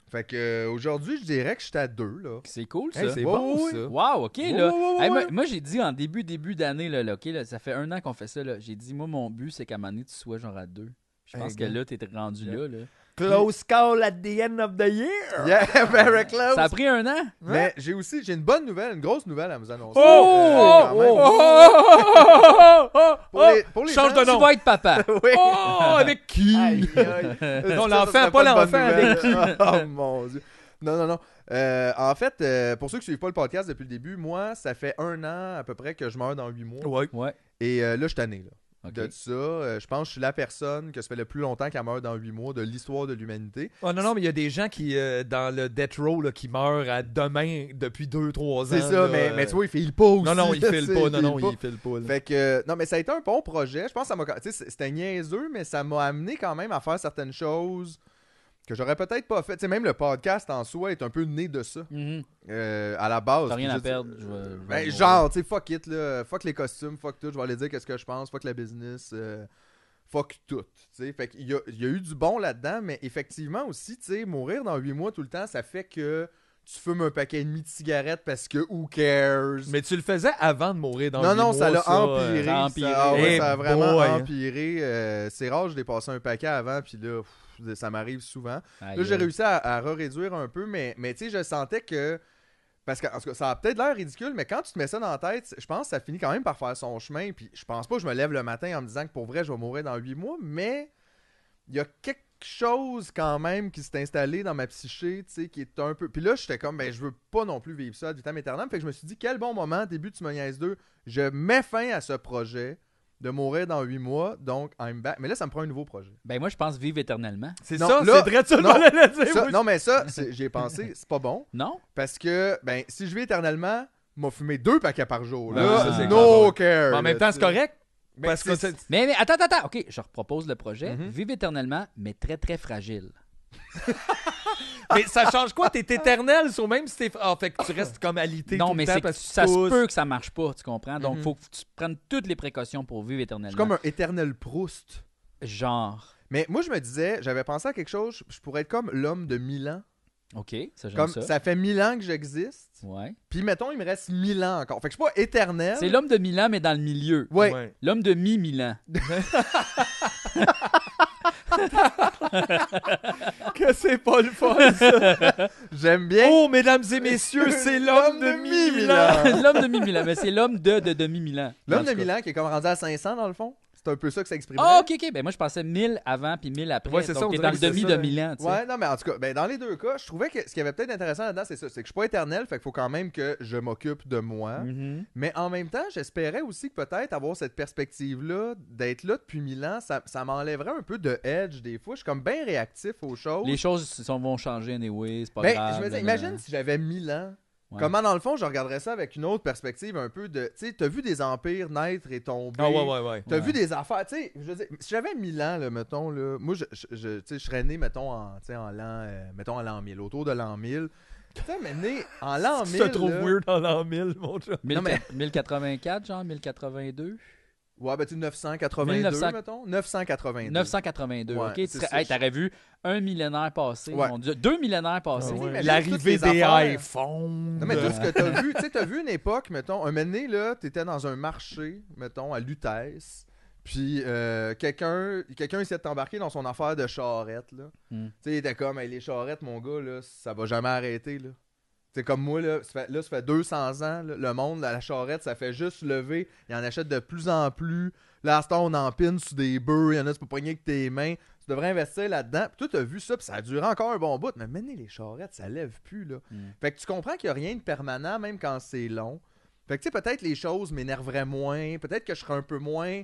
S3: Fait que euh, aujourd'hui, je dirais que j'étais à deux, là.
S2: C'est cool, ça.
S1: Hey, c'est
S3: Ouais,
S1: bon,
S3: ouais,
S1: ça.
S2: Wow, OK, là.
S1: Ouais, ouais, ouais,
S2: Hey, moi,
S1: ouais.
S2: moi, j'ai dit en début, début d'année, là, là, OK, là, ça fait un an qu'on fait ça, là. J'ai dit, moi, mon but, c'est qu'à un moment donné, tu sois genre à deux. Je pense
S3: Hey,
S2: que
S3: gars.
S2: là, t'es rendu là, là.
S1: Close call at the end of the year.
S3: [laughs] Yeah, very close.
S2: Ça a pris un an?
S3: Mais j'ai aussi, j'ai une bonne nouvelle, une grosse nouvelle à vous annoncer.
S1: Oh!
S3: Euh, quand même.
S1: Oh, oh, oh, oh, oh, oh,
S3: Pour
S1: oh.
S3: les- pour les
S1: Change
S3: gens-
S1: de nom.
S2: Tu vas être
S3: [laughs]
S2: papa.
S3: Oui.
S1: Oh, avec qui?
S3: Aïe, aïe.
S1: Non,
S3: Ça, ça
S1: l'enfant,
S3: serait
S1: pas
S3: une bonne
S1: l'enfant,
S3: [laughs] nouvelle. oh mon dieu. Non, non, non. Euh, en fait, euh, pour ceux qui suivent pas le podcast depuis le début, moi, ça fait un an à peu près que je meurs dans huit mois.
S1: Ouais.
S2: Ouais.
S3: Et euh, là, je suis tanné. Là.
S2: Ok.
S3: De ça, Euh, je pense que je suis la personne que ça fait le plus longtemps qu'elle meurt dans huit mois de l'histoire de l'humanité.
S1: Oh non, non, mais il y a des gens qui, euh, dans le death row, là, qui meurent à demain depuis 2-3 ans.
S3: C'est ça,
S1: là,
S3: mais,
S1: euh,
S3: mais tu vois, il file pas aussi.
S1: Non, non, il
S3: là,
S1: file
S3: [laughs] tu sais,
S1: pas. Non, non,
S3: file
S1: il file pas. là.
S3: Fait que, euh, non, mais ça a été un bon projet. Je pense que ça m'a. tu sais, c'est- C'était niaiseux, mais ça m'a amené quand même à faire certaines choses que j'aurais peut-être pas fait. Tu sais, même le podcast en soi est un peu né de ça,
S2: Mhm.
S3: euh, à la base.
S2: T'as rien
S3: Puis
S2: à
S3: je-
S2: perdre. je vais- je vais
S3: Ben,
S2: mourir.
S3: genre, tu sais, fuck it, là. Fuck les costumes, fuck tout. Je vais aller dire qu'est-ce que je pense, fuck la business, euh, fuck tout. Tu sais, fait qu'il y a, il y a eu du bon là-dedans, mais effectivement aussi, tu sais, mourir dans 8 mois tout le temps, ça fait que tu fumes un paquet et demi de cigarettes parce que who cares?
S1: Mais tu le faisais avant de mourir dans
S3: non,
S1: le
S3: non, ça
S1: l'a
S3: l'a empiré.
S2: ça a
S3: ça-
S2: empiré.
S3: ah ouais,
S1: Eh
S3: ça a vraiment
S1: boy.
S3: empiré. euh, c'est rare, je dépassais un paquet avant, puis là, pff, ça m'arrive souvent.
S2: Aïe,
S3: Là, j'ai
S2: aïe.
S3: réussi à, à re-réduire un peu, mais, mais tu sais, je sentais que. Parce que en tout cas, ça a peut-être l'air ridicule, mais quand tu te mets ça dans la tête, je pense que ça finit quand même par faire son chemin. Puis je pense pas que je me lève le matin en me disant que pour vrai, je vais mourir dans 8 mois, mais il y a quelque chose quand même qui s'est installé dans ma psyché, tu sais, qui est un peu. Puis là, j'étais comme, ben, je veux pas non plus vivre ça à vitam aeternam. Fait que je me suis dit, quel bon moment, début de Tu me niaises 2, je mets fin à ce projet de mourir dans 8 mois, donc I'm back. Mais là, ça me prend un
S2: [laughs]
S3: nouveau projet.
S2: Ben, moi, je pense vivre éternellement.
S1: C'est
S3: Non,
S1: ça,
S3: là,
S1: c'est vrai, tu
S3: non,
S1: le dire.
S3: Ça-
S1: oui.
S3: non, mais ça, c'est- j'y ai pensé, c'est pas bon.
S2: Non?
S3: Parce que, ben, si je vis éternellement, m'a fumé deux paquets par jour. Là,
S1: Ouais, Ben ça, c'est
S3: no
S1: grave.
S3: care.
S1: Mais en même
S3: là,
S1: temps,
S3: tu
S1: c'est
S3: sais.
S1: correct.
S3: Mais
S1: Parce que
S3: c'est-
S1: c'est-
S2: Mais, mais attends, attends, attends. OK, je repropose le projet.
S3: Mhm.
S2: Vive éternellement, mais très, très fragile.
S1: mais ça change quoi? T'es éternel, sur même si t'es. Ah, fait que tu restes comme alité. tout
S2: non,
S1: le
S2: mais
S1: temps
S2: c'est que
S1: parce que tu
S2: ça se
S1: tousses.
S2: peut que ça marche pas, tu comprends? Donc,
S3: Mhm.
S2: faut que tu prennes toutes les précautions pour vivre
S3: je
S2: éternellement.
S3: suis comme un éternel Proust.
S2: Genre.
S3: Mais moi, je me disais, j'avais pensé à quelque chose, je pourrais être comme l'homme de mille ans.
S2: OK, ça, j'aime
S3: Comme,
S2: ça.
S3: ça. fait mille ans que j'existe.
S2: Ouais.
S3: Puis, mettons, il me reste mille ans encore. Fait que je suis pas éternel.
S2: C'est l'homme de Milan, mais dans le milieu.
S3: Ouais.
S1: Ouais.
S2: L'homme de mi-Milan.
S1: Que c'est pas le
S3: [laughs]
S1: fun, ça.
S3: J'aime bien.
S1: Oh, mesdames et messieurs,
S3: [laughs]
S1: c'est l'homme de Milan.
S2: [laughs] l'homme de mi-Milan, mais c'est l'homme de, de, de mi-Milan. En
S3: Ah. L'homme
S2: tout
S3: de
S2: cas.
S3: mille ans qui est comme rendu à 500 dans le fond. C'est un peu ça que ça exprime.
S2: Ah, OK, OK. Ben, moi, je pensais 1000 avant puis 1000 après.
S1: Ouais, c'est
S2: Donc,
S1: ça, on
S2: t'es
S1: dirait
S2: dans le
S1: que c'est
S2: demi
S1: ça,
S2: de
S1: ouais.
S2: Milan, tu sais.
S3: Ouais, non, mais en tout cas, ben, dans les deux cas, je trouvais que ce qui avait peut-être intéressant là-dedans, c'est ça. C'est que je suis pas éternel, fait qu'il faut quand même que je m'occupe de moi.
S2: Mhm.
S3: Mais en même temps, j'espérais aussi que peut-être avoir cette perspective-là, d'être là depuis mille ans, ça, ça m'enlèverait un peu de edge des fois. Je suis comme bien réactif aux choses.
S2: Les choses sont- vont changer anyway, c'est pas
S3: Ben,
S2: grave.
S3: je me dis,
S2: blablabla.
S3: imagine si j'avais 1000 ans.
S2: Ouais.
S3: Comment, dans le fond, je regarderais ça avec une autre perspective, un peu de. Tu sais, t'as vu des empires naître et tomber.
S1: Ah, ouais, ouais, ouais.
S3: T'as
S2: Ouais.
S3: vu des affaires, tu sais, je veux dire, si j'avais 1000 ans, là, mettons, là, moi, je, je, je- tu sais, je serais né, mettons, en, tu sais, en l'an, euh, mettons, en l'an 1000, autour de l'an 1000. Tu sais, mais né
S1: [laughs]
S3: en l'an 1000,
S1: Tu te trouves
S3: là-
S1: weird en l'an 1000, mon chat.
S3: Non, mais-
S2: 1084, genre, 1082.
S3: ouais, ben, tu sais, 982,
S2: 1900.
S3: mettons, 982.
S2: 982,
S3: Ouais,
S2: ok? Tu
S3: c'est
S2: serais-
S3: ça,
S2: hey, t'aurais vu un millénaire passer,
S3: Ouais. Ah
S2: mon Dieu, deux millénaires passés.
S3: ouais. imagine toutes
S1: L'arrivée
S3: les
S1: des
S3: affaires.
S1: iPhones. Euh,
S3: Non, mais tout ce que t'as vu, tu sais, t'as vu une époque, mettons, un moment donné, là, t'étais dans un marché, mettons, à Lutèce, puis euh, quelqu'un quelqu'un essayait de t'embarquer dans son affaire de charrette, là.
S2: Hmm.
S3: Tu sais, il était comme, Hey, les charrettes, mon gars, là, ça va jamais arrêter, là. C'est comme moi, là ça, fait, là, ça fait 200 ans, là, le monde, la charrette, ça fait juste lever. Il en achète de plus en plus. Là, à ce temps, on empine sur des bœufs. Il y en a, tu peux poigner avec tes mains. Tu devrais investir là-dedans. Puis toi, t'as vu ça, puis ça a duré encore un bon bout. Mais maintenant, les charrettes, ça lève plus, là.
S2: Mm.
S3: Fait que tu comprends qu'il n'y a rien de permanent, même quand c'est long. Fait que, tu sais, peut-être les choses m'énerveraient moins. Peut-être que je serais un peu moins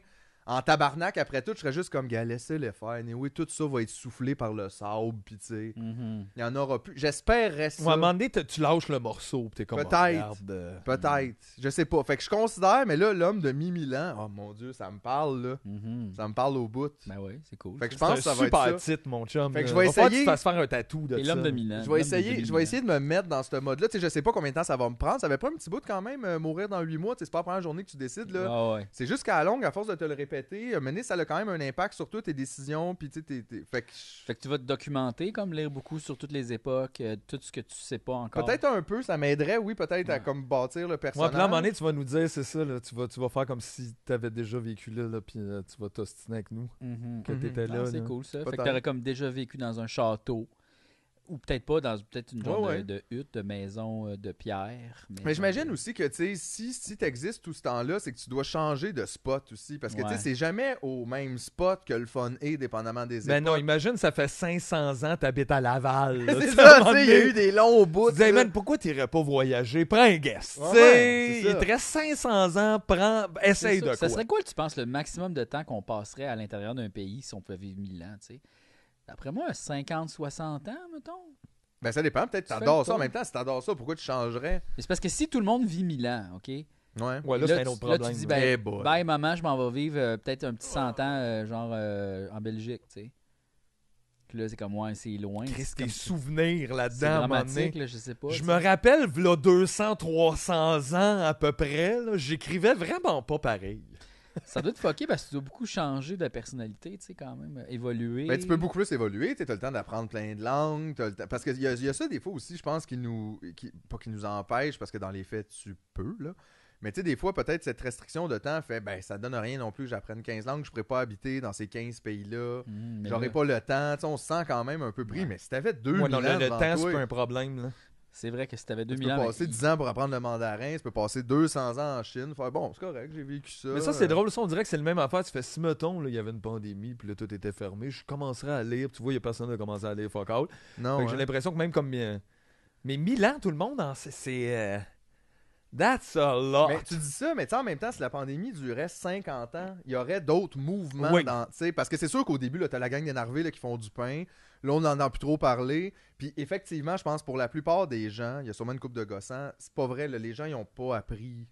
S3: en tabarnak après tout. Je serais juste comme, gars, laissez-les faire. Anyway, tout ça va être soufflé par le sable, puis tu sais,
S2: Mhm.
S3: il n'y en aura plus. J'espérerais ça.
S1: Ouais, à un moment donné, t'as- tu lâches le morceau, pis t'es comme.
S3: Peut-être.
S1: oh, regarde, euh,
S3: Peut-être. Je sais pas. Fait que je considère, mais là, l'homme de mi-mille ans, oh mon dieu, ça me parle, là.
S2: Mhm.
S3: Ça me parle au bout.
S2: Ben oui, c'est cool.
S3: Fait que je
S1: C'est
S3: pense
S1: un
S3: que ça va être
S1: super
S3: ça.
S1: titre, mon chum.
S3: Fait que je
S1: là.
S3: vais
S1: Va falloir
S3: essayer-
S1: tu te fasses faire un tatou de
S2: Et
S1: ça.
S2: l'homme de Milan.
S3: Je
S2: l'homme
S3: vais,
S2: de
S3: essayer, je
S2: Milan.
S3: vais essayer de me mettre dans ce mode-là. Tu sais, je sais pas combien de temps ça va me prendre. Ça va pas un petit bout quand même, euh, mourir dans 8 mois. Tu sais, C'est pas la première journée que tu décides, là.
S2: Ah ouais.
S3: C'est juste qu'à la longue, à force de te le répéter, euh, mener, ça a quand même un impact sur toutes tes décisions. Puis, tu sais, t'es- t'es- fait que je-
S2: Fait que tu vas te documenter, comme lire beaucoup sur toutes les époques, euh, tout ce que tu sais pas encore.
S3: peut-être un peu, ça m'aiderait, oui, peut-être à comme bâtir le
S1: Ouais,
S3: personnage.
S1: puis là, à un moment donné, tu vas nous dire, c'est ça, là, tu, vas, tu vas faire comme si t'avais déjà vécu là, là puis euh, tu vas t'ostiner avec nous,
S2: Mhm.
S1: que
S3: Mhm.
S1: t'étais
S2: Ah,
S1: là.
S2: c'est
S1: là.
S2: cool ça. Fait que
S3: Peut-être.
S2: t'aurais comme déjà vécu dans un château ou peut-être pas, dans peut-être une genre
S3: Ouais, ouais.
S2: De, de hutte, de maison euh, de pierre.
S3: Mais j'imagine aussi que, tu sais, si, si t'existes tout ce temps-là, c'est que tu dois changer de spot aussi. Parce que, tu
S2: Ouais.
S3: sais, c'est jamais au même spot que le fun est, dépendamment des
S1: Mais
S3: époques.
S1: non, imagine, ça fait 500 ans que t'habites à
S3: [laughs]
S1: Laval. Ben là,
S3: c'est
S1: tu sais, à un
S3: ça,
S1: moment
S3: tu sais, il y a
S1: donné,
S3: eu des longs bouts.
S1: Tu disais,
S3: là.
S1: man, pourquoi t'irais pas voyager? Prends un guest.
S3: Ouais,
S1: tu sais,
S3: ouais, c'est
S1: il
S3: ça.
S1: te reste 500 ans, prends, essaye de
S2: ça.
S1: quoi.
S2: Ça serait quoi, tu penses, le maximum de temps qu'on passerait à l'intérieur d'un pays si on pouvait vivre 1000 ans, tu sais? D'après moi, 50, 60 ans, mettons.
S3: Ben, ça dépend. Peut-être que
S2: Tu
S3: t'adores
S2: fais
S3: ça.
S2: le
S3: En même temps, si t'adores ça, pourquoi tu changerais?
S2: Mais c'est parce que si tout le monde vit 1000 ans, OK?
S3: Ouais.
S1: Ouais, là,
S2: Et
S1: c'est un
S2: tu-
S1: autre
S2: là,
S1: problème.
S2: tu dis,
S1: là.
S2: ben,
S3: Eh boy.
S2: bye maman, je m'en vais vivre euh, peut-être un petit 100 ans, euh, genre euh, en Belgique, tu sais. Puis là, c'est comme, ouais, c'est loin.
S1: Christ,
S2: ben, C'est
S1: tes
S2: comme-
S1: souvenirs
S2: c'est
S1: là-dedans, à un moment donné.
S2: dramatique, là, je sais pas.
S1: Je
S2: tu
S1: me rappelle, v'là 200, 300 ans à peu près, là, j'écrivais vraiment pas pareil.
S2: Ça doit te fucker parce que tu dois beaucoup changer de personnalité, tu sais, quand même, euh, évoluer.
S3: Ben, tu peux beaucoup plus évoluer, tu as le temps d'apprendre plein de langues, t'as le temps- parce qu'il y, a- y a ça des fois aussi, je pense, qui nous, qui, pas qui nous empêche, parce que dans les faits, tu peux, là. Mais tu sais, des fois, peut-être cette restriction de temps fait, ben, ça donne rien non plus, que j'apprenne 15 langues, je pourrais pas habiter dans ces 15 pays-là,
S2: Mmh, mais
S3: j'aurais
S2: là,
S3: pas le temps, tu sais, on se sent quand même un peu pris, mais si t'avais deux
S1: Ouais, non, le,
S3: ans
S1: le
S3: devant
S1: temps,
S3: toi,
S1: c'est pas un problème. Là.
S2: C'est vrai que si t'avais
S3: tu
S2: 2000
S3: peux
S2: ans... ben,
S3: passer
S2: mais-
S3: 10 ans pour apprendre le mandarin, tu peux passer 200 ans en Chine, faire, bon, c'est correct, j'ai vécu ça.
S1: Mais ça, c'est
S3: euh,
S1: drôle. Ça, on dirait que c'est le même affaire. Tu fais si, mettons, là, il y avait une pandémie, puis là, tout était fermé. Je commencerais à lire. Tu vois, il y a personne qui a commencé à lire. Fuck out.
S3: Non,
S1: Fait que J'ai
S3: hein.
S1: l'impression que même comme. euh, mais Milan, tout le monde, en- c'est. c'est, euh, that's a lot.
S3: Mais tu dis ça, mais tu sais, en même temps, si la pandémie durait 50 ans, il y aurait d'autres mouvements.
S1: Oui.
S3: dans- tu sais, parce que c'est sûr qu'au début, tu as la gang d'énervés là, qui font du pain. Là, on n'en a plus trop parlé. Puis effectivement, je pense pour la plupart des gens, il y a sûrement une coupe de gossants. C'est pas vrai, là, les gens, ils n'ont pas appris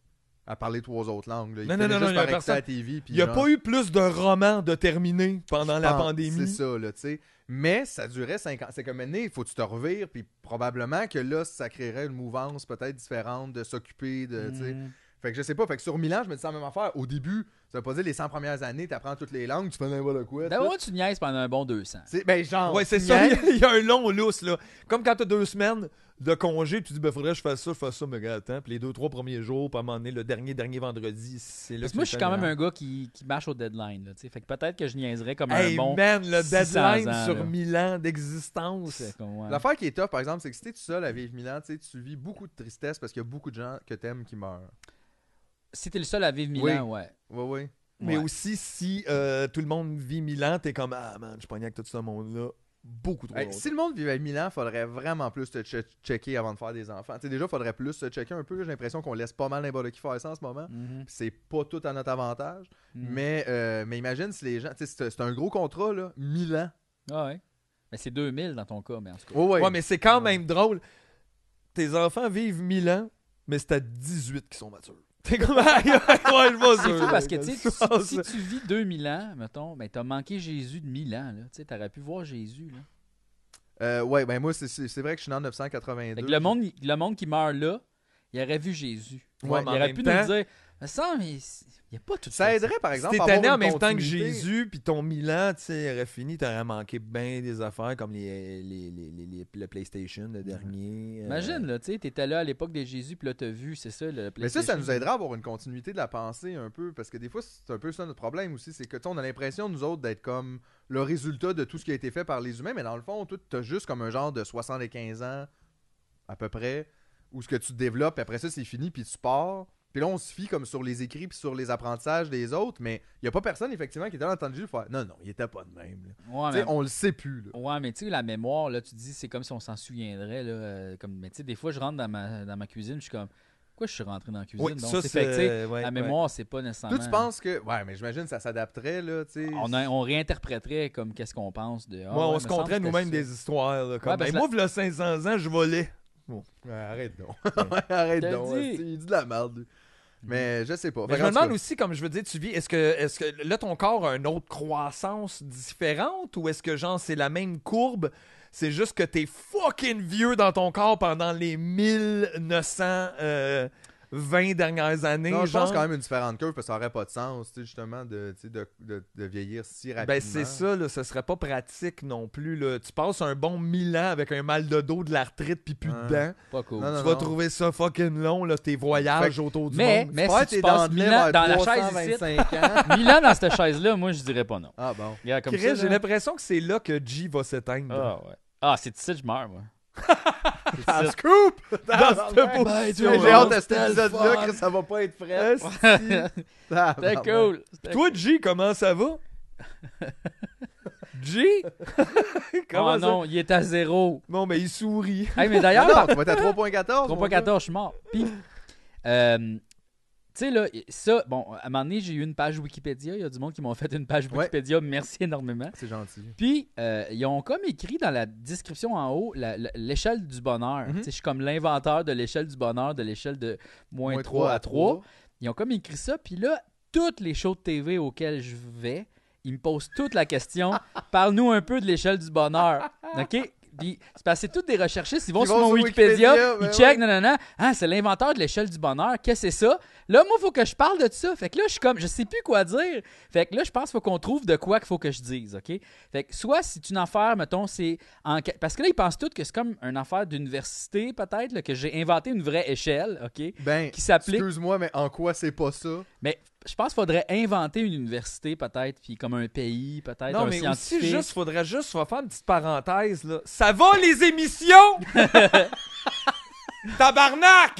S3: à parler trois autres langues. là. Ils
S1: Non, non, non,
S3: tenaient juste
S1: non, il y a
S3: par accès à la
S1: personne.
S3: TV.
S1: Il n'y a pas eu plus de romans de terminés pendant la pandémie.
S3: Ah, C'est ça, là, tu sais. Mais ça durait 50 C'est comme année, il faut que tu te revires. Puis probablement que là, ça créerait une mouvance peut-être différente de s'occuper de. tu sais.
S1: Mm.
S2: Mmh.
S3: Fait que je sais pas, fait que sur Milan, je me dis la même affaire. Au début, ça veut pas dire les 100 premières années, t'apprends toutes les langues, tu fais n'importe quoi.
S2: D'abord,
S3: tout.
S2: Ben, tu niaises pendant un bon 200.
S3: C'est- Ben genre.
S1: Ben Ouais, c'est
S3: tu
S1: ça.
S3: niaises.
S1: Il y a- il y, a un long lousse, là. Comme quand t'as deux semaines de congé, puis tu dis, ben, faudrait que je fasse ça, je fasse ça, mais gars, attends. Puis les deux, trois premiers jours, puis à un moment donné, le dernier, dernier vendredi, c'est là
S2: Parce
S1: que
S2: que moi,
S1: tu
S2: je suis
S1: fais
S2: quand même
S1: le-
S2: un gars qui, qui marche au deadline. Là, tu sais. fait que peut-être que je niaiserais comme
S1: Hey
S2: un bon.
S1: man, le
S2: 600
S1: deadline
S2: ans,
S1: sur
S2: là.
S1: 1000 ans d'existence.
S2: C'est comme, ouais.
S3: L'affaire qui est tough, par exemple, c'est que si t'es tout seul à vivre Milan, tu sais, tu vis beaucoup de tristesse parce qu'il y a beaucoup de gens que t'aimes qui meurent.
S2: Si t'es le seul à vivre mille
S3: Oui.
S2: ans, ouais.
S3: Ouais, ouais.
S1: Mais
S2: Ouais.
S1: aussi, si euh, tout le monde vit 1000 ans, t'es comme, ah man, je pognais avec tout ce monde-là beaucoup trop.
S3: Hey,
S1: longtemps.
S3: si le monde vivait à Milan, faudrait vraiment plus te che- checker avant de faire des enfants. Tu sais, déjà, faudrait plus se checker un peu. là. J'ai l'impression qu'on laisse pas mal n'importe qui faire ça en ce moment.
S2: Mhm.
S3: Puis c'est pas tout à notre avantage.
S2: Mhm.
S3: Mm-hmm. Mais, euh, mais imagine si les gens. Tu sais, c'est c'est un gros contrat, là. Milan.
S2: Ah ouais. Mais c'est 2000 dans ton cas, mais en tout cas.
S3: Ouais, ouais.
S1: Ouais, mais c'est quand même drôle. Tes enfants vivent 1000 ans, mais c'est à 18 qui sont matures. T'es comme, [laughs] aïe, aïe, ouais, je vois
S2: C'est fou
S1: ça.
S2: parce que tu
S1: [laughs]
S2: sais,
S1: Ça,
S2: tu- si
S1: ça.
S2: tu vis 2000 ans, mettons, ben t'as manqué Jésus de 1000 ans. Là. Tu sais, t'aurais pu voir Jésus. Là.
S3: Euh, ouais, ben moi, c'est- c'est c'est vrai que je suis né en
S2: Fait
S3: 982.
S2: que le, monde, il- le monde qui meurt là, il aurait vu Jésus.
S1: Ouais,
S2: il
S1: mais en
S2: aurait
S1: même
S2: pu
S1: temps-
S2: nous dire Mais ça, mais il n'y a pas tout
S3: Ça
S2: ça.
S3: aiderait, par
S1: Si
S3: exemple,
S1: t'es
S3: à
S1: tanné
S3: avoir
S1: en
S3: une
S1: même temps que
S3: continuité.
S1: Jésus, puis ton Milan, tu sais, aurait fini, t'aurais manqué bien des affaires comme les, les, les, les- les- le PlayStation, le dernier. euh,
S2: Imagine, là, tu sais, t'étais là à l'époque de Jésus, puis là, t'as vu, c'est ça, le
S3: Mais ça, ça
S2: PlayStation.
S3: nous aiderait à avoir une continuité de la pensée un peu, parce que des fois, c'est un peu ça notre problème aussi, c'est que tu sais, on a l'impression, nous autres, d'être comme le résultat de tout ce qui a été fait par les humains, mais dans le fond, toi, t'as juste comme un genre de 75 ans, à peu près, où ce que tu développes, puis après ça, c'est fini, puis tu pars. Puis là, on se fie comme sur les écrits, puis sur les apprentissages des autres, mais il y a pas personne, effectivement, qui était là en train de faire « Non, non, il était pas de même. là.
S2: Ouais,
S3: Tu sais,
S2: mais-
S3: On le sait plus. là.
S2: Ouais, mais tu sais, la mémoire, là, tu dis, c'est comme si on s'en souviendrait. Là, euh, comme, mais tu sais, des fois, je rentre dans ma, dans ma cuisine, je suis comme, pourquoi je suis rentré dans la cuisine?
S1: Ouais,
S2: donc,
S1: ça,
S2: c'est fait que, tu sais,
S1: c'est. ouais,
S2: la
S1: ouais.
S2: mémoire, c'est pas nécessairement.
S3: Toi, tu penses que. Ouais, mais j'imagine que ça s'adapterait, là, tu sais.
S2: On, a- on réinterpréterait comme qu'est-ce qu'on pense de. ah,
S1: Ouais, on
S2: ouais,
S1: se
S2: me semble
S1: compterait
S2: que
S1: nous-mêmes
S2: c'était
S1: des histoires. Là, comme,
S2: Ouais, parce
S1: Hey,
S2: que
S1: Moi, il y a 500 ans, je volais.
S3: Ouais, arrête [laughs] donc. arrête
S2: T'as
S3: donc.
S2: dit.
S3: hein, tu- Il dit de la merde,
S2: Mm.
S3: lui. Mais je sais pas.
S1: Mais
S3: Fait
S1: je
S3: qu'en
S1: me
S3: tout cas,
S1: demande aussi, comme je veux dire, tu vis, est-ce que, est-ce que là, ton corps a une autre croissance différente ou est-ce que, genre, c'est la même courbe, c'est juste que t'es fucking vieux dans ton corps pendant les 1920 euh, dernières années?
S3: Non, je
S1: genre?
S3: pense quand même une différente curve parce que ça aurait pas de sens, tu sais, justement, de, tu sais, de, de, de vieillir si rapidement.
S1: Ben, c'est ça, là, ce serait pas pratique non plus. Là. Tu passes un bon mille ans avec un mal de dos, de l'arthrite, puis plus
S3: Ouais.
S1: de dents.
S2: Pas cool.
S3: Non, non,
S1: tu vas trouver ça fucking long, là, tes voyages
S3: Fait
S1: autour du
S2: Mais,
S1: monde.
S2: mais
S3: Ouais,
S2: si tu
S3: t'es
S2: passes
S3: dans le
S2: mille
S3: lèvre
S2: ans
S3: à
S2: dans la chaise ici, [laughs]
S3: 325 ans.
S2: mille ans dans cette chaise-là, moi, je dirais pas non.
S3: Ah bon.
S2: Regarde, comme
S1: Chris,
S2: ça,
S1: j'ai
S2: là.
S1: l'impression que c'est là que G va s'éteindre.
S2: Ah, ouais. Ah, c'est ici que je meurs, moi.
S3: Ah, scoop!
S1: Dans cette
S2: Ben,
S1: position.
S2: Dieu,
S3: J'ai hâte à cet
S2: c'était le
S3: épisode-là
S2: fun.
S3: que ça va pas être
S2: [laughs]
S3: frais. Ah,
S2: C'était
S1: Ah, ben,
S3: C'était
S2: cool. C'était
S1: Hein? Toi, G, comment ça
S3: [laughs]
S1: va? G?
S2: cool.
S1: comment
S2: Oh
S1: ça?
S2: non, il est à zéro.
S1: Non, mais il sourit. [laughs]
S2: Hey, mais
S3: Non, non,
S2: d'ailleurs,
S3: tu vas être à 3.14. mon gars.
S2: 3.14, je suis mort. Puis, euh, tu sais, là, ça, bon, à un moment donné, j'ai eu une page Wikipédia. Il y a du monde qui m'ont fait une page
S3: Ouais.
S2: Wikipédia. Merci énormément.
S3: C'est gentil.
S2: Puis, euh, ils ont comme écrit dans la description en haut la- la- l'échelle du bonheur.
S3: Mhm.
S2: Tu sais, Je suis comme l'inventeur de l'échelle du bonheur, de l'échelle de moins, 3 à 3. Ils ont comme écrit ça. Puis là, toutes les shows de TV auxquelles je vais, ils me posent toute la
S3: [laughs]
S2: question parle-nous un peu de l'échelle du bonheur. OK puis, c'est parce que c'est toutes des recherchistes, ils vont
S3: Ils
S2: sur
S3: vont
S2: mon
S3: sur
S2: Wikipédia,
S3: Wikipédia, ben
S2: ils checkent, non, non, non. Ah, c'est l'inventeur de l'échelle du bonheur, qu'est-ce que c'est ça? Là, moi, faut que je parle de ça. Fait que là, je suis comme, je sais plus quoi dire. Fait que là, je pense qu'il faut qu'on trouve de quoi qu'il faut que je dise, OK? Fait que soit si tu une affaire, mettons, c'est. En... ca- Parce que là, ils pensent tous que c'est comme une affaire d'université, peut-être, là, que j'ai inventé une vraie échelle, OK?
S3: Ben,
S2: Qui s'applique.
S3: excuse-moi, mais en quoi c'est pas ça?
S2: Mais je pense qu'il faudrait inventer une université, peut-être, puis comme un pays, peut-être,
S1: Non,
S2: un
S1: mais aussi,
S2: scientifique.
S1: juste, faudrait juste, on va faire une petite parenthèse, là. Ça va, les
S2: [laughs]
S1: émissions? Tabarnak!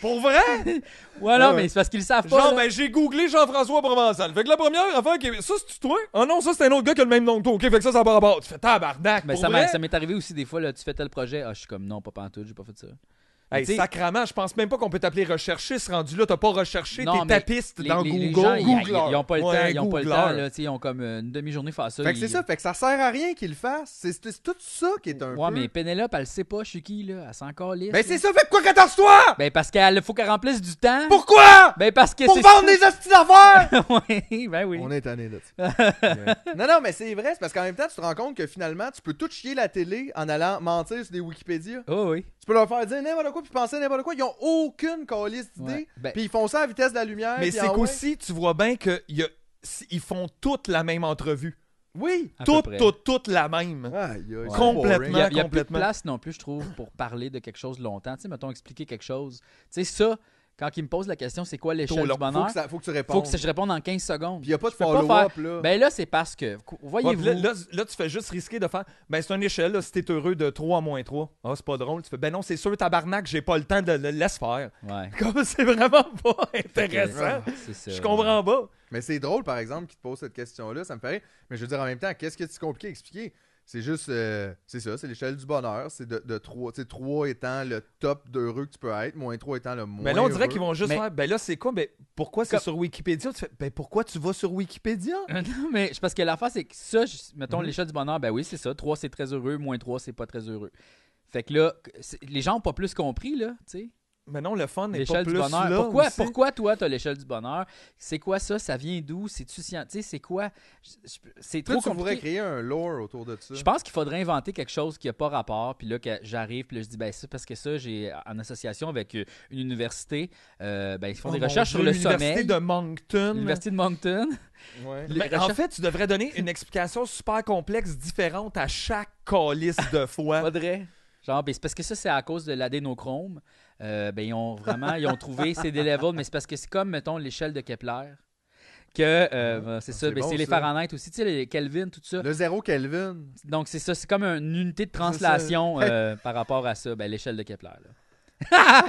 S1: Pour vrai?
S2: Ouais, non,
S3: Ouais, ouais.
S2: mais c'est parce qu'ils le savent pas.
S1: Genre,
S2: là.
S1: ben, j'ai googlé Jean-François Provençal. Fait que la première affaire qui est- Ça, c'est toi? Ah non, ça, c'est un autre gars qui a le même nom que toi. OK, fait que ça, ça n'a pas rapport. Tu fais tabarnak.
S2: Mais
S1: pour
S2: ça
S1: vrai?
S2: m'est- ça m'est arrivé aussi des fois, là, tu fais tel projet, ah, je suis comme non, pas pantoute, j'ai pas fait ça.
S1: Hey,
S2: Tu sais-
S1: sacrament, je pense même pas qu'on peut t'appeler recherchiste. Rendu là, t'as pas recherché,
S2: Non,
S1: t'es
S2: mais
S1: tapiste
S2: Les-
S1: dans
S2: les-
S1: Google.
S2: les gens, ils-
S1: Googleur.
S2: ils n'ont pas le
S1: Ouais,
S2: temps, ils ont pas le
S1: Googleur.
S2: temps, là, tu sais, ils ont comme euh, une demi-journée faire ça.
S3: Fait que c'est
S2: ils-
S3: ça, fait que ça sert à rien qu'il le fasse. C'est c'est tout ça qui est un
S2: Ouais,
S3: peu...
S2: mais Pénélope, elle sait pas, je suis qui, là, elle s'en calisse.
S3: Ben
S2: là.
S3: c'est ça, fait quoi 14 toi?
S2: Ben parce qu'il faut qu'elle remplisse du temps.
S3: Pourquoi?
S2: Ben parce que
S3: Pour
S2: c'est.
S3: vendre
S2: [laughs]
S3: des hosties d'affaires!
S2: oui, ben oui.
S3: [laughs] On est tanné là [laughs] non, non, mais c'est vrai, c'est parce qu'en même temps, tu te rends compte que finalement, tu peux tout chier la télé en allant mentir sur des Wikipédia.
S2: Oh, oui.
S3: Tu peux leur faire dire n'importe quoi puis penser n'importe quoi. Ils ont aucune calice d'idées.
S2: Ouais. Ben,
S3: Puis ils font ça à la vitesse de la lumière.
S1: Mais
S3: puis
S1: c'est
S3: ah ouais.
S1: qu'aussi, tu vois bien que y a- si- ils font toutes la même entrevue.
S3: Oui!
S2: à peu
S1: Toutes,
S2: près.
S1: toutes, toutes la même.
S3: Aïe, aïe, c'est
S1: Complètement.
S2: Il n'y a, il y a plus de
S1: complètement.
S2: place non plus, je trouve, pour parler de quelque chose longtemps. Tu sais, mettons, expliquer quelque chose. Tu sais, ça, quand il me pose la question, c'est quoi
S3: Trop
S2: l'échelle
S3: long.
S2: du
S3: Faut
S2: bonheur?
S3: que, ça- faut que tu répondes.
S2: Faut que je réponde en 15 secondes.
S3: Puis il n'y a pas de
S2: Je peux pas
S3: follow-up, là.
S2: Ben là, c'est parce que. cou-
S1: Ouais, puis
S2: Voyez-vous.
S1: là, là, là, tu fais juste risquer de faire. Ben, c'est une échelle, là, si t'es heureux de 3 à moins 3. Ah, c'est pas drôle. Tu fais, ben non, c'est sûr, tabarnak, j'ai pas le temps de le laisse faire. [laughs]
S2: Ouais.
S1: Comme c'est vraiment pas [laughs] intéressant.
S2: C'est ça.
S1: Je comprends pas.
S3: Mais c'est drôle, par exemple, qu'ils te posent cette question-là, ça me fait rire. Mais je veux dire, en même temps, qu'est-ce que c'est compliqué à expliquer? C'est juste, euh, c'est ça, c'est l'échelle du bonheur. C'est de, de 3, tu sais, 3 étant le top d'heureux que tu peux être, moins 3 étant le moins
S1: Mais là, on dirait
S3: heureux.
S1: qu'ils vont juste
S2: Mais-
S1: faire. Ben là, c'est quoi? Ben pourquoi c'est
S2: Comme-
S1: sur Wikipédia? Tu fais, ben pourquoi tu vas sur Wikipédia?
S2: [laughs] Non, mais c'est parce que l'affaire, c'est que ça, je- mettons,
S1: Mhm.
S2: l'échelle du bonheur, ben oui, c'est ça. 3, c'est très heureux. Moins 3, c'est pas très heureux. Fait que là, c'est- les gens n'ont pas plus compris, là, tu sais.
S1: Mais non, le fun n'est pas
S2: L'échelle
S1: plus
S2: du bonheur.
S1: là
S2: pourquoi,
S1: aussi.
S2: pourquoi toi, t'as l'échelle du bonheur? C'est quoi ça? Ça vient d'où? C'est-tu scientifique? C'est quoi? Je- je- C'est
S3: Toi,
S2: trop
S3: tu voudrais
S2: compliqué.
S3: créer un lore autour de ça.
S2: Je pense qu'il faudrait inventer quelque chose qui n'a pas rapport, puis là que j'arrive, puis là je dis ben ça parce que ça j'ai en association avec euh, une université, euh, ben ils font
S1: Oh
S2: des
S1: mon
S2: recherches
S1: Dieu,
S2: sur le
S1: l'université
S2: sommeil,
S1: de Moncton.
S2: l'université de Moncton.
S3: Ouais.
S2: Les
S1: Mais en
S2: recherches-
S1: fait, tu devrais donner une explication super complexe, différente à chaque calice
S2: [laughs]
S1: de fois.
S2: Faudrait. Genre, ben, c'est parce que ça, c'est à cause de l'adénochrome. Euh, ben, ils ont vraiment ils ont trouvé, c'est des levels, mais c'est parce que c'est comme, mettons, l'échelle de Kepler. Que, euh, ben, c'est ça,
S3: c'est
S2: ben,
S3: bon,
S2: c'est les
S3: ça.
S2: Fahrenheit aussi, tu sais, les Kelvin, tout ça.
S3: Le zéro Kelvin.
S2: Donc, c'est ça, c'est comme une unité de
S3: [laughs]
S2: translation
S3: C'est ça.
S2: euh, par rapport à ça, ben, l'échelle de Kepler. Là. [laughs]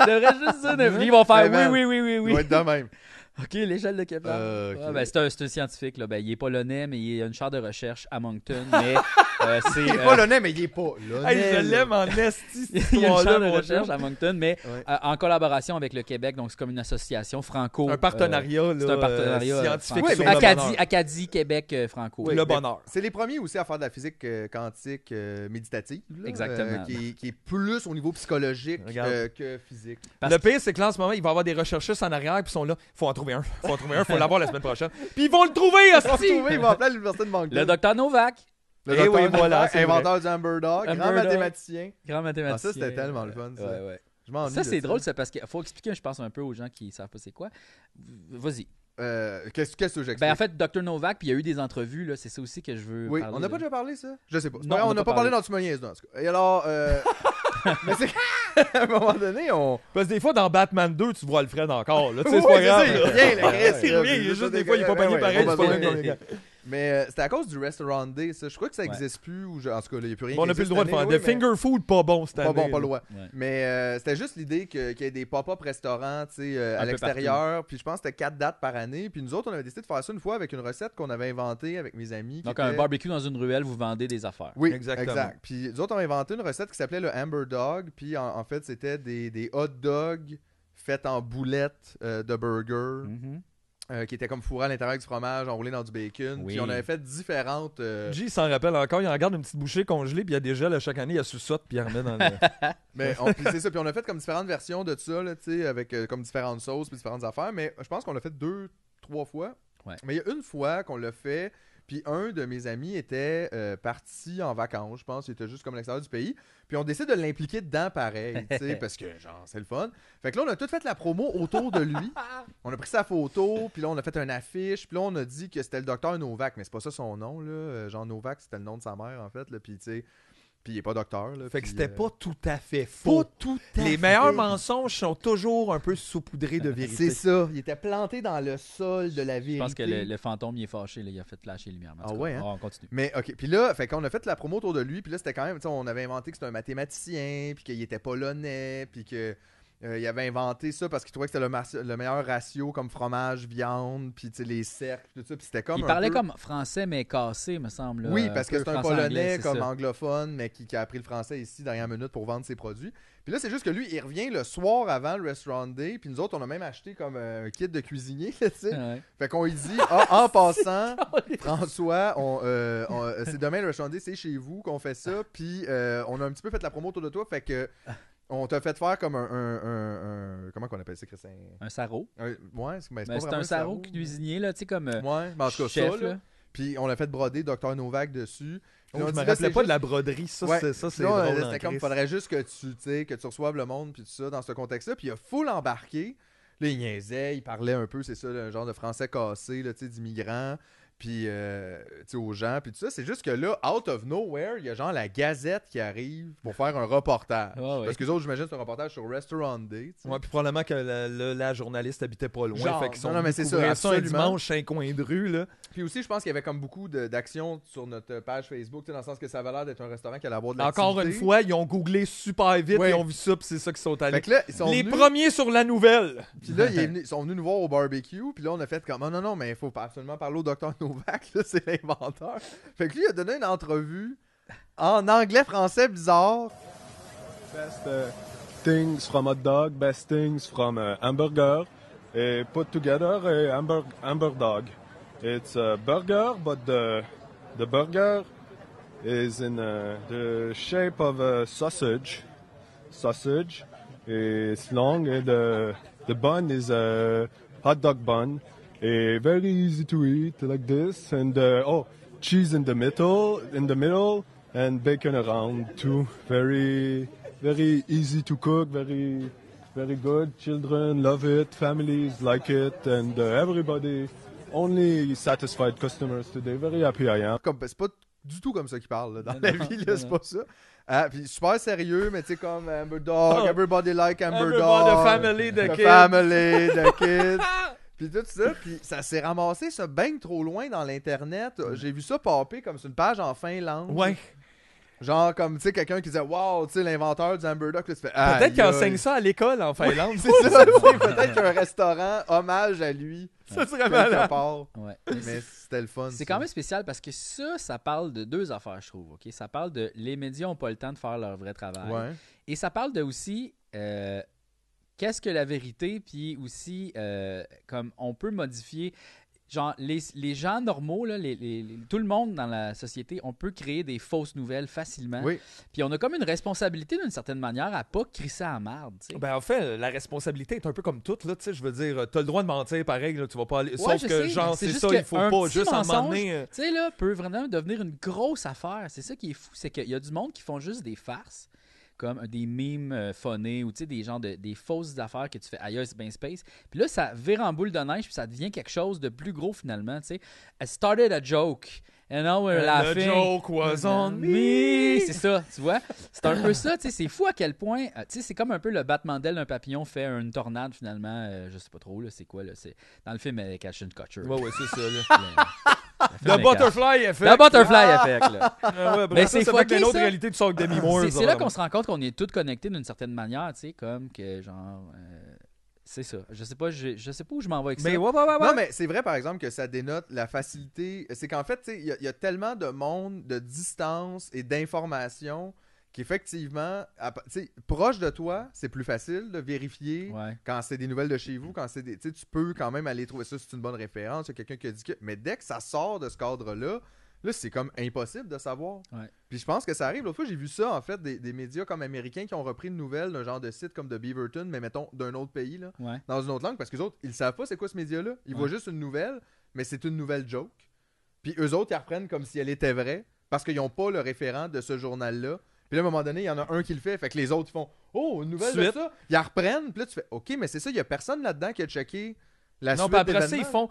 S2: Je devrais juste dire, de- ils vont
S3: Hey,
S2: faire
S3: man.
S2: oui, oui, oui,
S3: Il
S2: oui,
S3: doit
S2: oui.
S3: être de même.
S2: [laughs] OK, l'échelle de Kepler.
S3: Euh, ok.
S2: Ah, ben, c'est un, c'est un scientifique, là. Ben, il est polonais, mais il a une chaire de recherche à
S3: [laughs]
S2: Moncton, mais euh, c'est...
S3: Il est
S2: euh,
S3: pas l'honnête, mais il est pas l'honnête.
S1: Hey, je l'aime en esti, cette
S2: [laughs] il y a une
S1: histoire-là,
S2: chambre de
S1: mon
S2: recherche
S1: chum.
S2: à Moncton, mais
S3: Ouais.
S2: euh, en collaboration avec le Québec, donc c'est comme une association franco.
S1: Un partenariat, là,
S2: euh, c'est un partenariat
S1: euh,
S2: euh,
S1: scientifique
S2: franco-
S3: sur
S1: le
S2: Acadie,
S1: bonheur.
S2: Acadie, Québec, euh, franco.
S1: le bonheur.
S3: C'est les premiers aussi à faire de la physique euh, quantique euh, méditative. là,
S2: Exactement.
S3: euh, qui, est- qui est plus au niveau psychologique
S1: Regarde.
S3: euh, que physique.
S2: Parce
S1: le pire, c'est que là, en ce moment, il va y avoir des recherchistes en arrière, puis ils sont là. Faut en trouver un. Faut en trouver un. Faut l'avoir la semaine prochaine. Puis ils vont le trouver,
S3: Ils vont se
S1: hostie!
S3: trouver, ils vont appeler à l'université de Moncton.
S2: Le docteur Novak,
S3: Le
S1: Eh
S3: docteur
S1: oui,
S3: Novak, [laughs]
S1: voilà, c'est
S3: inventeur du Amber Dog,
S2: Amber
S3: grand
S2: Dog.
S3: mathématicien.
S2: grand mathématicien.
S3: Ah, ça, c'était tellement le fun, ça.
S2: Ouais, ouais.
S3: Je m'ennuie.
S2: Ça,
S3: de
S2: c'est drôle, c'est parce qu'il faut expliquer, je pense, un peu aux gens qui savent pas c'est quoi. Vas-y.
S3: Euh, Qu'est-ce qu'est-ce que j'explique
S2: Ben, en fait, Dr. Novak, puis il y a eu des entrevues, là, c'est ça aussi que je veux.
S3: Oui,
S2: parler,
S3: on n'a pas
S2: là.
S3: déjà parlé, ça Je sais pas. C'est
S2: Non,
S3: pas grave,
S2: on
S3: on
S2: n'a
S3: n'a
S2: pas
S3: pas parlé
S2: parlé.
S3: dans Tu me niaises, non, en tout cas. Et alors, euh... mais c'est [laughs] qu'à un moment donné, on.
S1: Parce que des fois, dans Batman 2, tu vois Alfred encore. Là, tu sais,
S3: Oui,
S1: c'est
S3: [laughs]
S1: pas
S3: c'est
S1: grave.
S3: ça, il
S1: là.
S3: revient, le Christ,
S1: Il revient, il est juste des fois, il est pas
S3: Ben
S1: pogné
S3: ouais,
S1: pareil,
S3: on va
S1: c'est pas
S3: dire-
S1: le même gars.
S3: Mais euh, c'était à cause du Restaurant Day, ça. Je crois que ça
S2: Ouais.
S3: n'existe plus. Ou je- En tout cas, là, il n'y a plus rien.
S1: Bon, on
S3: n'a
S1: n'a plus le droit de faire des finger food pas bon cette
S3: Pas
S1: année.
S3: bon, pas
S1: là.
S3: loin.
S2: Ouais.
S3: Mais euh, c'était juste l'idée que- qu'il y ait des pop-up restaurants tu sais,
S2: Un
S3: euh, à
S2: peu
S3: l'extérieur. Puis je pense que c'était quatre dates par année. Puis nous autres, on avait décidé de faire ça une fois avec une recette qu'on avait inventée avec mes amis. qui
S2: Donc, un
S3: était-
S2: barbecue dans une ruelle, vous vendez des affaires.
S3: Oui,
S1: Exactement.
S3: exact. Puis nous autres, on a inventé une recette qui s'appelait le Hamburg Dog. Puis en, en fait, c'était des, des hot dogs faits en boulettes euh, de burger.
S2: Mhm.
S3: euh, qui étaient comme fourrés à l'intérieur du fromage, enroulés dans du bacon.
S2: Oui.
S3: Puis on avait fait différentes. euh,
S1: G s'en rappelle encore, il en garde une petite bouchée congelée, puis il y a des gels à chaque année, il y a sous saute puis il en remet dans le.
S3: Mais on- puis c'est ça. Puis on a fait comme différentes versions de ça, là, tu sais, avec euh, comme différentes sauces puis différentes affaires. Mais je pense qu'on l'a fait deux, trois fois.
S2: Ouais.
S3: Mais il y a une fois qu'on l'a fait. Puis un de mes amis était euh, parti en vacances, je pense. Il était juste comme à l'extérieur du pays. Puis on décide de l'impliquer dedans pareil, tu sais, parce que genre, c'est le fun. Fait que là, on a tout fait la promo autour de lui. On a pris sa photo, puis là, on a fait une affiche, puis là, on a dit que c'était le docteur Novak, mais c'est pas ça son nom, là. Euh, Genre, Novak, c'était le nom de sa mère, en fait, là. Puis, tu sais, puis il est pas docteur, là.
S1: Fait que
S3: puis,
S1: c'était
S3: euh,
S1: pas tout à fait
S3: pas
S1: faux.
S3: tout à
S1: Les
S3: fait.
S1: meilleurs mensonges sont toujours un peu saupoudrés de
S3: C'est
S1: vérité.
S3: ça. Il était planté dans le sol de la vérité.
S2: Je pense que le, le fantôme, il est fâché, là, il a fait flasher les lumières. mais en
S3: Ah
S2: tout cas,
S3: ouais, hein?
S2: On continue.
S3: Mais ok, puis là, fait qu'on a fait la promo autour de lui, puis là c'était quand même, tu sais, on avait inventé que c'était un mathématicien, puis qu'il était polonais, puis que euh, il avait inventé ça parce qu'il trouvait que c'était le, mas- le meilleur ratio comme fromage, viande, puis tu sais, les cercles, puis tout ça, puis c'était comme
S2: il
S3: un
S2: parlait
S3: peu-
S2: comme français, mais cassé, me semble. là, un
S3: Oui, parce que
S2: peu
S3: c'est un
S2: français-anglais,
S3: Polonais
S2: c'est
S3: comme
S2: ça.
S3: anglophone, mais qui, qui a appris le français ici dernière minute pour vendre ses produits. Puis là, c'est juste que lui, il revient le soir avant le restaurant day, puis nous autres, on a même acheté comme euh, un kit de cuisinier, [laughs] là, tu sais.
S2: Ouais.
S3: Fait qu'on lui dit, Ah, en passant, François, on, euh, on- euh, c'est demain le restaurant D, c'est chez vous qu'on fait ça. Puis euh, on a un petit peu fait la promo autour de toi. Fait que on t'a fait faire comme un. un- un- un- comment qu'on appelle ça, Christin
S2: Un sarro.
S3: Un- Ouais, c'est ben,
S2: Ben,
S3: c'est pas
S2: C'est
S3: vraiment
S2: un sarro cuisinier, là, tu sais, comme. euh,
S3: Ouais, mais en tout cas,
S2: chef,
S3: ça, là.
S2: là.
S3: Puis on l'a fait broder Dr Novak dessus.
S1: Oh,
S3: Puis on
S1: je
S3: dit,
S1: me
S3: là, c'est
S1: rappelais pas de
S3: juste-
S1: la broderie, ça
S3: Ouais.
S1: c'est ça, c'est
S3: Puis là,
S1: drôle. hein,
S3: c'était
S1: en
S3: comme,
S1: Christ.
S3: faudrait juste que tu, tu sais, que tu reçoives le monde, puis tout ça, dans ce contexte-là. Puis il a full embarqué. Là, il niaisait, il parlait un peu, c'est ça, un genre de français cassé, là, tu sais, d'immigrants, puis, euh, tu sais, aux gens, puis tout ça. C'est juste que là, out of nowhere, il y a genre la Gazette qui arrive pour faire un reportage.
S2: Ah ouais.
S3: Parce que les autres, j'imagine, c'est un reportage sur Restaurant Day, tu sais.
S1: Ouais, puis probablement que la, la- la journaliste habitait pas loin.
S3: Genre,
S1: fait qu'ils sont
S3: non, non, mais
S1: venus
S3: c'est ça,
S1: couvrir un
S3: absolument.
S1: dimanche, un coin de rue, là.
S3: Puis aussi, je pense qu'il y avait comme beaucoup de- d'actions sur notre page Facebook, tu sais, dans le sens que ça avait l'air d'être un restaurant qui allait avoir de l'activité.
S1: Encore une fois, ils ont googlé super vite,
S3: Ouais.
S1: ils ont vu ça, puis c'est ça qu'ils sont allés.
S3: Fait que là, ils sont
S1: Les
S3: venus-
S1: premiers sur la nouvelle.
S3: Puis là, il est venu- ils sont venus nous voir au barbecue. Puis là, on a fait comme, Ah, non, non, mais il faut pas- absolument parler au docteur [laughs] Novak. Là, c'est l'inventeur. Fait que lui, il a donné une entrevue en anglais, français bizarre.
S6: Best uh, things from hot dog, best things from uh, hamburger, uh, put together a hamburg hamburg dog. It's a burger, but the the burger is in uh, the shape of a sausage. Sausage is long, and the the bun is a hot dog bun. Uh, very easy to eat like this, and uh, oh, cheese in the middle, in the middle, and bacon around too. Very very easy to cook. Very very good. Children love it. Families like it, and uh, everybody. Only satisfied customers today. Very happy I am.
S3: Comme, ben, c'est pas du tout comme ça qu'il parle là, dans la vie, là, c'est pas ça. Ah, puis super sérieux, mais tu sais, comme Amber Dog,
S1: Oh.
S3: Everybody Like Amber
S1: Everybody,
S3: Dog.
S1: family, the
S3: The
S1: kid. [laughs]
S3: Family, The Kids. Puis tout ça, puis ça s'est ramassé ça bien trop loin dans l'internet. J'ai vu ça popper comme sur une page en Finlande.
S1: Mm. Ouais.
S3: Genre comme tu sais quelqu'un qui disait waouh, tu sais l'inventeur du hamburger Duck, là, tu fais aïe,
S1: Peut-être qu'ils
S3: aïe.
S1: enseignent ça à l'école en Finlande.
S3: [laughs] C'est ça, tu sais, peut-être qu'un restaurant hommage
S1: [laughs]
S3: à lui
S1: ça serait
S3: quelque
S1: malade.
S3: part.
S2: Ouais.
S3: Mais c'était le fun.
S2: C'est
S3: ça.
S2: quand même spécial parce que ça, ça parle de deux affaires, je trouve. ok? Ça parle de les médias n'ont pas le temps de faire leur vrai travail.
S3: ouais.
S2: Et ça parle de aussi euh, qu'est-ce que la vérité, puis aussi euh, comme on peut modifier. Genre, les, les gens normaux, là, les- les- les- tout le monde dans la société, on peut créer des fausses nouvelles facilement.
S3: Oui.
S2: Puis on a comme une responsabilité d'une certaine manière à pas crisser à marde. tu sais.
S1: Ben, en fait, la responsabilité est un peu comme toute, là, tu sais, je veux dire, euh, t'as le droit de mentir, pareil, là, tu vas pas aller...
S2: Ouais,
S1: Sauf
S2: je
S1: que,
S2: sais, mais
S1: genre, c'est
S2: juste
S1: ça,
S2: que
S1: il faut
S2: un
S1: pas
S2: petit
S1: juste en
S2: mensonge,
S1: m'emmener... euh,
S2: Tu sais, là, peut vraiment devenir une grosse affaire. C'est ça qui est fou. C'est qu'il y a du monde qui font juste des farces, comme des mimes euh, phonés ou tu sais, des gens de, des fausses affaires que tu fais ailleurs, c'est bien space. Puis là, ça vire en boule de neige, puis ça devient quelque chose de plus gros finalement. Tu sais, I started a joke. And now we're
S1: And the
S2: laughing.
S1: euh, joke
S2: Mmh.
S1: was on me.
S2: C'est ça, tu vois. C'est un peu ça, tu sais. C'est fou à quel point. euh, Tu sais, c'est comme un peu le battement d'aile d'un papillon fait une tornade finalement. euh, je sais pas trop, là. C'est quoi, là? C'est dans le film avec Ashton euh, Kutcher.
S1: [laughs] Ouais, ouais, c'est ça, là.
S2: Le- la les
S1: The
S2: gars.
S1: Butterfly Effect.
S2: The Butterfly
S1: [laughs]
S2: Effect, là.
S1: Ah ouais,
S2: Mais
S1: bref, ça,
S2: c'est
S1: ça fait
S2: fucké,
S1: une autre
S2: ça. Ah,
S1: réalité du Sock Demi Moore.
S2: C'est- C'est là qu'on se rend compte qu'on est tous connectés d'une certaine manière, tu sais, comme que genre. euh, c'est ça. Je sais pas, je, je sais pas où je m'en vais avec ça.
S1: Mais ouais, ouais, ouais, Ah, ouais.
S3: Non, mais c'est vrai, par exemple, que ça dénote la facilité. C'est qu'en fait, tu sais, il y, a- il y a tellement de monde, de distance et d'informations qu'effectivement, à pa- tu sais, proche de toi, c'est plus facile de vérifier
S2: Ouais.
S3: quand c'est des nouvelles de chez vous, quand c'est des. Tu sais, tu peux quand même aller trouver ça, c'est une bonne référence, il y a quelqu'un qui a dit que. Mais dès que ça sort de ce cadre-là, là, c'est comme impossible de savoir.
S2: Ouais.
S3: Puis je pense que ça arrive. L'autre fois, j'ai vu ça, en fait, des, des médias comme américains qui ont repris une nouvelle d'un genre de site comme de Beaverton, mais mettons d'un autre pays, là,
S2: Ouais.
S3: dans une autre langue, parce que autres, ils savent pas c'est quoi ce média-là. Ils
S2: Ouais.
S3: voient juste une nouvelle, mais c'est une nouvelle joke. Puis eux autres, ils la reprennent comme si elle était vraie, parce qu'ils n'ont pas le référent de ce journal-là. Puis là, à un moment donné, il y en a un qui le fait, fait que les autres ils font Oh, une nouvelle de
S1: Suite.
S3: ça. Ils la reprennent, puis là, tu fais OK, mais c'est ça, il y a personne là-dedans qui a checké la
S1: Non,
S3: suite.
S1: puis après ça, ils
S3: d'événements.
S1: font.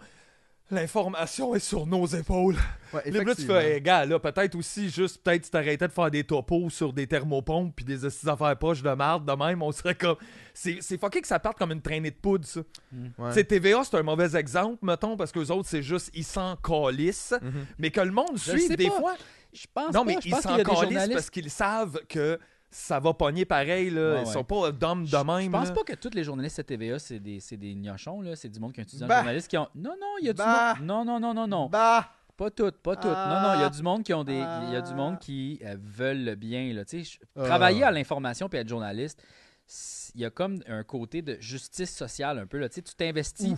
S1: L'information est sur nos épaules.
S3: Ouais,
S1: Les plus tu
S3: effectivement.
S1: fais, Eh, gars, là, peut-être aussi, juste, peut-être, si t'arrêtais de faire des topos sur des thermopompes puis des estis affaires poches de marde, de même, on serait comme. C'est c'est fucké que ça parte comme une traînée de poudre, ça.
S3: Ouais.
S1: Tu sais, TVA, c'est un mauvais exemple, mettons, parce qu'eux autres, c'est juste, ils s'en calissent,
S2: Mhm.
S1: mais que le monde
S2: Je
S1: suive
S2: sais
S1: des
S2: pas.
S1: fois.
S2: Je pense
S1: Non,
S2: pas,
S1: mais
S2: je
S1: ils
S2: pense qu'il
S1: s'en
S2: y a des
S1: calissent
S2: journalistes
S1: parce qu'ils savent que ça va pogner pareil, là.
S2: Ouais,
S1: Ils
S2: ouais.
S1: sont pas euh, d'hommes de même.
S2: Je pense
S1: là.
S2: pas que tous les journalistes de TVA, c'est des, c'est des gnochons, là. C'est du monde qui a étudié en
S3: Bah.
S2: journaliste qui ont. Non, non, il y a du
S3: Bah.
S2: monde. Non, non, non, non, non.
S3: Bah!
S2: Pas toutes, pas toutes. Non, non, il y a du monde qui ont des.
S3: Ah.
S2: Il y a du monde qui euh, veulent le bien, là. Tu sais, je-
S3: Ah.
S2: travailler à l'information puis être journaliste, c'est- il y a comme un côté de justice sociale un peu, là. Tu sais, tu t'investis.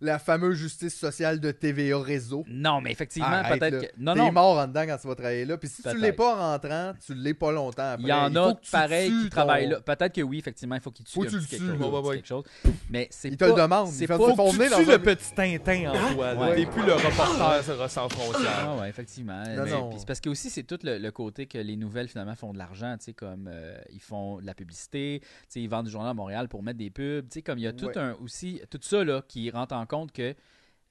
S3: La fameuse justice sociale de TVA Réseau.
S2: Non, mais effectivement,
S3: Arrête,
S2: peut-être
S3: là.
S2: que. Non,
S3: T'es
S2: non.
S3: mort en dedans quand tu vas travailler là. Puis si tu
S2: Peut-être.
S3: l'es pas en rentrant, tu l'es pas longtemps après.
S2: Il y en
S3: faut
S2: a
S3: que tu
S2: pareil
S3: tues
S2: qui travaillent
S3: ton-
S2: là. Peut-être que oui, effectivement, il faut qu'ils tuent
S3: Faut que
S2: un
S3: tu
S2: petit
S3: le
S2: quelque
S3: tues,
S2: chose,
S3: ouais,
S2: un
S3: ouais,
S2: petit
S3: ouais.
S2: quelque chose. Mais c'est
S3: Ils te
S2: pas-
S3: le demandent.
S2: C'est
S3: Ils font-
S2: pas
S3: ils font
S1: Tu
S3: venir dans
S1: tues
S3: un-
S1: le petit Tintin en toi, là.
S2: Ouais.
S1: T'es plus le reporter sans frontières.
S2: Ah ouais, effectivement.
S3: Non,
S2: Mais-
S3: non.
S2: puis c'est parce que aussi c'est tout le, le côté que les nouvelles finalement font de l'argent, tu sais comme euh, ils font de la publicité, tu sais ils vendent du journal à Montréal pour mettre des pubs, tu sais comme il y a tout
S3: Ouais.
S2: un aussi tout ça là qui rentre en compte que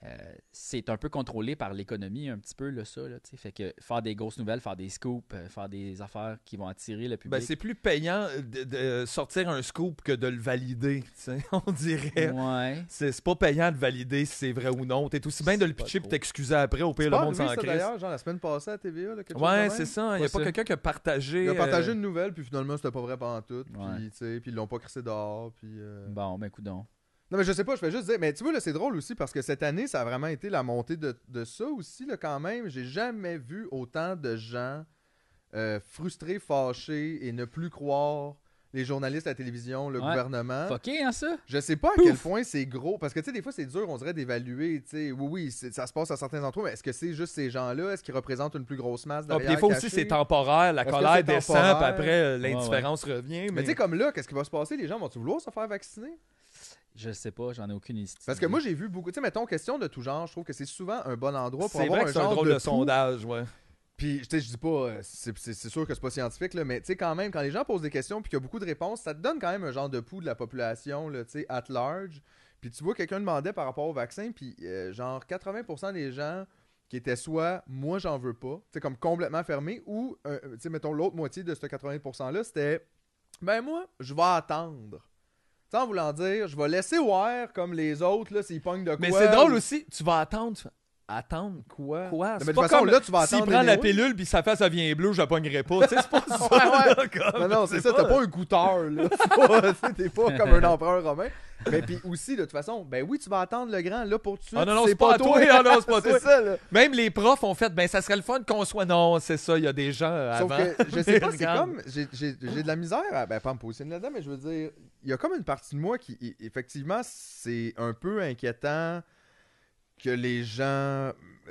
S2: euh, c'est un peu contrôlé par l'économie un petit peu là ça là, tu sais fait que faire des grosses nouvelles, faire des scoops, euh, faire des affaires qui vont attirer le
S1: Ben,
S2: public.
S1: c'est plus payant de, de sortir un scoop que de le valider, tu sais, [laughs] on dirait.
S2: ouais.
S1: C'est c'est pas payant de valider si c'est vrai ou non. T'es aussi bien de le
S2: C'est pas
S1: pitcher et
S2: trop.
S1: t'excuser après, au pire,
S3: C'est
S1: le
S3: pas
S1: monde s'en
S3: arrivé, ça,
S1: crisse.
S3: d'ailleurs, genre la semaine passée à TVA. Là, quelque chose de
S1: Ouais,
S3: même.
S1: c'est ça. Il n'y
S2: Quoi
S1: a pas
S2: ça?
S1: quelqu'un qui a partagé.
S3: Ils ont partagé
S1: euh,
S3: une nouvelle, puis finalement, c'était pas vrai pendant tout.
S2: Ouais.
S3: Puis, tu sais, puis ils l'ont pas crissé dehors. Puis, euh,
S2: Bon, ben coudon.
S3: Non, mais je sais pas, je vais juste dire. Mais tu vois, là, c'est drôle aussi parce que cette année, ça a vraiment été la montée de, de ça aussi, là, quand même. J'ai jamais vu autant de gens euh, frustrés, fâchés et ne plus croire les journalistes, la télévision, le
S2: Ouais.
S3: gouvernement.
S2: Fucké hein ça
S3: Je sais pas à
S2: Pouf!
S3: quel point c'est gros, parce que tu sais, des fois c'est dur, on dirait d'évaluer, tu sais, oui, oui, c'est- ça se passe à certains endroits, mais est-ce que c'est juste ces gens-là, est-ce qu'ils représentent une plus grosse masse
S1: ah,
S3: derrière
S1: puis des fois aussi,
S3: cachée?
S1: c'est temporaire. La
S3: Est-ce que
S1: colère
S3: c'est
S1: descend,
S3: temporaire?
S1: puis après, euh,
S2: Ouais,
S1: l'indifférence revient.
S3: Mais
S1: Mais,
S3: tu sais, comme là, qu'est-ce qui va se passer? Les gens vont-tu vouloir se faire vacciner?
S2: Je sais pas, j'en ai aucune idée.
S3: Parce
S1: Mhm.
S3: que moi, j'ai vu beaucoup, tu sais, mettons, question de tout genre, je trouve que c'est souvent un bon endroit pour
S1: c'est
S3: avoir
S1: vrai que
S3: un
S1: c'est un
S3: genre
S1: drôle
S3: de,
S1: de
S3: sondage.
S1: sondage, ouais.
S3: Puis, tu sais, je dis pas, euh, c'est c'est- c'est sûr que c'est pas scientifique, là, mais tu sais, quand même, quand les gens posent des questions puis qu'il y a beaucoup de réponses, ça te donne quand même un genre de pouls de la population, là, tu sais, at large. Puis tu vois, quelqu'un demandait par rapport au vaccin, puis euh, genre 80% des gens qui étaient soit moi j'en veux pas, tu sais, comme complètement fermé, ou, euh, tu sais, mettons, l'autre moitié de ce 80%-là, c'était ben moi, je vais attendre. Tu sais, en voulant dire, je vais laisser voir comme les autres, là, s'ils pognent de quoi.
S1: Mais c'est drôle
S3: ou-
S1: aussi. Tu vas attendre. tu fais, Attendre quoi? Quoi?
S3: Mais
S1: C'est
S3: de
S1: pas
S3: toute façon,
S1: comme
S3: là, tu vas
S1: s'il
S3: attendre
S1: prend la
S3: anyway.
S1: pilule puis sa face, elle vient bleue, je la pognerai pas. Tu sais, c'est
S3: [laughs]
S1: pas ça.
S3: Ouais,
S1: là, [laughs] comme,
S3: Non, non,
S1: je sais
S3: c'est ça, t'as pas un goûteur, là. [laughs] C'est pas- c'est-
S1: [laughs]
S3: T'es pas comme un empereur romain. Mais puis aussi, de toute façon, ben oui, tu vas attendre le grand, là, pour tuer.
S1: Ah non, non, c'est pas à toi. Ah non, c'est pas à toi.
S3: [laughs] C'est ça, là.
S1: Même les profs ont fait, ben ça serait le fun qu'on soit. Non, c'est ça, il y a des gens euh,
S3: Sauf
S1: avant.
S3: que,
S1: [laughs]
S3: je sais pas,
S1: Mais
S3: c'est
S1: regarde.
S3: comme, j'ai j'ai- j'ai de la misère, à, ben, pas à me positionner là-dedans, mais je veux dire, il y a comme une partie de moi qui, i- effectivement, c'est un peu inquiétant que les gens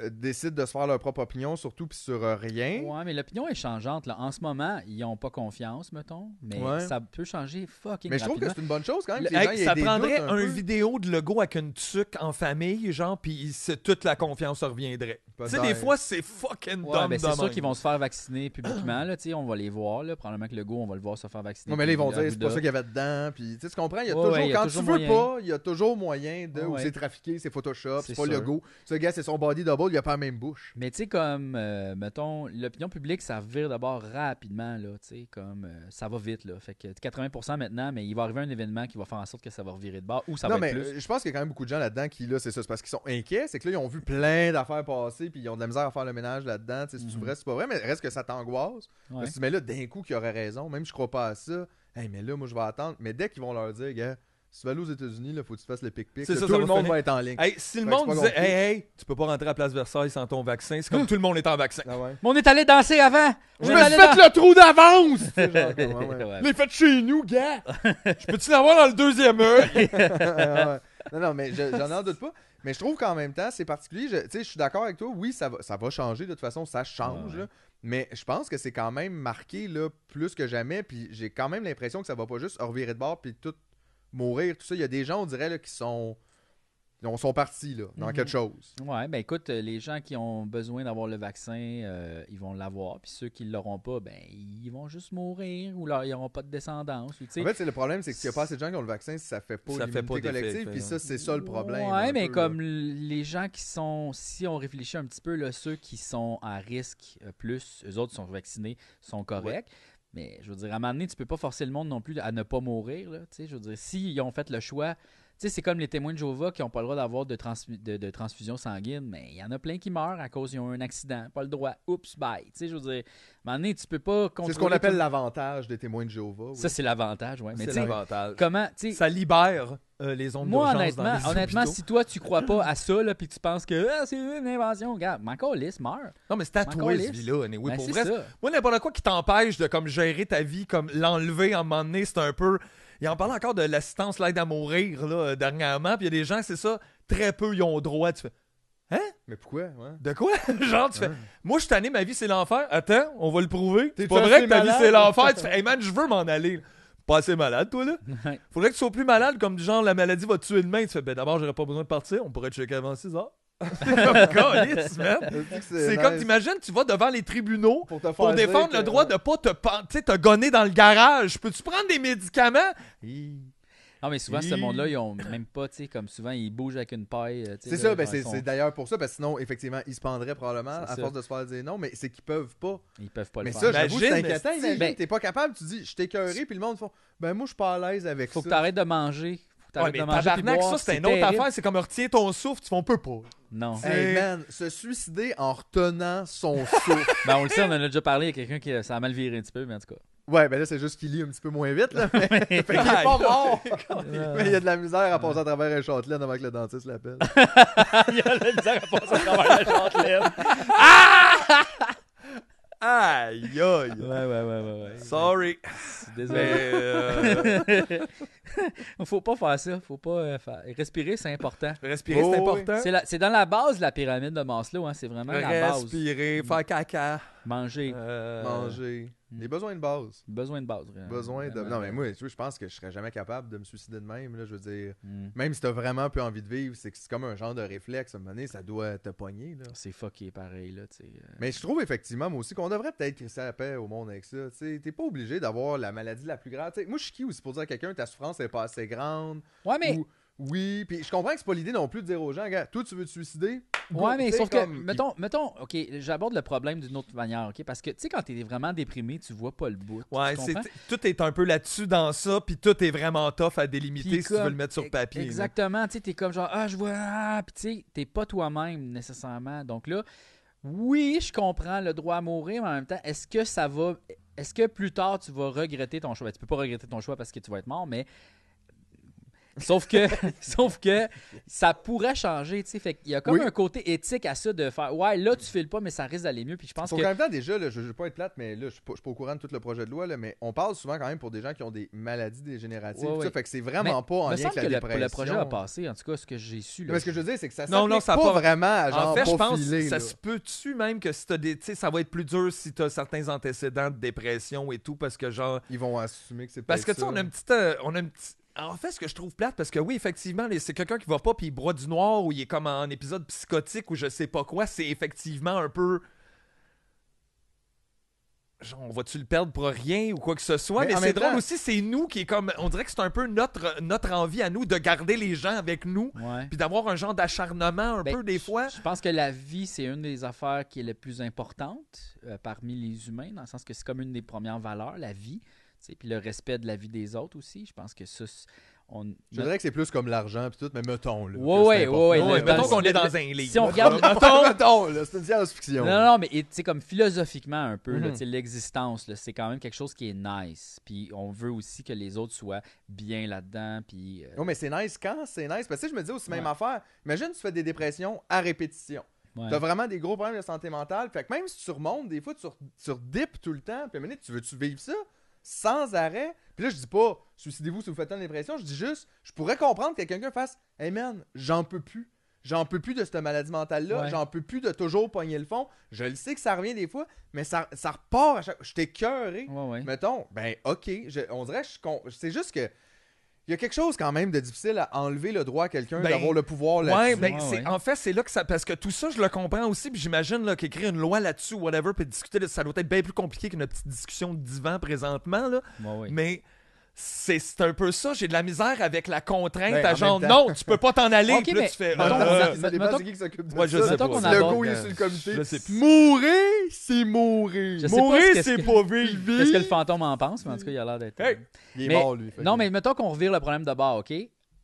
S3: euh, décident de se faire leur propre opinion, surtout puis sur euh, rien.
S2: Ouais, mais l'opinion est changeante. Là. En ce moment, ils n'ont pas confiance, mettons. Mais
S3: Ouais.
S2: ça peut changer fucking
S3: Mais je trouve que
S2: rapidement.
S3: c'est une bonne chose quand même.
S1: Le-
S3: que les gens,
S1: hey,
S3: y aient
S1: ça
S3: des
S1: prendrait
S3: doutes
S1: un,
S3: peu.
S1: vidéo de logo avec une tuque en famille, genre, puis c'est- toute la confiance reviendrait. Tu sais, des
S3: Peut-être.
S1: fois, c'est fucking
S2: Ouais,
S1: dumb
S2: ben,
S1: de
S2: c'est sûr
S1: même.
S2: qu'ils vont se faire vacciner publiquement. Là, tu sais, on va les voir. Là. Probablement que le go, on va le voir se faire vacciner.
S3: Non, mais là, ils vont
S2: puis
S3: dire, c'est pas
S2: Arruda.
S3: ça qu'il y avait dedans. Puis, tu sais, tu comprends, il y a
S2: Ouais,
S3: toujours,
S2: ouais, il y a
S3: quand
S2: toujours
S3: tu veux
S2: moyen.
S3: pas, il y a toujours moyen de.
S2: Ouais,
S3: Ou
S2: ouais.
S3: c'est trafiqué, c'est Photoshop,
S2: C'est
S3: c'est pas
S2: sûr.
S3: le go. Ce gars, c'est son body double, il a pas la même bouche.
S2: Mais tu sais, comme, euh, mettons, l'opinion publique, ça vire d'abord rapidement, là, tu sais, comme, euh, ça va vite, là. Fait que 80% maintenant, mais il va arriver un événement qui va faire en sorte que ça va revirer de bord ou ça
S3: non,
S2: va
S3: mais
S2: être plus.
S3: euh, je pense qu'il y a quand même beaucoup de gens là-dedans qui, là, c'est ça, c'est parce qu'ils sont inquiets, c'est que là, ils ont vu plein d'affaires passer, puis puis ils ont de la misère à faire le ménage là-dedans. tu sais, C'est-tu
S2: Mhm.
S3: vrai, c'est pas vrai, mais reste que ça t'angoisse.
S2: Ouais.
S3: Parce que, mais là, d'un coup, qu'il aurait raison, même je crois pas à ça. Hey, mais là, moi, je vais attendre. Mais dès qu'ils vont leur dire, gars, si tu vas aller aux États-Unis, là, faut que tu fasses le pic-pic.
S1: C'est
S3: là,
S1: ça,
S3: Tout
S1: ça
S3: le
S1: va
S3: monde
S1: finir.
S3: va être en ligne.
S1: Hey, si le
S3: Fait que
S1: monde
S3: c'est pas
S1: disait,
S3: compliqué.
S1: hey, hey, tu peux pas rentrer à Place Versailles sans ton vaccin, c'est
S2: Hmm.
S1: comme tout le monde est en
S2: [laughs]
S1: vaccin.
S3: Ah ouais.
S2: Mais on est allé danser avant.
S1: Je
S2: On est
S1: me suis
S2: allé
S1: fait
S2: dan-
S1: le trou
S3: [laughs]
S1: d'avance!
S3: C'est genre comme, ouais, ouais.
S2: [laughs] Ouais.
S1: Les faites chez nous,
S2: [laughs]
S1: gars! Je peux-tu l'avoir dans le deuxième œil?
S3: [laughs] Ouais. non, non, mais je- j'en en doute pas. Mais je trouve qu'en même temps, c'est particulier. Je, tu sais, je suis d'accord avec toi. Oui, ça va, ça va changer. De toute façon, ça change. là. Mais je pense que c'est quand même marqué là, plus que jamais. Puis j'ai quand même l'impression que ça va pas juste revirer de bord puis tout mourir. Tout ça. Il y a des gens, on dirait, là, qui sont. On sont partis là,
S1: Mm-hmm.
S3: dans quelque chose.
S2: Ouais, ben écoute, euh, les gens qui ont besoin d'avoir le vaccin, euh, ils vont l'avoir. Puis ceux qui ne l'auront pas, ben ils vont juste mourir ou leur- ils n'auront pas de descendance. ou tu sais.
S3: En fait, c'est le problème, c'est qu'il y a pas assez de gens qui ont le vaccin si ça fait pas
S1: Ça fait
S3: l'immunité
S1: pas d'effet,
S3: collective.
S1: fait,
S3: Puis
S1: ouais.
S3: ça, c'est ça le problème.
S2: Ouais,
S3: un
S2: mais
S3: peu,
S2: comme
S3: là.
S2: l- les gens qui sont, si on réfléchit un petit peu, là, ceux qui sont à risque euh, plus, eux autres sont vaccinés, sont corrects. Mais je veux dire, à un moment donné, tu peux pas forcer le monde non plus à ne pas mourir. Là, tu sais, je veux dire, s'ils ont fait le choix, tu sais, c'est comme les témoins de Jéhovah qui n'ont pas le droit d'avoir de, transfu- de, de transfusion sanguine, mais il y en a plein qui meurent à cause qu'ils ont eu un accident. Pas le droit. Oups, bye. Tu sais, je veux dire, à un moment donné, tu peux pas
S3: C'est
S2: contrôler.
S3: ce qu'on appelle
S2: tout-
S3: l'avantage des témoins de Jéhovah. oui.
S2: Ça, c'est l'avantage, ouais. Mais tu
S1: C'est
S2: sais,
S1: l'avantage.
S2: comment. tu sais,
S1: Ça libère euh, les ondes
S2: moi,
S1: d'urgence dans
S2: honnêtement,
S1: les
S2: honnêtement
S1: hôpitaux.
S2: si toi, tu crois pas à ça, là, puis tu penses que Ah, c'est une invention, regarde, mais encore lisse, meurt.
S1: Non, mais c'est à toi,
S2: Encore
S1: ce
S2: lisse.
S1: vie-là. anyway,
S2: Ben,
S1: pour
S2: c'est
S1: vrai,
S2: ça.
S1: Moi, n'importe quoi qui t'empêche de comme gérer ta vie, comme l'enlever à un moment donné, c'est un peu. Il en parle encore de l'assistance, l'aide à mourir, là, euh, dernièrement. Puis il y a des gens, c'est ça, très peu, ils ont droit. Tu fais,
S3: Mais pourquoi ouais?
S1: de quoi Genre, tu fais, moi, je suis tanné, ma vie, c'est l'enfer. Attends, on va le prouver.
S3: T'es
S1: C'est pas
S3: assez
S1: vrai que ta vie,
S3: malade?
S1: c'est l'enfer. tu fais, hey man, je veux m'en aller. Pas assez malade, toi,
S3: [laughs]
S1: là. Faudrait que tu sois plus malade, comme du genre, la maladie va te tuer demain. Tu fais, ben d'abord, j'aurais pas besoin de partir. On pourrait te checker avant 6 heures. [laughs] C'est comme, câlisse, man. [laughs] C'est comme,
S3: nice
S1: t'imagines, tu vas devant les tribunaux.
S3: pour, te faire
S1: pour
S3: dire
S1: défendre
S3: que-
S1: le droit de pas te pan- tu sais, te gonner dans le garage. Peux-tu prendre des médicaments?
S2: Non, mais souvent, ce
S1: Hi.
S2: monde-là, ils ont même pas, tu sais, comme souvent, ils bougent avec une paille. euh, tu sais,
S3: C'est
S2: là,
S3: ça, ben
S2: genre,
S3: c'est
S2: ils sont-
S3: c'est d'ailleurs pour ça, parce que sinon, effectivement, ils se pendraient probablement
S2: C'est
S3: à
S2: ça.
S3: force de se faire dire non, mais c'est qu'ils peuvent pas.
S2: Ils peuvent pas
S3: mais
S2: le
S3: ça,
S2: faire.
S3: j'avoue, c'est
S1: Imagine,
S3: inquiétant.
S1: esti.
S3: Imagine,
S2: Ben-
S3: t'es pas capable, tu dis, je t'ai écœuré, puis le monde font, ben moi, je suis pas à l'aise avec
S2: Faut que
S3: ça.
S2: tu arrêtes de manger. Faut que t'arrêtes
S1: mais
S2: de manger. puis
S1: tabarnak,
S2: boire,
S1: ça, c'est une autre
S2: terrible.
S1: affaire. C'est comme retiens ton souffle, tu fais on peut pas.
S2: Non.
S3: Hey man, se suicider en retenant son [laughs] souffle.
S2: ben, on le sait, on en a déjà parlé à quelqu'un qui euh, ça a mal viré un petit peu, mais en tout cas.
S3: Ouais, ben là, c'est juste qu'il lit un petit peu moins vite, là.
S2: [laughs]
S3: Mais, fait qu'il est pas mort. mais il y a de la misère à passer à travers un châtelaine avant que le dentiste l'appelle.
S2: Il y a la misère à passer à travers la chantelaine.
S1: Aïe, aïe.
S2: Ouais, ouais, ouais, ouais. ouais.
S1: Sorry.
S2: Désolé.
S1: Mais, euh,
S2: [laughs] Faut pas faire ça. Faut pas euh, faire. Respirer, c'est important.
S1: respirer,
S3: Oh,
S1: c'est
S3: oui.
S1: important.
S2: C'est la- c'est dans la base de la pyramide de Maslow, hein. C'est vraiment la base.
S1: Respirer, faire caca.
S2: Manger.
S1: euh,
S3: Manger. Les besoins de base.
S2: Besoin de base. vraiment.
S3: Besoin de.
S2: Vraiment.
S3: Non, mais moi, tu vois, je pense que je serais jamais capable de me suicider de même, là, je veux dire.
S2: Mm.
S3: Même si t'as vraiment peu envie de vivre, c'est que c'est comme un genre de réflexe. À un moment donné, ça doit te pogner. Là.
S2: C'est fucké pareil, là, tu sais. euh.
S3: Mais je trouve effectivement, moi aussi, qu'on devrait peut-être crisser la paix au monde avec ça. tu sais. T'es pas obligé d'avoir la maladie la plus grave. tu sais. moi, je suis qui aussi pour dire à quelqu'un ta souffrance n'est pas assez grande.
S2: Ouais, mais,
S3: Ou- oui, puis je comprends que c'est pas l'idée non plus de dire aux gens, gars, toi, tu veux te suicider Go.
S2: ouais, mais
S3: Tu sais,
S2: sauf que,
S3: comme-
S2: mettons, mettons, ok, j'aborde le problème d'une autre manière, ok, parce que, tu sais, quand t'es vraiment déprimé, tu vois pas le bout.
S1: Ouais,
S2: tu
S1: c'est,
S2: comprends?
S1: tout est un peu là-dessus dans ça, puis tout est vraiment tough à délimiter
S2: Puis
S1: si tu
S2: comme- e-,
S1: veux le mettre sur papier. là.
S2: Exactement, tu sais, t'es comme genre, ah, je vois, ah, puis tu sais, t'es pas toi-même nécessairement. Donc là, oui, je comprends le droit à mourir, mais en même temps, est-ce que ça va. Est-ce que plus tard, tu vas regretter ton choix? Ben, tu peux pas regretter ton choix parce que tu vas être mort, mais. Sauf
S3: [laughs]
S2: que, [laughs] sauf que ça pourrait changer, tu sais. Fait qu'il y a comme
S3: Oui.
S2: un côté éthique à ça de faire, ouais, là, tu files pas, mais ça risque d'aller mieux. Puis je pense
S3: Pour
S2: que.
S3: en même temps, déjà, là, je ne veux pas être plate, mais là, je ne suis, pas- je suis pas au courant de tout le projet de loi, là, mais on parle souvent quand même pour des gens qui ont des maladies dégénératives.
S2: Ouais,
S3: tout ça,
S2: ouais.
S3: fait que c'est vraiment pas en
S2: me
S3: lien
S2: semble
S3: avec
S2: que le,
S3: la dépression.
S2: le projet a passé, en tout cas, ce que j'ai su.
S3: Non,
S2: Là,
S3: mais ce que je veux dire, c'est que ça
S1: Non, non,
S3: s'applique
S1: ça a
S3: pas
S1: pas-
S3: vraiment à genre
S1: en fait, je
S3: pas
S1: pense
S3: filer,
S1: que ça
S3: là.
S1: se peut-tu même que si t'as des. Tu sais, ça va être plus dur si t'as certains antécédents de dépression et tout, parce que genre.
S3: Ils vont assumer que c'est
S1: Parce que
S3: peut-être
S1: tu sais, on
S3: Ben, ça.
S1: a une petite. euh, on a une petite- En fait, ce que je trouve plate, parce que oui, effectivement, les- c'est quelqu'un qui va pas puis il broie du noir ou il est comme en épisode psychotique ou je sais pas quoi, c'est effectivement un peu. Genre, on va-tu le perdre pour rien ou quoi que ce soit?
S3: Mais
S1: Mais,
S3: en
S1: c'est
S3: même
S1: drôle
S3: temps-
S1: aussi, c'est nous qui est comme. On dirait que c'est un peu notre, notre envie à nous de garder les gens avec nous
S2: Ouais.
S1: puis d'avoir un genre d'acharnement un
S2: Ben,
S1: peu des
S2: je-
S1: fois.
S2: Je pense que la vie, c'est une des affaires qui est la plus importante euh, parmi les humains, dans le sens que c'est comme une des premières valeurs, la vie. tu sais, Puis le respect de la vie des autres aussi. Je pense que ça, c'est- on-
S3: Je dirais que c'est plus comme l'argent puis tout, mais mettons là.
S2: Ouais, ouais, ouais, ouais, le-
S3: Mettons
S2: dans-
S3: qu'on est
S2: le-
S3: dans
S2: le-
S3: un livre.
S2: si on
S3: [laughs]
S2: regarde-
S3: mettons, mettons, là, c'est une science-fiction.
S2: Non, non, non, mais et, tu sais, comme philosophiquement un peu, là,
S3: Mhm.
S2: tu sais, l'existence, là, c'est quand même quelque chose qui est nice. Puis on veut aussi que les autres soient bien là-dedans. Puis. euh,
S3: Non, Oh, mais c'est nice quand c'est nice. Parce que tu sais, je me dis aussi, même affaire. Imagine, tu fais des dépressions à répétition.
S2: ouais.
S3: T'as vraiment des gros problèmes de santé mentale. Fait que même si tu remontes, des fois, tu, re- tu redippes tout le temps. Puis à un moment donné, tu veux-tu vivre ça sans arrêt? Puis là, je dis pas, suicidez-vous si vous faites une dépression. Je dis juste, je pourrais comprendre que quelqu'un fasse, hey man, j'en peux plus. J'en peux plus de cette maladie mentale-là.
S2: Ouais.
S3: J'en peux plus de toujours pogner le fond. Je le sais que ça revient des fois, mais ça, ça repart à chaque Je t'ai cœuré.
S2: Ouais, ouais.
S3: Mettons, ben ok, je- on dirait, que je con- c'est juste que. Il y a quelque chose quand même de difficile à enlever le droit à quelqu'un
S1: Ben,
S3: d'avoir le pouvoir
S1: Ouais,
S3: là-dessus.
S1: ben,
S2: Ouais,
S1: c'est-
S2: ouais.
S1: en fait, c'est là que ça. Parce que tout ça, je le comprends aussi. Puis j'imagine là, qu'écrire une loi là-dessus, whatever, puis discuter de ça doit être bien plus compliqué qu'une petite discussion de divan présentement. Là.
S2: ouais, ouais.
S1: Mais c'est c'est un peu ça. J'ai de la misère avec la contrainte
S3: Ben,
S1: à
S3: en
S1: genre,
S3: même temps.
S1: non, tu peux pas t'en aller.
S2: Ok,
S1: puis là,
S2: mais
S1: tu fais.
S2: mettons,
S1: euh,
S2: mettons-
S3: ça dépend
S2: mettons-
S3: c'est qui qui s'occupe de
S1: moi, je
S3: ça.
S1: sais
S2: mettons
S1: pas.
S2: qu'on
S1: Le
S3: Le
S2: aborde-
S1: go-
S3: go, il est sur le comité.
S1: Je sais plus.
S3: Mourir, c'est mourir.
S2: Je sais pas ce
S1: Mourir,
S2: qu'est-ce
S1: c'est
S2: que-
S1: pas vivre.
S2: [laughs] Qu'est-ce que le fantôme en pense? Mais en tout cas, il a l'air d'être.
S1: Hey!
S3: Il est
S2: Mais-
S3: mort, lui. fait
S2: Non,
S3: que-
S2: mais mettons qu'on revire le problème de bord, OK?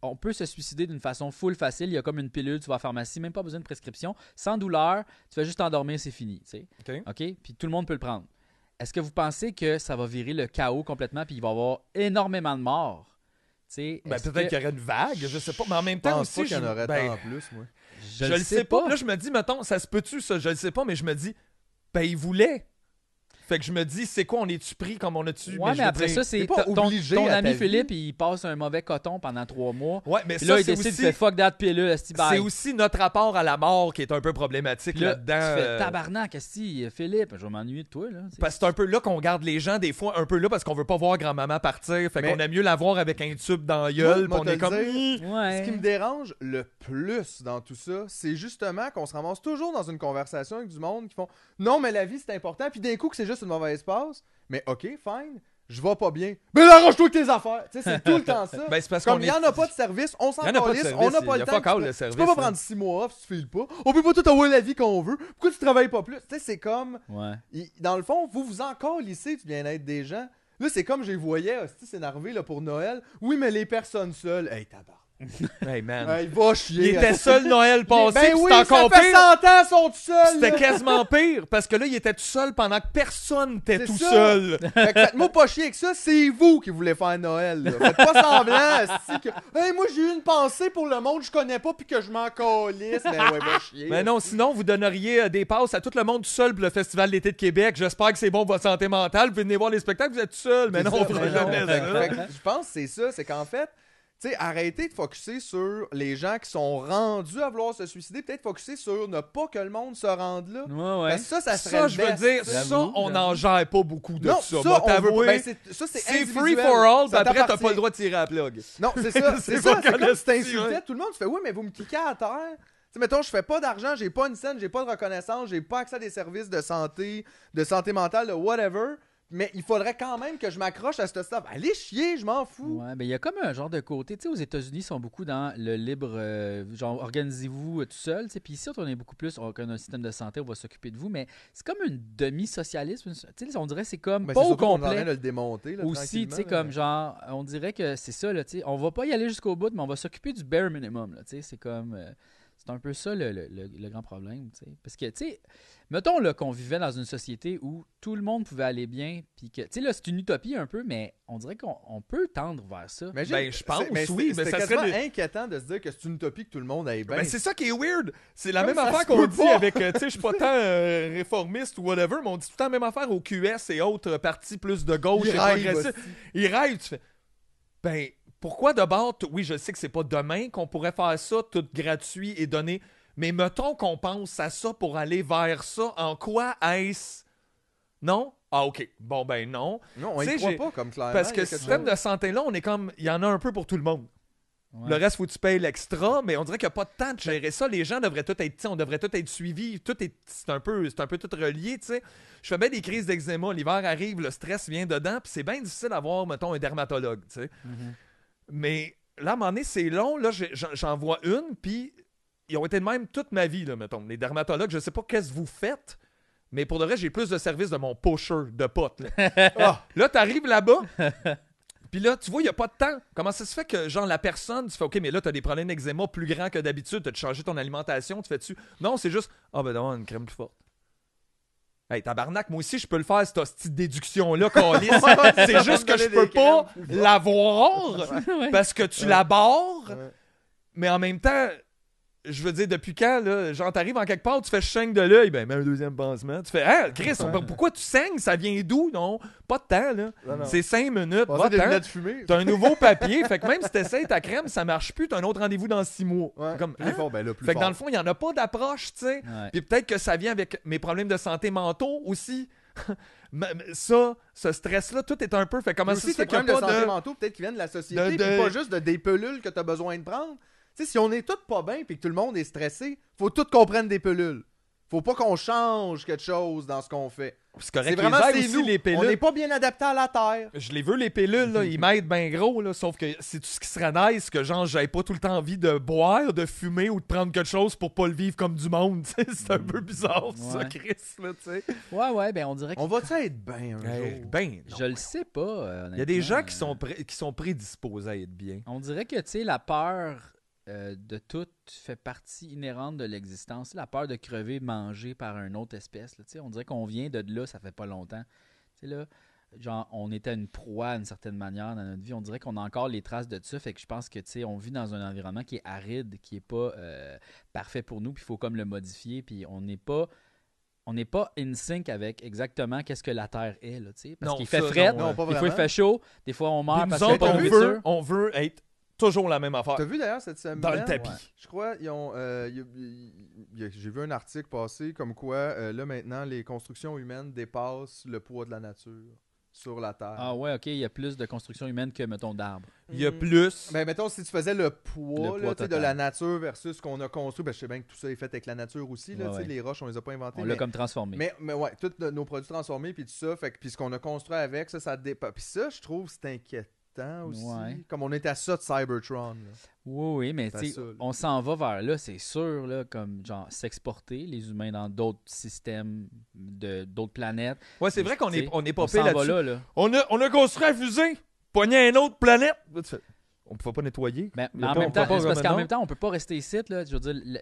S2: On peut se suicider d'une façon full facile. Il y a comme une pilule, tu vas à la pharmacie, même pas besoin de prescription. Sans douleur, tu vas juste t'endormir, c'est fini. tu sais.
S1: OK.
S2: Puis tout le monde peut le prendre. Est-ce que vous pensez que ça va virer le chaos complètement, puis il va y avoir énormément de morts? Tu sais,
S1: Ben,
S2: est-ce
S1: peut-être
S2: que-
S1: qu'il y aurait une vague, je sais pas. Mais en même
S3: Je
S1: temps
S3: pense
S1: aussi.
S3: pas qu'il y en
S1: je-
S3: aurait
S1: ben,
S3: tant en plus, moi.
S2: Je, le sais pas.
S1: Là, je me dis, mettons, ça se peut-tu, ça? Je le sais pas, mais je me dis, ben, il voulait. Fait que je me dis, c'est quoi, on est-tu pris comme on a-tu. Ben,
S2: Ouais, mais,
S1: je veux
S2: après
S1: dire-
S2: ça, c'est
S3: t'es pas
S2: ton, ton-
S3: obligé
S2: ton
S3: à
S2: ami
S3: ta vie.
S2: Philippe, il passe un mauvais coton pendant trois mois.
S1: Ouais, mais
S2: Puis
S1: ça,
S2: là, il
S1: c'est
S2: décide, il
S1: aussi,
S2: fait fuck that pilule, esti,
S1: c'est
S2: bye.
S1: aussi notre rapport à la mort qui est un peu problématique
S2: Puis là,
S1: là-dedans.
S2: tu fais
S1: euh,
S2: tabarnak, esti, Philippe, je vais m'ennuyer de toi, là. tu sais.
S1: Parce que c'est un peu là qu'on garde les gens, des fois, un peu là, parce qu'on veut pas voir grand-maman partir. Fait
S3: Mais-
S1: qu'on aime mieux la voir avec un tube dans la gueule,
S3: Moi,
S1: pis on
S3: moi,
S1: est
S3: te
S1: comme.
S3: le dire,
S2: Ouais.
S3: Ce qui me dérange le plus dans tout ça, c'est justement qu'on se ramasse toujours dans une conversation avec du monde qui font Non, mais la vie c'est important, puis d'un coup que c'est juste une mauvaise passe, mais ok, fine, je vais pas bien. Mais là, arrange-toi avec tes affaires. Tu sais, c'est tout le
S2: [laughs]
S3: temps ça.
S1: Ben, c'est parce qu'on
S3: Comme il n'y en a pas de service, on s'en
S1: Il y en a pas de
S3: calisse,
S1: service,
S3: on n'a
S1: il
S3: pas
S1: y
S3: le
S1: a
S3: temps.
S1: fuck all
S3: tu,
S1: de
S3: peux,
S1: service, hein.
S3: tu peux pas
S1: là.
S3: prendre six mois off si tu files pas. On peut pas tout avoir la vie qu'on veut. Pourquoi tu travailles pas plus? Tu sais, c'est comme.
S2: Ouais.
S3: il- dans le fond, vous vous encore lissez du bien-être des gens. Là, c'est comme je les voyais, hostie, s'énerver là, pour Noël. Oui, mais les personnes seules. Hey, tabarnak.
S1: Hey, man.
S3: Hey, va
S1: Il
S3: chier.
S1: était seul Noël
S3: [laughs] Ben
S1: passé, pis
S3: oui,
S1: c'était
S3: ça
S1: encore
S3: fait
S1: pire.
S3: 100 ans, sont tout seuls.
S1: [laughs] C'était
S3: là.
S1: quasiment pire parce que là, il était tout seul pendant que personne était
S3: C'est
S1: tout
S3: ça. [laughs]
S1: seul.
S3: Fait que faites-moi pas chier avec ça, c'est vous qui voulez faire Noël. là. Faites
S1: [laughs]
S3: pas semblant, hostie, que. Hey, moi, j'ai eu une pensée pour le monde que je connais pas puis que je m'en calisse. Ben ouais, va chier.
S1: Mais non, sinon, vous donneriez euh, des passes à tout le monde tout seul pour le Festival d'été de Québec. J'espère que c'est bon pour votre santé mentale. Vous venez voir les spectacles, vous êtes tout seul. Mais
S3: C'est
S1: non, on
S3: ça,
S1: fera
S3: mais non.
S1: jamais ça.
S3: Fait que Je pense que c'est ça, c'est qu'en fait, tu sais, arrêtez de focuser sur les gens qui sont rendus à vouloir se suicider, peut-être focuser sur ne pas que le monde se rende là.
S2: Ouais, ouais.
S3: Parce que ça, ça serait
S1: Ça,
S3: le
S1: je veux
S3: best,
S1: dire,
S3: tu sais.
S1: ça, on n'en gère pas beaucoup de
S3: non,
S1: ça.
S3: ça,
S1: Moi,
S3: on veut
S1: t'avouer,
S3: ben, c'est- ça, c'est
S1: c'est free
S3: individuel.
S1: for all, puis
S3: Ça
S1: après, t'as
S3: t'appartient.
S1: pas le droit de tirer à la plug.
S3: Non, c'est
S1: [laughs]
S3: ça,
S1: C'est
S3: c'est ça,
S1: pas
S3: c'est comme si
S1: connecté, ouais.
S3: t'insultais, tout le monde, tu fais « Oui, mais vous me kickez à terre ». Tu sais, mettons, je fais pas d'argent, j'ai pas une scène, j'ai pas de reconnaissance, j'ai pas accès à des services de santé, de santé mentale, de whatever, mais il faudrait quand même que je m'accroche à ce stuff. Allez chier, je m'en fous.
S2: Ouais, ben il y a comme un genre de côté, tu sais, aux États-Unis, ils sont beaucoup dans le libre, euh, genre, organisez-vous euh, tout seul, tu sais, puis ici, on est beaucoup plus, on a un système de santé, on va s'occuper de vous, mais c'est comme une demi-socialisme, une- tu sais, on dirait c'est comme,
S3: Ben,
S2: pas
S3: c'est
S2: au
S3: surtout qu'on est en train
S2: complet,
S3: de le démonter, là,
S2: aussi, tu sais,
S3: tranquillement, là.
S2: comme genre, on dirait que c'est ça, là, tu sais, on va pas y aller jusqu'au bout, mais on va s'occuper du bare minimum, là, tu sais, c'est comme, euh, c'est un peu ça le, le- le- le grand problème, tu sais, parce que, tu sais, mettons, là, qu'on vivait dans une société où tout le monde pouvait aller bien, puis que, tu sais, là, c'est une utopie un peu, mais on dirait qu'on on peut tendre vers ça.
S3: Imagine,
S1: Ben, je pense,
S3: c'est- mais
S1: oui,
S3: c'est-
S1: mais
S3: c'est
S1: ça serait
S3: quasiment
S1: le-
S3: inquiétant de se dire que c'est une utopie que tout le monde aille bien.
S1: Ben, c'est ça qui est weird. C'est la
S3: Comme
S1: même
S3: ça
S1: affaire
S3: se
S1: qu'on
S3: peut
S1: dit
S3: pas.
S1: avec, euh, tu sais, je
S3: [laughs]
S1: suis pas tant euh, réformiste ou whatever, mais on dit tout le temps la même affaire au QS et autres euh, partis plus de gauche
S3: Ils
S1: et
S3: rêvent,
S1: progressistes. Ils rêvent, tu fais. Ben, pourquoi de bord, t- oui, je sais que c'est pas demain qu'on pourrait faire ça, tout gratuit et donné, mais mettons qu'on pense à ça pour aller vers ça, en quoi est-ce. Non? Ah, ok. Bon, ben non.
S3: Non, on
S1: Tu
S3: y
S1: sais,
S3: croit
S1: j'ai-
S3: pas, comme clairement.
S1: Parce
S3: il
S1: que
S3: y a
S1: le
S3: quelque
S1: système
S3: chose.
S1: de santé-là, on est comme. Il y en a un peu pour tout le monde.
S2: Ouais.
S1: Le reste, faut que tu payes l'extra, mais on dirait qu'il n'y a pas de temps de gérer ça. Les gens devraient tout être, tu sais, on devrait tout être suivis. Tout est, c'est un peu, c'est un peu tout relié, tu sais. Je fais bien des crises d'eczéma. L'hiver arrive, le stress vient dedans, puis c'est bien difficile d'avoir, mettons, un dermatologue, tu sais.
S3: Mhm.
S1: Mais là, à un moment donné, c'est long. Là, j'ai- j'en j'en vois une, puis ils ont été de même toute ma vie, là, mettons. Les dermatologues, je sais pas qu'est-ce que vous faites, mais pour de vrai, j'ai plus de services de mon pusher de pote. Là, Ah, là t'arrives là-bas, Puis là, tu vois, il n'y a pas de temps. Comment ça se fait que, genre, la personne, tu fais, OK, mais là, tu as des problèmes d'eczéma plus grands que d'habitude, tu as changé ton alimentation, tu fais-tu. Non, c'est juste, ah, ben, non, une crème plus forte. Hey, tabarnak, moi aussi, je peux le faire, cette petite déduction-là, Colis. [laughs] c'est juste que je peux pas
S3: [laughs]
S1: l'avoir parce que tu la barres. Mais en même temps, je veux dire, depuis quand, là, genre, t'arrives en quelque part, tu fais je saigne de l'œil, ben, mets un deuxième pansement. Tu fais, ah, Chris,
S3: Ouais.
S1: [laughs] pourquoi tu saignes Ça vient d'où Non, pas de temps, là.
S3: Non, non.
S1: C'est cinq minutes,
S3: Pensez
S1: pas
S3: des
S1: de temps.
S3: lunettes fumées.
S1: T'as un nouveau
S3: [laughs]
S1: papier, fait que même si t'essayes ta crème, ça marche plus, t'as un autre rendez-vous dans six mois.
S3: Ouais.
S1: Comme,
S3: Plus
S1: hein?
S3: fort, ben là, plus
S1: Fait que dans
S3: fort.
S1: le fond, il n'y en a pas d'approche, tu sais.
S2: Ouais.
S1: Puis peut-être que ça vient avec mes problèmes de santé mentaux aussi. [laughs] Ma- ma- ça, ce stress-là, tout est un peu. Fait que comment
S3: Mais
S1: ça
S3: aussi,
S1: se fait
S3: tes
S1: qu'il y a
S3: problèmes de
S1: pas
S3: santé
S1: de.
S3: mentaux, peut-être qu'ils viennent de la société,
S1: de-
S3: puis
S1: de-
S3: pas juste de des pelules que t'as besoin de prendre. Tu sais, si on est tous pas bien puis que tout le monde est stressé, faut tous qu'on prenne des pelules. Faut pas qu'on change quelque chose dans ce qu'on fait.
S1: C'est
S3: C'est
S1: correct, les
S3: vraiment
S1: ailes
S3: c'est
S1: aussi,
S3: nous.
S1: les
S3: on
S1: pilules.
S3: n'est pas bien adapté à la terre.
S1: Je les veux, les pilules, là, [laughs] ils m'aident bien gros, là, sauf que c'est tout ce qui serait nice, que genre, j'avais pas tout le temps envie de boire, de fumer ou de prendre quelque chose pour pas le vivre comme du monde. [laughs] tu sais. c'est un peu bizarre, ça,
S2: Ouais.
S1: Chris, là, tu sais.
S2: Ouais, ouais, ben on dirait que.
S3: On va-tu être bien un
S1: Eh,
S3: jour?
S1: Ben, non.
S2: Je le sais pas. euh,
S1: Il y a des
S2: honnêtement.
S1: gens qui sont, pré- qui sont prédisposés à être bien.
S2: On dirait que, tu sais, la peur euh, de tout fait partie inhérente de l'existence. La peur de crever mangé par une autre espèce. là, tu sais, on dirait qu'on vient de là, ça fait pas longtemps. Tu sais, là, genre, on était une proie d'une certaine manière dans notre vie. On dirait qu'on a encore les traces de ça. Fait que je pense que, tu sais, on vit dans un environnement qui est aride, qui est pas euh, parfait pour nous. Puis il faut comme le modifier. Puis on n'est pas. On n'est pas in sync avec exactement qu'est-ce que la Terre est, là, tu sais. Parce
S1: Non,
S2: qu'il fait
S1: ça,
S2: frais,
S1: non,
S3: Non, pas
S2: des fois il
S3: vraiment.
S2: fait chaud, des fois on meurt
S1: Puis
S2: parce
S1: nous
S2: qu'il n'y a
S1: autres,
S2: pas de
S1: on
S2: nourriture.
S1: veut, on veut être toujours la même affaire.
S3: T'as vu d'ailleurs cette semaine
S1: Dans le tapis.
S3: Je crois ils ont euh, y a- y- y a- j'ai vu un article passer comme quoi euh, là maintenant les constructions humaines dépassent le poids de la nature sur la terre.
S2: Ah ouais, ok, il y a plus de construction humaine que, mettons, d'arbres.
S1: Il y a plus.
S3: Ben, mettons, si tu faisais le poids,
S2: Le
S3: là,
S2: poids
S3: tu sais, de
S2: total.
S3: la nature versus ce qu'on a construit, ben, je sais bien que tout ça est fait avec la nature aussi. Là,
S2: Ouais,
S3: tu sais,
S2: ouais.
S3: Les roches, on les a pas inventées.
S2: On
S3: mais,
S2: l'a comme transformé.
S3: mais, mais ouais, tous nos- nos produits transformés, puis tout ça, fait, que- puis ce qu'on a construit avec, ça, ça dépasse. Puis ça, je trouve, c'est inquiétant aussi.
S2: Ouais.
S3: Comme on est à ça de Cybertron. là.
S2: Oui, oui, mais
S3: T'as
S2: tu sais,
S3: ça, là.
S2: on s'en va vers là, c'est sûr, là, comme genre s'exporter, les humains dans d'autres systèmes, de d'autres planètes.
S1: Ouais, c'est vrai qu'on
S2: Tu
S1: est,
S2: sais,
S1: on est
S2: On
S1: pas pire
S2: s'en va
S1: là-dessus.
S2: là, là.
S1: On a, on a construit un fusée, pogné une autre planète. Là, tu fais, On pouvait pas nettoyer.
S2: Mais,
S1: Il y
S2: mais
S1: a
S2: en
S1: pas- on
S2: même
S1: peut
S2: temps,
S1: pas
S2: c'est parce qu'en
S1: remettre
S2: même temps, on peut pas rester ici, là. Je veux dire, le- le-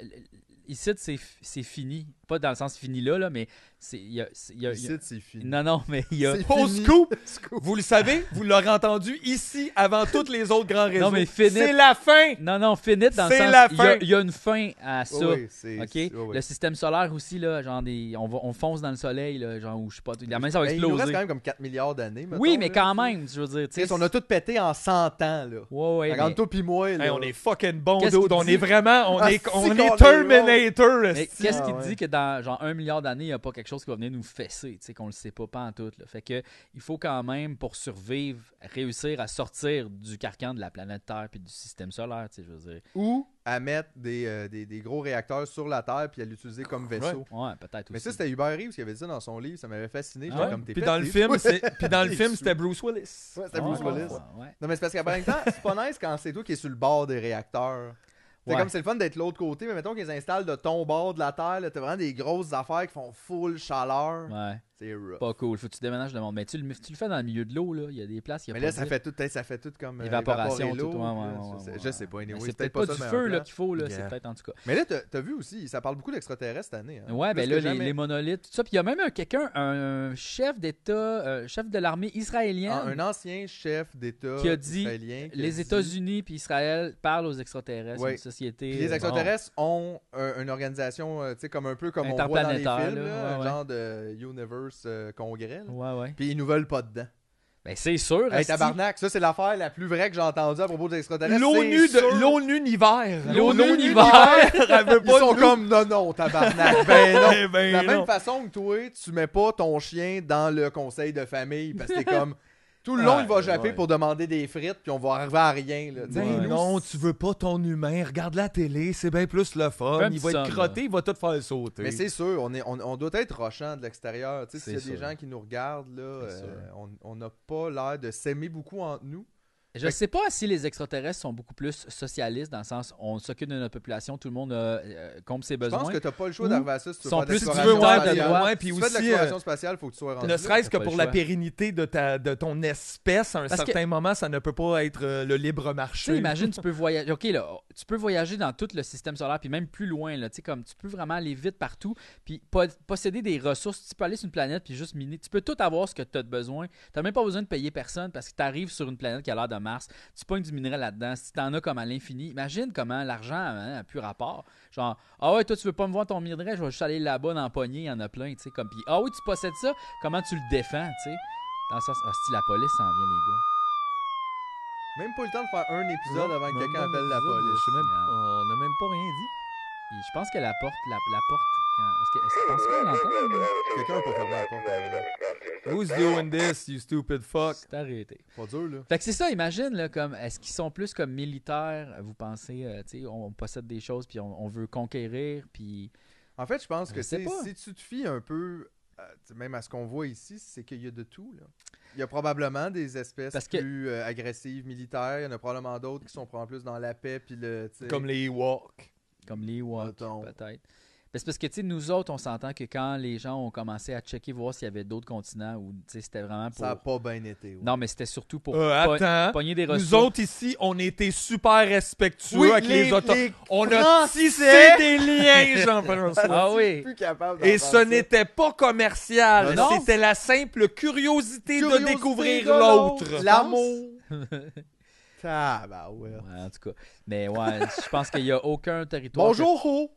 S2: ici, c'est c'est fini. Pas dans le sens fini là, là, mais c'est. il y a- c'est- il y a- il y a-
S3: Ici, c'est fini.
S2: Non, non, mais il y a.
S3: [laughs] C'est
S1: Au
S3: fini.
S1: scoop!
S3: Scoop.
S1: Vous le savez, vous l'aurez entendu ici avant tous les autres grands réseaux.
S2: Non, mais finite.
S1: C'est la fin!
S2: Non, non, finite dans le
S1: C'est
S2: sens.
S1: la
S2: il y a-
S1: fin.
S2: Il y, a une fin à [laughs] ça.
S3: Ouais, ouais, c'est-
S2: OK?
S3: c'est- ouais, ouais.
S2: Le système solaire aussi, là, genre des, on, va, on fonce dans le soleil, là, genre, ou je sais pas, la main, ça va
S3: Ben, il nous reste
S2: exploser.
S3: quand même comme 4 milliards d'années.
S2: oui,
S3: mettons,
S2: mais
S3: là,
S2: quand
S3: tu sais.
S2: même, je veux dire, tu
S3: Tu
S2: sais.
S3: sais, on a tout pété en 100 ans. Là.
S2: Ouais, ouais, mais-
S3: Regarde, toi, puis moi. Là.
S1: Hey, on est fucking bon,
S2: Qu'est-ce
S1: dude.
S2: qu'il
S1: On
S2: dit?
S1: est vraiment. On
S3: Ah,
S1: est,
S3: si,
S1: on
S3: qu'on
S1: est
S3: est
S1: Terminator.
S2: Mais
S1: esti.
S2: qu'est-ce
S3: Ah,
S2: qui te
S3: ouais.
S2: dit que dans genre un milliard d'années, il n'y a pas quelque chose qui va venir nous fesser, tu sais, qu'on le sait pas, pas en tout. Là. Fait que il faut quand même, pour survivre, réussir à sortir du carcan de la planète Terre puis du système solaire, tu sais, je veux dire.
S3: Ou à mettre des, euh, des, des gros réacteurs sur la Terre puis à l'utiliser comme vaisseau.
S2: Ouais, peut-être aussi.
S3: Mais ça, c'était Hubert Reeves qui avait dit ça dans son livre. Ça m'avait fasciné. J'étais
S2: Ah ouais?
S3: comme t'es
S1: Puis dans le
S3: pété,
S1: film, [laughs]
S3: toi.
S1: c'est- puis dans le
S3: T'es
S1: film,
S3: sous.
S1: c'était Bruce Willis.
S3: Ouais, c'était Bruce
S2: Ouais,
S3: Willis.
S2: ouais, ouais.
S3: Non, mais c'est parce qu'à même temps, c'est pas nice quand c'est toi qui es sur le bord des réacteurs. C'est
S2: Ouais.
S3: comme c'est le fun d'être de l'autre côté, mais mettons qu'ils installent de ton bord de la Terre. là, T'as vraiment des grosses affaires qui font full chaleur.
S2: Ouais,
S3: C'est rough.
S2: pas cool. Faut que tu déménages le monde. Mais tu le, tu le fais dans le milieu de l'eau, là. Il y a des places, il y a
S3: Mais
S2: pas
S3: là,
S2: de
S3: ça
S2: ville.
S3: fait tout, ça fait tout comme euh,
S2: évaporation,
S3: évaporer
S2: tout.
S3: l'eau,
S2: ouais, ouais,
S3: puis là,
S2: ouais,
S3: ça-
S2: ouais,
S3: Je sais pas,
S2: ouais.
S3: anyway,
S2: Mais
S3: c'est
S2: c'est peut-être
S3: pas,
S2: pas,
S3: ça
S2: du
S3: le
S2: feu
S3: meilleur
S2: là
S3: plan.
S2: qu'il faut là,
S1: Yeah.
S2: c'est peut-être en tout cas.
S3: Mais là, t'as t'as vu aussi, ça parle beaucoup d'extraterrestres cette année. hein.
S2: Ouais,
S3: Plus
S2: ben
S3: que
S2: là les,
S3: jamais.
S2: les monolithes, tout ça, puis il y a même un quelqu'un un chef d'État, euh, chef de l'armée israélienne.
S3: Ah, un ancien chef d'État
S2: Qui a dit,
S3: israélien qui a
S2: les
S3: dit-
S2: États-Unis puis Israël parlent aux extraterrestres,
S3: Ouais.
S2: une société.
S3: Puis les
S2: euh,
S3: extraterrestres ont euh, une organisation, euh, tu sais, comme un peu comme on voit dans les films,
S2: Interplanétaire, là,
S3: là,
S2: ouais,
S3: un
S2: ouais.
S3: genre de Universe euh, Congrès. là.
S2: bon. Ouais, ouais.
S3: Puis ils nous veulent pas dedans.
S2: Ben, c'est sûr.
S3: Hey,
S2: esti.
S3: tabarnak, ça c'est l'affaire la plus vraie que j'ai entendue à propos des extraterrestres.
S1: L'ONU
S3: c'est sûr.
S1: de l'ONU univers.
S2: L'ONU
S1: univers, elle veut
S3: Ils
S1: pas
S3: sont
S1: nous-
S3: comme non, non, tabarnak. ben non.
S1: Eh ben
S3: De la même
S1: non.
S3: façon que toi, tu mets pas ton chien dans le conseil de famille parce que t'es comme. [laughs] Tout le long,
S1: Ah, Ouais,
S3: il va japper
S1: ouais.
S3: pour demander des frites, puis on va arriver à rien. Là, tu sais.
S1: Ben
S3: Nous,
S1: non, tu veux pas ton humain. Regarde la télé, c'est bien plus le
S2: Fais
S1: fun.
S2: un
S1: Il
S2: petit
S1: va être
S2: somme,
S1: crotté, il va tout faire sauter.
S3: Mais c'est sûr, on, est, on, on doit être rochant de l'extérieur. Tu sais, S'il y a
S2: C'est
S3: des
S2: sûr.
S3: gens qui nous regardent, là,
S2: C'est
S3: euh, on on n'a pas l'air de s'aimer beaucoup entre nous.
S2: Je sais pas si les extraterrestres sont beaucoup plus socialistes dans le sens on s'occupe de notre population, tout le monde euh, euh, comble ses
S3: Je
S2: besoins.
S3: pense que t'as pas le
S2: Ou
S3: choix d'arriver à ça si tu veux
S2: sont
S3: faire de
S2: plus
S3: l'exploration
S2: tributaires de
S3: spatiale.
S2: droits,
S3: Si
S1: puis
S3: tu fais de
S1: aussi, euh,
S3: l'exploration spatiale, faut que tu sois rendu.
S1: Ne serait-ce que
S2: Ah, pas
S1: pour
S2: le
S1: la
S2: choix.
S1: pérennité de, ta, de ton espèce, à un
S2: Parce que-
S1: certain moment, ça ne peut pas être euh, le libre
S2: Tu sais,
S1: marché.
S2: imagine,
S1: [laughs]
S2: tu peux voyager. OK, là, tu peux voyager dans tout le système solaire, puis même plus loin, là. Tu sais, comme tu peux vraiment aller vite partout, puis po- posséder des ressources. Tu peux aller sur une planète, puis juste miner. Tu peux tout avoir ce que tu as de besoin. Tu n'as même pas besoin de payer personne parce que tu arrives sur une planète qui a l'air de Mars. Tu pognes du minerai là-dedans. Si tu en as comme à l'infini, imagine comment l'argent hein, a plus rapport. Genre, ah ouais, toi, tu veux pas me voir ton minerai, je vais juste aller là-bas dans la poignée, il y en a plein, tu sais. Comme, puis, ah oui, tu possèdes ça, comment tu le défends, tu sais. Dans le sens, ah, si la police s'en vient, les gars.
S3: Même pas le temps de faire un épisode avant que quelqu'un appelle la police.
S1: Je sais même-
S2: Yeah.
S1: On n'a même pas rien dit.
S2: Et je pense que la porte, la, la porte, quand... est-ce que, est-ce que pense qu'on l'entend? là?
S3: Quelqu'un peut fermer la porte. à la maison.
S1: Who's doing this, you stupid fuck?
S2: C'est arrêté.
S3: Pas dur, là.
S2: Fait que c'est ça, imagine, là, comme, est-ce qu'ils sont plus comme militaires, vous pensez, euh, tu sais, on, on possède des choses, puis on, on veut conquérir, puis...
S3: En fait, je pense que
S2: Je sais
S3: c'est-
S2: pas.
S3: si tu te fies un peu, à- tu sais, même à ce qu'on voit ici, c'est qu'il y a de tout. Là. Il y a probablement des espèces
S2: Parce que-
S3: plus euh, agressives, militaires. Il y en a probablement d'autres qui sont probablement plus dans la paix. Puis le, tu sais,
S1: Comme les Ewoks.
S2: Comme les Ewoks,
S3: Mettons.
S2: peut-être. Ben, c'est parce que, tu sais, nous autres, on s'entend que quand les gens ont commencé à checker, voir s'il y avait d'autres continents, ou, tu sais, c'était vraiment pour...
S3: Ça n'a pas bien été. ouais.
S2: Non, mais c'était surtout pour
S1: Euh,
S2: po-
S1: attends.
S2: pogner des ressources.
S1: Nous autres ici, on était super respectueux
S3: Oui,
S1: avec les,
S3: les-
S1: autres.
S3: les
S1: On a
S3: Français.
S1: tissé des liens, Jean-François.
S2: Ah oui!
S3: Plus capable d'en
S1: Et
S3: faire
S1: ce
S3: ça.
S1: n'était pas commercial,
S2: Non.
S1: c'était la simple curiosité, de
S3: Curiosité
S1: découvrir
S3: de
S1: l'autre.
S3: L'amour. Tabarouette.
S2: Ouais, en tout cas. Mais ouais, je pense qu'il n'y a aucun territoire... que-
S3: Bonjour, Ho.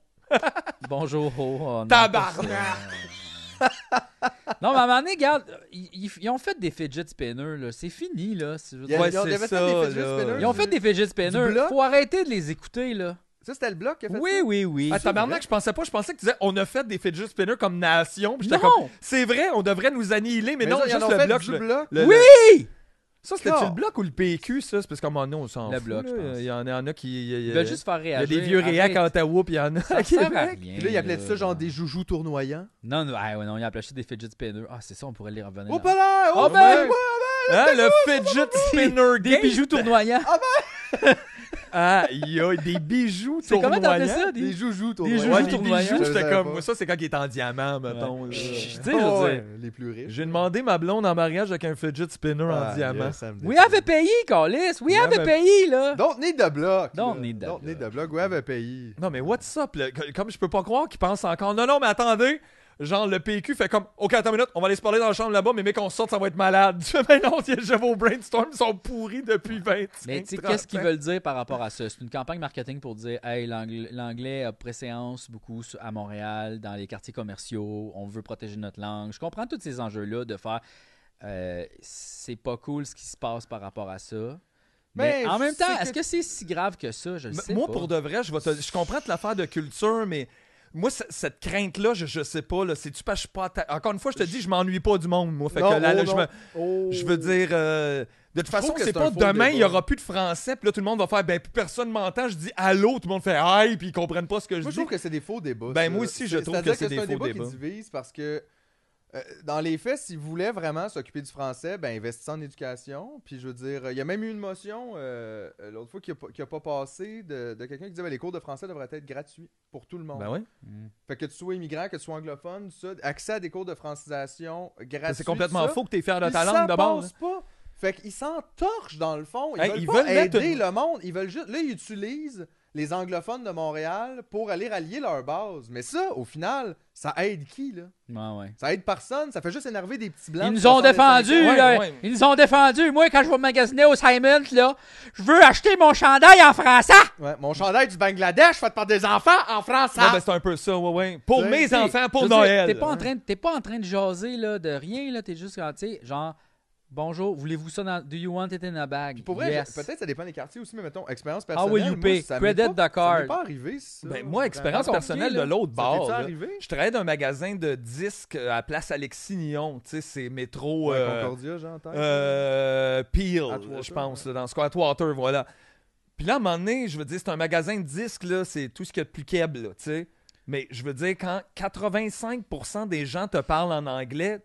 S2: Bonjour, ho, oh, non,
S1: Tabarnak!
S2: pas ça. non, mais à un moment donné, regarde, ils, ils- ils ont fait des fidget spinners, là. C'est fini, là. C'est- je veux
S3: Il y a-
S2: dire,
S1: Ouais,
S3: ils ont
S1: c'est
S3: développé
S1: ça,
S3: des fidget
S1: là.
S3: spinners.
S2: Ils ont fait des fidget spinners.
S3: bloc?
S2: Faut arrêter de les écouter, là.
S3: Ça, c'était le bloc qui a fait
S2: Oui,
S3: ça?
S2: oui, oui.
S1: Ah, tabarnak, je pensais pas. Je pensais que tu disais on a fait des fidget spinners comme nation. Puis j'étais
S2: Non!
S1: comme, c'est vrai, on devrait nous annihiler, mais, non,
S3: ça, ils en
S1: juste
S3: ont
S1: le
S3: fait
S1: bloc.
S3: du
S1: le-
S3: bloc.
S1: le-
S2: Oui!
S1: le- Ça, c'était-tu le
S3: Car.
S1: bloc ou le PQ, ça? C'est parce qu'à un moment donné, on s'en
S2: Le
S1: fout.
S2: bloc,
S1: là.
S2: je pense.
S1: Il y en, il y en a qui. Il y, a-
S2: Ils veulent juste faire
S1: il y a
S2: réagir.
S1: des vieux réacs à
S2: Arrête.
S1: Ottawa, puis il y en a à
S2: Ça sert
S1: [laughs]
S2: à
S1: Québec.
S2: rien,
S3: Puis là, ils appelaient ça genre des joujoux tournoyants.
S2: Non, non, ah, ouais, non, ils appelaient ça des fidget spinners. Ah, c'est ça, on pourrait les revenir.
S3: Oh,
S2: là.
S3: pas
S1: Ah,
S3: là!
S2: Oh,
S3: Oh,
S2: ben,
S3: ben!
S1: Hein, le fidget spinner
S2: des
S1: game.
S2: bijoux tournoyants.
S1: Ah, il y a des bijoux
S2: C'est comment t'appelais
S1: tournoyants.
S2: ça?
S3: Des
S2: Des...
S3: joujoux
S1: Des
S3: tournoyants.
S1: joujoux
S2: Ouais,
S1: des
S2: tournoyants.
S1: bijoux,
S3: Je
S1: j'étais
S3: savais
S1: comme.
S3: pas.
S1: Ça, c'est quand il est en diamant, mettons.
S2: Ouais.
S1: là.
S2: Chut, tu sais, je veux
S3: Ah
S2: dire.
S3: ouais, Les plus riches.
S1: J'ai demandé ma blonde en mariage avec un fidget spinner en
S3: Ah,
S1: diamant.
S3: yes, ça me
S2: We
S3: détend.
S2: have a pays, Carlis. We
S1: We
S2: have a
S1: have a-
S2: pays, là.
S3: Don't need the block.
S2: Don't
S3: là.
S2: need the
S3: Don't need
S2: block.
S3: the block. We have a pays.
S1: Non, mais what's up? là? Co- Comme je peux pas croire qu'ils pensent encore. Non, non, mais attendez. Genre, le PQ fait comme Ok, attends une minute, on va aller se parler dans la chambre là-bas, mais mec, on sorte, ça va être malade. [laughs] Je fais, Mais non, je vos brainstorms sont pourris depuis 25
S2: Mais tu sais,
S1: 30
S2: qu'est-ce qu'ils
S1: ans.
S2: veulent dire par rapport à ça? C'est une campagne marketing pour dire Hey, l'ang- l'anglais a préséance beaucoup sur- à Montréal, dans les quartiers commerciaux, on veut protéger notre langue. Je comprends tous ces enjeux-là de faire euh, c'est pas cool ce qui se passe par rapport à ça. Mais,
S3: Mais
S2: en même temps,
S3: c'est
S2: est-ce que c'est si grave que ça? Je le
S1: Ben, M-
S2: sais
S1: Moi,
S2: pas.
S1: pour de vrai, je, vais te- je comprends te l'affaire de culture, mais moi, c- cette crainte-là, je, je sais pas. là, C'est-tu parce que je suis pas. atta- Encore une fois, je te dis, je m'ennuie pas du monde, moi. Fait
S3: Non,
S1: que là,
S3: oh,
S1: là, je,
S3: non.
S1: me-
S3: Oh.
S1: je veux dire. euh, de toute façon,
S3: trouve que
S1: c'est
S3: c'est
S1: pas
S3: un faux
S1: demain, il y
S3: débat.
S1: aura plus de français, puis là, tout le monde va faire, ben, plus personne m'entend, je dis allô, tout le monde fait aïe, puis ils comprennent pas ce que je
S3: Moi, je
S1: dis.
S3: trouve que c'est des faux débats.
S1: Ben,
S3: ça.
S1: moi aussi, je
S3: C'est-
S1: trouve
S3: c'est-à-dire
S1: que c'est des
S3: un
S1: faux
S3: débat
S1: débats.
S3: qui divise parce que, euh, dans les faits, s'ils voulaient vraiment s'occuper du français, ben, investissant en éducation. Puis, je veux dire, il y a même eu une motion euh, euh, l'autre fois qui a, pas- qui a pas passé de, de quelqu'un qui disait ben, les cours de français devraient être gratuits pour tout le monde.
S1: Ben oui.
S3: Fait que tu sois immigrant, que tu sois anglophone, ça, accès à des cours de francisation gratuits.
S1: C'est complètement
S3: ça,
S1: faux que t'es fier de
S3: Ils
S1: ta
S3: s'en
S1: langue d'abord.
S3: passent pas. Fait qu'ils s'entorchent dans le fond. Ils
S1: Hey,
S3: veulent
S1: ils
S3: pas
S1: veulent mettre
S3: aider
S1: une-
S3: le monde. Ils veulent juste. Là, ils utilisent les anglophones de Montréal pour aller rallier leur base. Mais ça, au final, ça aide qui, là?
S2: Ouais, ouais.
S3: Ça aide personne. Ça fait juste énerver des petits blancs.
S2: Ils
S3: de
S2: nous ont
S3: 65
S2: défendus,
S1: ouais,
S2: là.
S1: ouais.
S2: Ils nous ont défendus. Moi, quand je vais magasiner au Simons, là, je veux acheter mon chandail en français.
S3: Ouais, mon chandail du Bangladesh fait par des enfants en France.
S1: Non, ben, c'est un peu ça, ouais, ouais. Pour
S3: Tu sais,
S1: mes
S3: t'sais,
S1: enfants,
S2: Je
S1: pour
S2: veux dire,
S1: Noël.
S2: T'es pas, en train de- t'es pas en train de jaser là, de rien, là. T'es juste quand, tu sais, genre, bonjour, voulez-vous ça dans. Do you want it in a bag?
S3: Pour vrai,
S2: Yes.
S3: je- peut-être ça dépend des quartiers aussi, mais mettons, expérience
S1: Ah
S2: How
S3: personnelle.
S2: will you
S3: moi,
S2: pay?
S3: ça m'est
S2: Credit
S3: pas-
S2: the
S3: Ça
S2: card.
S3: m'est pas arrivé, ça. Ben,
S1: Ben, moi, expérience
S2: Vraiment
S1: personnelle
S2: compliqué,
S1: de
S2: là.
S1: l'autre
S3: Ça t'est-tu
S1: bord. là.
S3: arrivé?
S1: Je travaillais dans un magasin de disques euh, à Place Alexis Nyon. Tu sais, c'est métro.
S3: Ouais,
S1: euh,
S3: Concordia, hein. j'entends.
S1: euh, Peel,
S3: Atwater,
S1: je pense, là, dans Square Atwater, voilà. Puis là, à un moment donné, je veux dire, c'est un magasin de disques, là, c'est tout ce qu'il y a de plus câble, là, tu sais. Mais je veux dire, quand 85% des gens te parlent en anglais,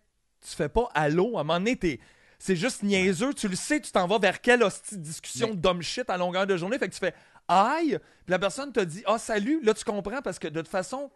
S1: tu fais pas allô. À un moment donné, t'es- C'est juste niaiseux. Tu le sais, tu t'en vas vers quelle hostie de discussion
S2: Mais-
S1: de dumb shit à longueur de journée. Fait que tu fais aïe, puis la personne te dit ah, salut. Là, tu comprends parce que de toute façon,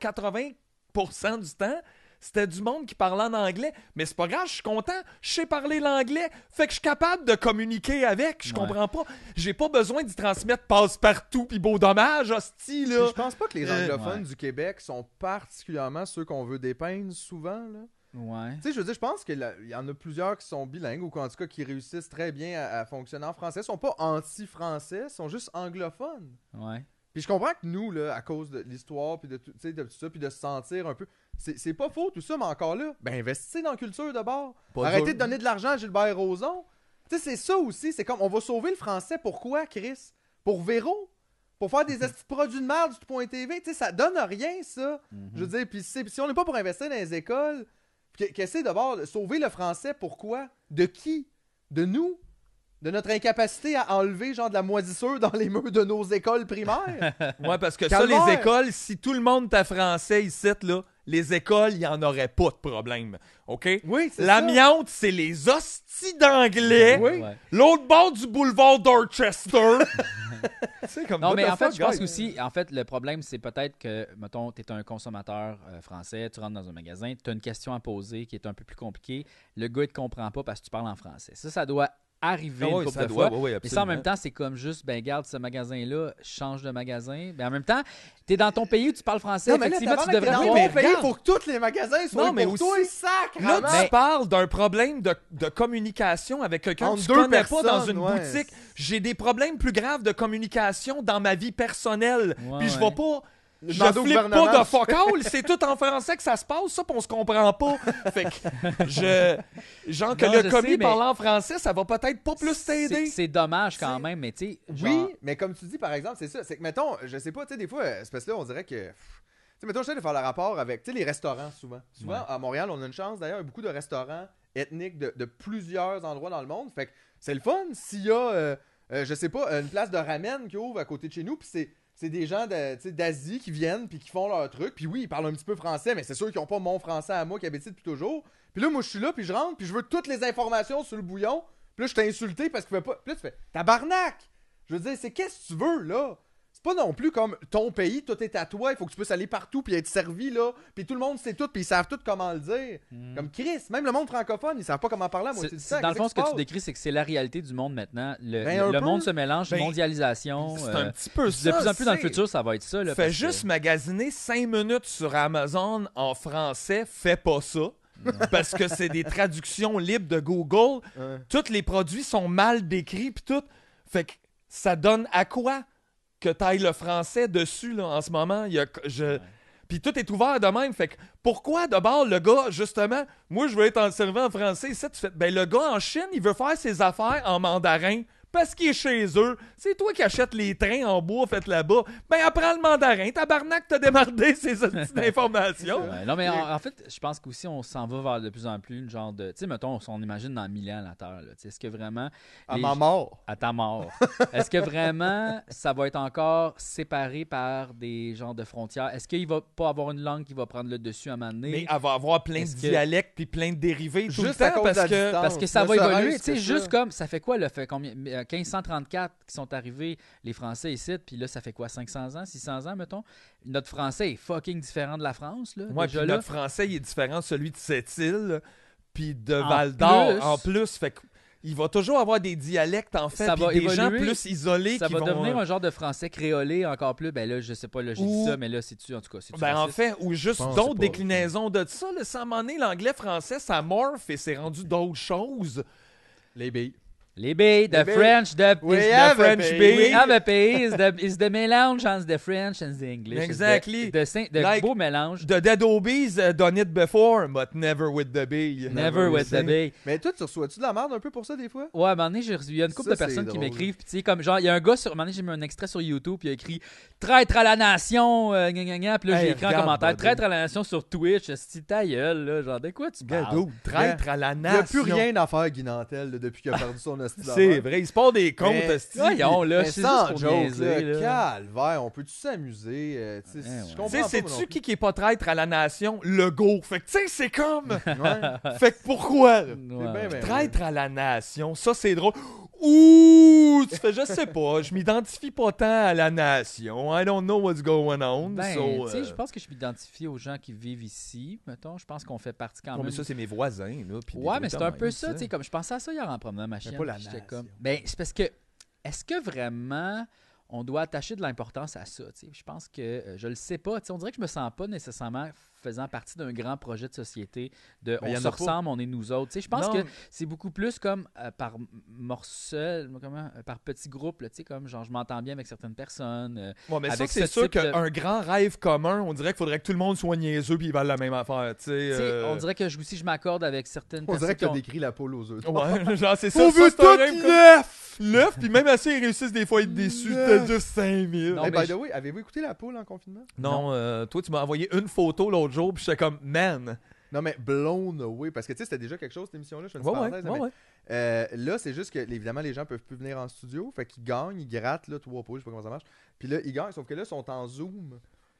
S1: 80% du temps, c'était du monde qui parlait en anglais. Mais c'est pas grave, je suis content. Je sais parler l'anglais. Fait que je suis capable de communiquer avec. Je
S2: Ouais.
S1: comprends pas. J'ai pas besoin d'y transmettre passe-partout puis beau dommage, hostie,
S3: Puis
S1: là.
S3: je pense pas que les
S1: Euh,
S3: anglophones
S2: ouais.
S3: du Québec sont particulièrement ceux qu'on veut dépeindre souvent. Là.
S2: Ouais.
S3: Tu sais, je veux dire, je pense qu'il y en a plusieurs qui sont bilingues ou qu'en tout cas qui réussissent très bien à, à fonctionner en français. Ils sont pas anti-français, ils sont juste anglophones.
S2: Ouais.
S3: Puis je comprends que nous, là, à cause de l'histoire, puis de, tout- tu sais, de tout ça, puis de se sentir un peu. C'est c'est pas faux tout ça, mais encore là, ben investissez dans la culture d'abord.
S1: Pas
S3: Arrêtez
S1: dur.
S3: de donner de l'argent à Gilbert Rozon. Tu sais, c'est ça aussi. C'est comme, on va sauver le français. Pourquoi, Chris Pour Véro Pour faire
S1: [laughs]
S3: des estis de produits de merde du point TV. Tu sais, ça donne rien, ça. Je
S1: Mhm.
S3: veux dire, puis c'est- puis si on n'est pas pour investir dans les écoles, qu- qu'essaie d'abord de sauver le français, pourquoi De qui De nous de notre incapacité à enlever genre de la moisissure dans les murs de nos écoles primaires.
S1: [laughs] Ouais, parce que
S3: Calvaire.
S1: ça, les écoles, si tout le monde t'a français ici, là, les écoles, il n'y en aurait pas de problème. OK?
S3: Oui, c'est ça. Ben
S1: L'amiante, c'est les hosties d'anglais.
S3: Oui.
S2: Ouais.
S1: L'autre bord du boulevard
S3: [laughs]
S1: Dorchester. c'est comme
S2: Non,
S1: what
S2: mais
S1: the
S2: en fait,
S1: fuck,
S2: je pense
S1: guys?
S2: aussi, en fait, le problème, c'est peut-être que, mettons, tu es un consommateur euh, français, tu rentres dans un magasin, tu as une question à poser qui est un peu plus compliquée. Le gars, il te comprend pas parce que tu parles en français. Ça, ça doit arriver
S1: Ah
S2: une
S1: oui,
S2: couple
S1: ça
S2: de
S1: doit,
S2: fois.
S1: oui, oui,
S2: Mais ça, en
S1: absolument.
S2: même temps, c'est comme juste, ben, garde ce magasin-là, change de magasin. Mais en même temps, tu es dans ton pays où tu parles français.
S3: mais
S2: Effectivement, tu devrais
S1: dans
S2: pouvoir-
S1: mon
S3: mais
S1: mais
S3: payer
S1: regarde.
S3: pour que tous les magasins soient
S1: Non, mais
S3: pour
S1: aussi-
S3: toi, sacre.
S1: Là, tu
S2: Mais-
S1: parles d'un problème de, de communication avec quelqu'un que
S3: Entre
S1: tu
S3: deux
S1: connais pas dans
S3: personnes,
S1: une
S3: ouais.
S1: boutique. J'ai des problèmes plus graves de communication dans ma vie personnelle.
S2: Ouais,
S1: Puis je
S2: ouais.
S1: vais pas... Je
S3: Demander au
S1: flippe
S3: gouvernement,
S1: pas de
S3: je- [laughs]
S1: fuck all, c'est tout en français que ça se passe, ça, puis on se comprend pas. Fait que, je. Genre que
S2: Non, je
S1: le
S2: sais,
S1: commis
S2: mais-
S1: parlant français, ça va peut-être pas plus
S2: c'est,
S1: t'aider.
S2: c'est dommage quand
S3: C'est-
S2: même, mais tu sais, genre-
S3: Oui, mais comme tu dis, par exemple, c'est ça. C'est que, mettons, je sais pas, tu sais, des fois, euh, c'est parce que là, on dirait que. pff, Tu sais, mettons, j'essaie de faire le rapport avec, tu sais, les restaurants, souvent. Souvent,
S2: Ouais.
S3: à Montréal, on a une chance, d'ailleurs, beaucoup de restaurants ethniques de, de plusieurs endroits dans le monde. Fait que c'est le fun s'il y a, euh, euh, je sais pas, une place de ramen qui ouvre à côté de chez nous, puis c'est. C'est des gens de- tu sais, d'Asie qui viennent puis qui font leur truc. Puis oui, ils parlent un petit peu français, mais c'est sûr qu'ils ont pas mon français à moi qui habite ici depuis toujours. Puis là, moi, je suis là, puis je rentre, puis je veux toutes les informations sur le bouillon. Puis là, je t'ai insulté parce qu'il fait pas. Puis là, tu fais tabarnak! Je veux dire, c'est qu'est-ce que tu veux, là? C'est pas non plus comme ton pays, tout est à toi, il faut que tu puisses aller partout puis être servi, là. Puis tout le monde sait tout, puis ils savent tout comment le dire. Comme Chris, même le monde francophone, ils savent pas comment parler à moitié
S2: Hmm. C'est-
S3: du
S2: c'est-
S3: temps.
S2: dans le fond,
S3: Qu'est-ce
S2: ce que
S3: qui
S2: tu
S3: se
S2: décris, c'est que c'est la réalité du monde maintenant. Le,
S3: Ben,
S2: le-
S3: un
S2: le
S3: peu.
S2: monde se mélange,
S1: Ben,
S2: mondialisation.
S1: C'est
S2: euh,
S1: un petit peu
S2: de
S1: ça.
S2: plus en plus dans le
S1: c'est-
S2: futur, ça va être ça. Là,
S1: Fais
S2: parce
S1: juste magasiner 5 minutes sur Amazon en français, fais pas ça. parce que c'est des traductions libres de Google.
S3: passe? Hein.
S1: Tous les produits sont mal décrits, puis tout. Fait que ça donne à quoi que t'ailles le français dessus, là, en ce moment. Il y a, je... Puis tout est ouvert de même. Fait que pourquoi d'abord le gars, justement, moi je veux être en servant en français, ça tu fais. Ben le gars en Chine, il veut faire ses affaires en mandarin parce qu'il est chez eux. C'est toi qui achètes les trains en bois fait là-bas. Ben apprends le mandarin. Tabarnak, t'as démardé [laughs] ces hosties
S2: que-
S1: d'informations.
S2: Ouais, non, mais en, en fait, je pense qu'aussi, on s'en va vers de plus en plus une genre de. Tu sais, mettons, on s'en imagine dans 1000 ans la Terre. là. Tu sais, Est-ce que vraiment.
S3: À
S2: les-
S3: ma mort.
S2: à ta
S1: [laughs]
S2: mort. Est-ce que vraiment ça va être encore séparé par des genres de frontières? Est-ce qu'il va pas avoir une langue qui va prendre le dessus à un moment donné?
S1: Mais elle va avoir plein de
S2: Est-ce que-
S1: dialectes puis plein de dérivés tout le
S3: Juste à
S1: temps
S3: cause de
S1: parce
S3: la
S1: que.
S3: distance.
S2: Parce que ça
S3: Ne
S2: va
S3: serait-ce
S2: évoluer.
S3: que
S2: Tu sais,
S3: ça.
S2: juste comme ça fait quoi, là, fait combien, euh, 1534 qui sont arrivés, les Français ici, puis là, ça fait quoi, 500 ans, 600 ans, mettons? Notre français est fucking différent de la France, là,
S1: Moi,
S2: déjà
S1: puis
S2: là.
S1: notre français, il est différent de celui de Sept-Îles, puis de
S2: En
S1: Val d'Or
S2: plus-
S1: en plus. Fait que il va toujours avoir des dialectes, en fait,
S2: Ça
S1: puis
S2: va
S1: des gens
S2: évoluer.
S1: plus isolés
S2: Ça
S1: qui
S2: va
S1: vont...
S2: devenir
S1: euh,
S2: un genre de français créolé encore plus. Ben là, je sais pas, là, j'ai dit
S1: Ou-
S2: ça, mais là, c'est-tu, en tout cas, c'est-tu
S1: Ben en
S2: raciste?
S1: fait, ou juste
S3: Je pense
S1: d'autres
S3: pas.
S1: déclinaisons de ça. Là, sans m'en est, l'anglais-français, ça morphe et c'est rendu d'autres choses.
S3: Les billes.
S2: Les billes,
S3: Les
S2: the
S3: billes.
S2: French, the,
S3: We
S2: is the
S3: have a
S2: French
S3: bee.
S2: bee. We have a bee, is the, is the mélange entre the French and the English. It's
S1: Exactly.
S2: The, the, sing- the
S1: Like-
S2: beau mélange.
S1: The Dead Obies uh, done it before, but never with the bee.
S2: Never with the bee.
S3: Mais toi, tu reçois-tu de la merde un peu pour ça, des fois?
S2: Ouais, à un moment donné, j'ai reçu- il y a une couple
S3: Ça,
S2: de personnes
S3: c'est
S2: qui
S3: drôle.
S2: m'écrivent. Puis, tu sais, comme genre, il y a un gars sur. À un moment donné, j'ai mis un extrait sur YouTube. Puis, il a écrit Traître à la nation. euh, gna, gna, gna. Puis là, j'ai
S1: Hey,
S2: écrit en
S1: regarde,
S2: commentaire
S1: Bobby.
S2: Traître à la nation sur Twitch. C'est ta gueule, là. Genre, de quoi tu parles?
S1: Gadou, traître à la
S3: Il n'y a
S1: nation.
S2: [laughs]
S3: plus rien à faire, Guy Nantel, là, depuis qu'il a perdu son hostie
S1: C'est
S2: hein.
S3: d'affaires.
S1: vrai, il se porte des comptes,
S3: Mais-
S1: hostie.
S2: Voyons, là,
S3: Mais
S2: c'est
S3: sans
S2: juste pour
S3: joke,
S2: niaiser,
S3: là,
S2: là.
S3: Calvaire, on peut-tu s'amuser? euh, tu sais,
S2: Ouais, ouais.
S3: Je
S1: Tu
S3: comprends
S1: sais,
S3: pas, moi non
S1: sais-tu qui, qui est pas traître à la nation? Le go. Fait que, tu sais, c'est
S2: [laughs]
S1: comme. [laughs]
S3: plus. [laughs] Ouais.
S1: fait que pourquoi? là?
S2: Ouais, Ben,
S3: C'est bien,
S2: ouais.
S3: bien
S1: Traître à la nation, ça c'est drôle. Ouh, tu fais, je sais pas, je m'identifie pas tant à la nation. I don't know what's going on.
S2: Ben,
S1: so,
S2: tu sais,
S1: euh,
S2: je pense que je m'identifie aux gens qui vivent ici, mettons. Je pense qu'on fait partie quand
S1: non, mais
S2: même.
S1: ça c'est mes voisins là. puis des
S2: ouais,
S1: trucs
S2: mais c'est
S1: de
S2: un
S1: même,
S2: peu ça, tu sais. Comme je pensais à ça hier en promenant ma chienne.
S3: pas la
S2: puis j'étais
S3: nation.
S2: comme- Ben, c'est parce que, est-ce que vraiment on doit attacher de l'importance à ça, tu sais? Je pense que, euh, je le sais pas, tu sais, on dirait que je me sens pas nécessairement faisant partie d'un grand projet de société de
S3: Ben, y
S2: on
S3: en a
S2: se
S3: pas.
S2: ressemble, on est nous autres, tu sais. Je pense
S1: Non,
S2: que
S1: mais-
S2: c'est beaucoup plus comme euh, par morceau, comment, euh, par petits groupes, là, tu sais, comme genre je m'entends bien avec certaines personnes. euh,
S1: Ouais, mais
S2: Avec
S1: ça, c'est
S2: ce
S1: sûr
S2: type de-
S1: qu'un grand rêve commun, on dirait qu'il faudrait que tout le monde soit niaiseux puis ils valent la même affaire, tu sais.
S2: tu sais,
S1: euh,
S2: On dirait que je, aussi je m'accorde avec certaines
S3: On
S2: personnes
S3: dirait que
S2: qui
S3: t'as
S2: ont...
S3: décrit la poule aux œufs.
S2: [laughs]
S1: Ouais, genre, c'est ça.
S3: On
S1: ça,
S3: veut
S1: c'est un
S3: tout
S1: rêve comme- L'œuf, puis même assez, ils réussissent des fois à être déçus. T'as juste 5000.
S2: Non,
S3: Hey,
S2: mais
S3: by
S2: je-
S3: the way, avez-vous écouté la poule en confinement?
S1: Non, euh, toi, tu m'as envoyé une photo l'autre jour, puis j'étais comme, man.
S3: Non, mais blown away. Parce que tu sais, c'était déjà quelque chose, cette émission-là. Je fais une
S1: Ouais, ouais,
S3: parenthèse, là,
S1: ouais,
S3: mais,
S1: ouais.
S3: euh, là, c'est juste que, évidemment, les gens peuvent plus venir en studio. Fait qu'ils gagnent, ils grattent, là, trois poules, je sais pas comment ça marche. Puis là, ils gagnent, sauf que là, ils sont en Zoom.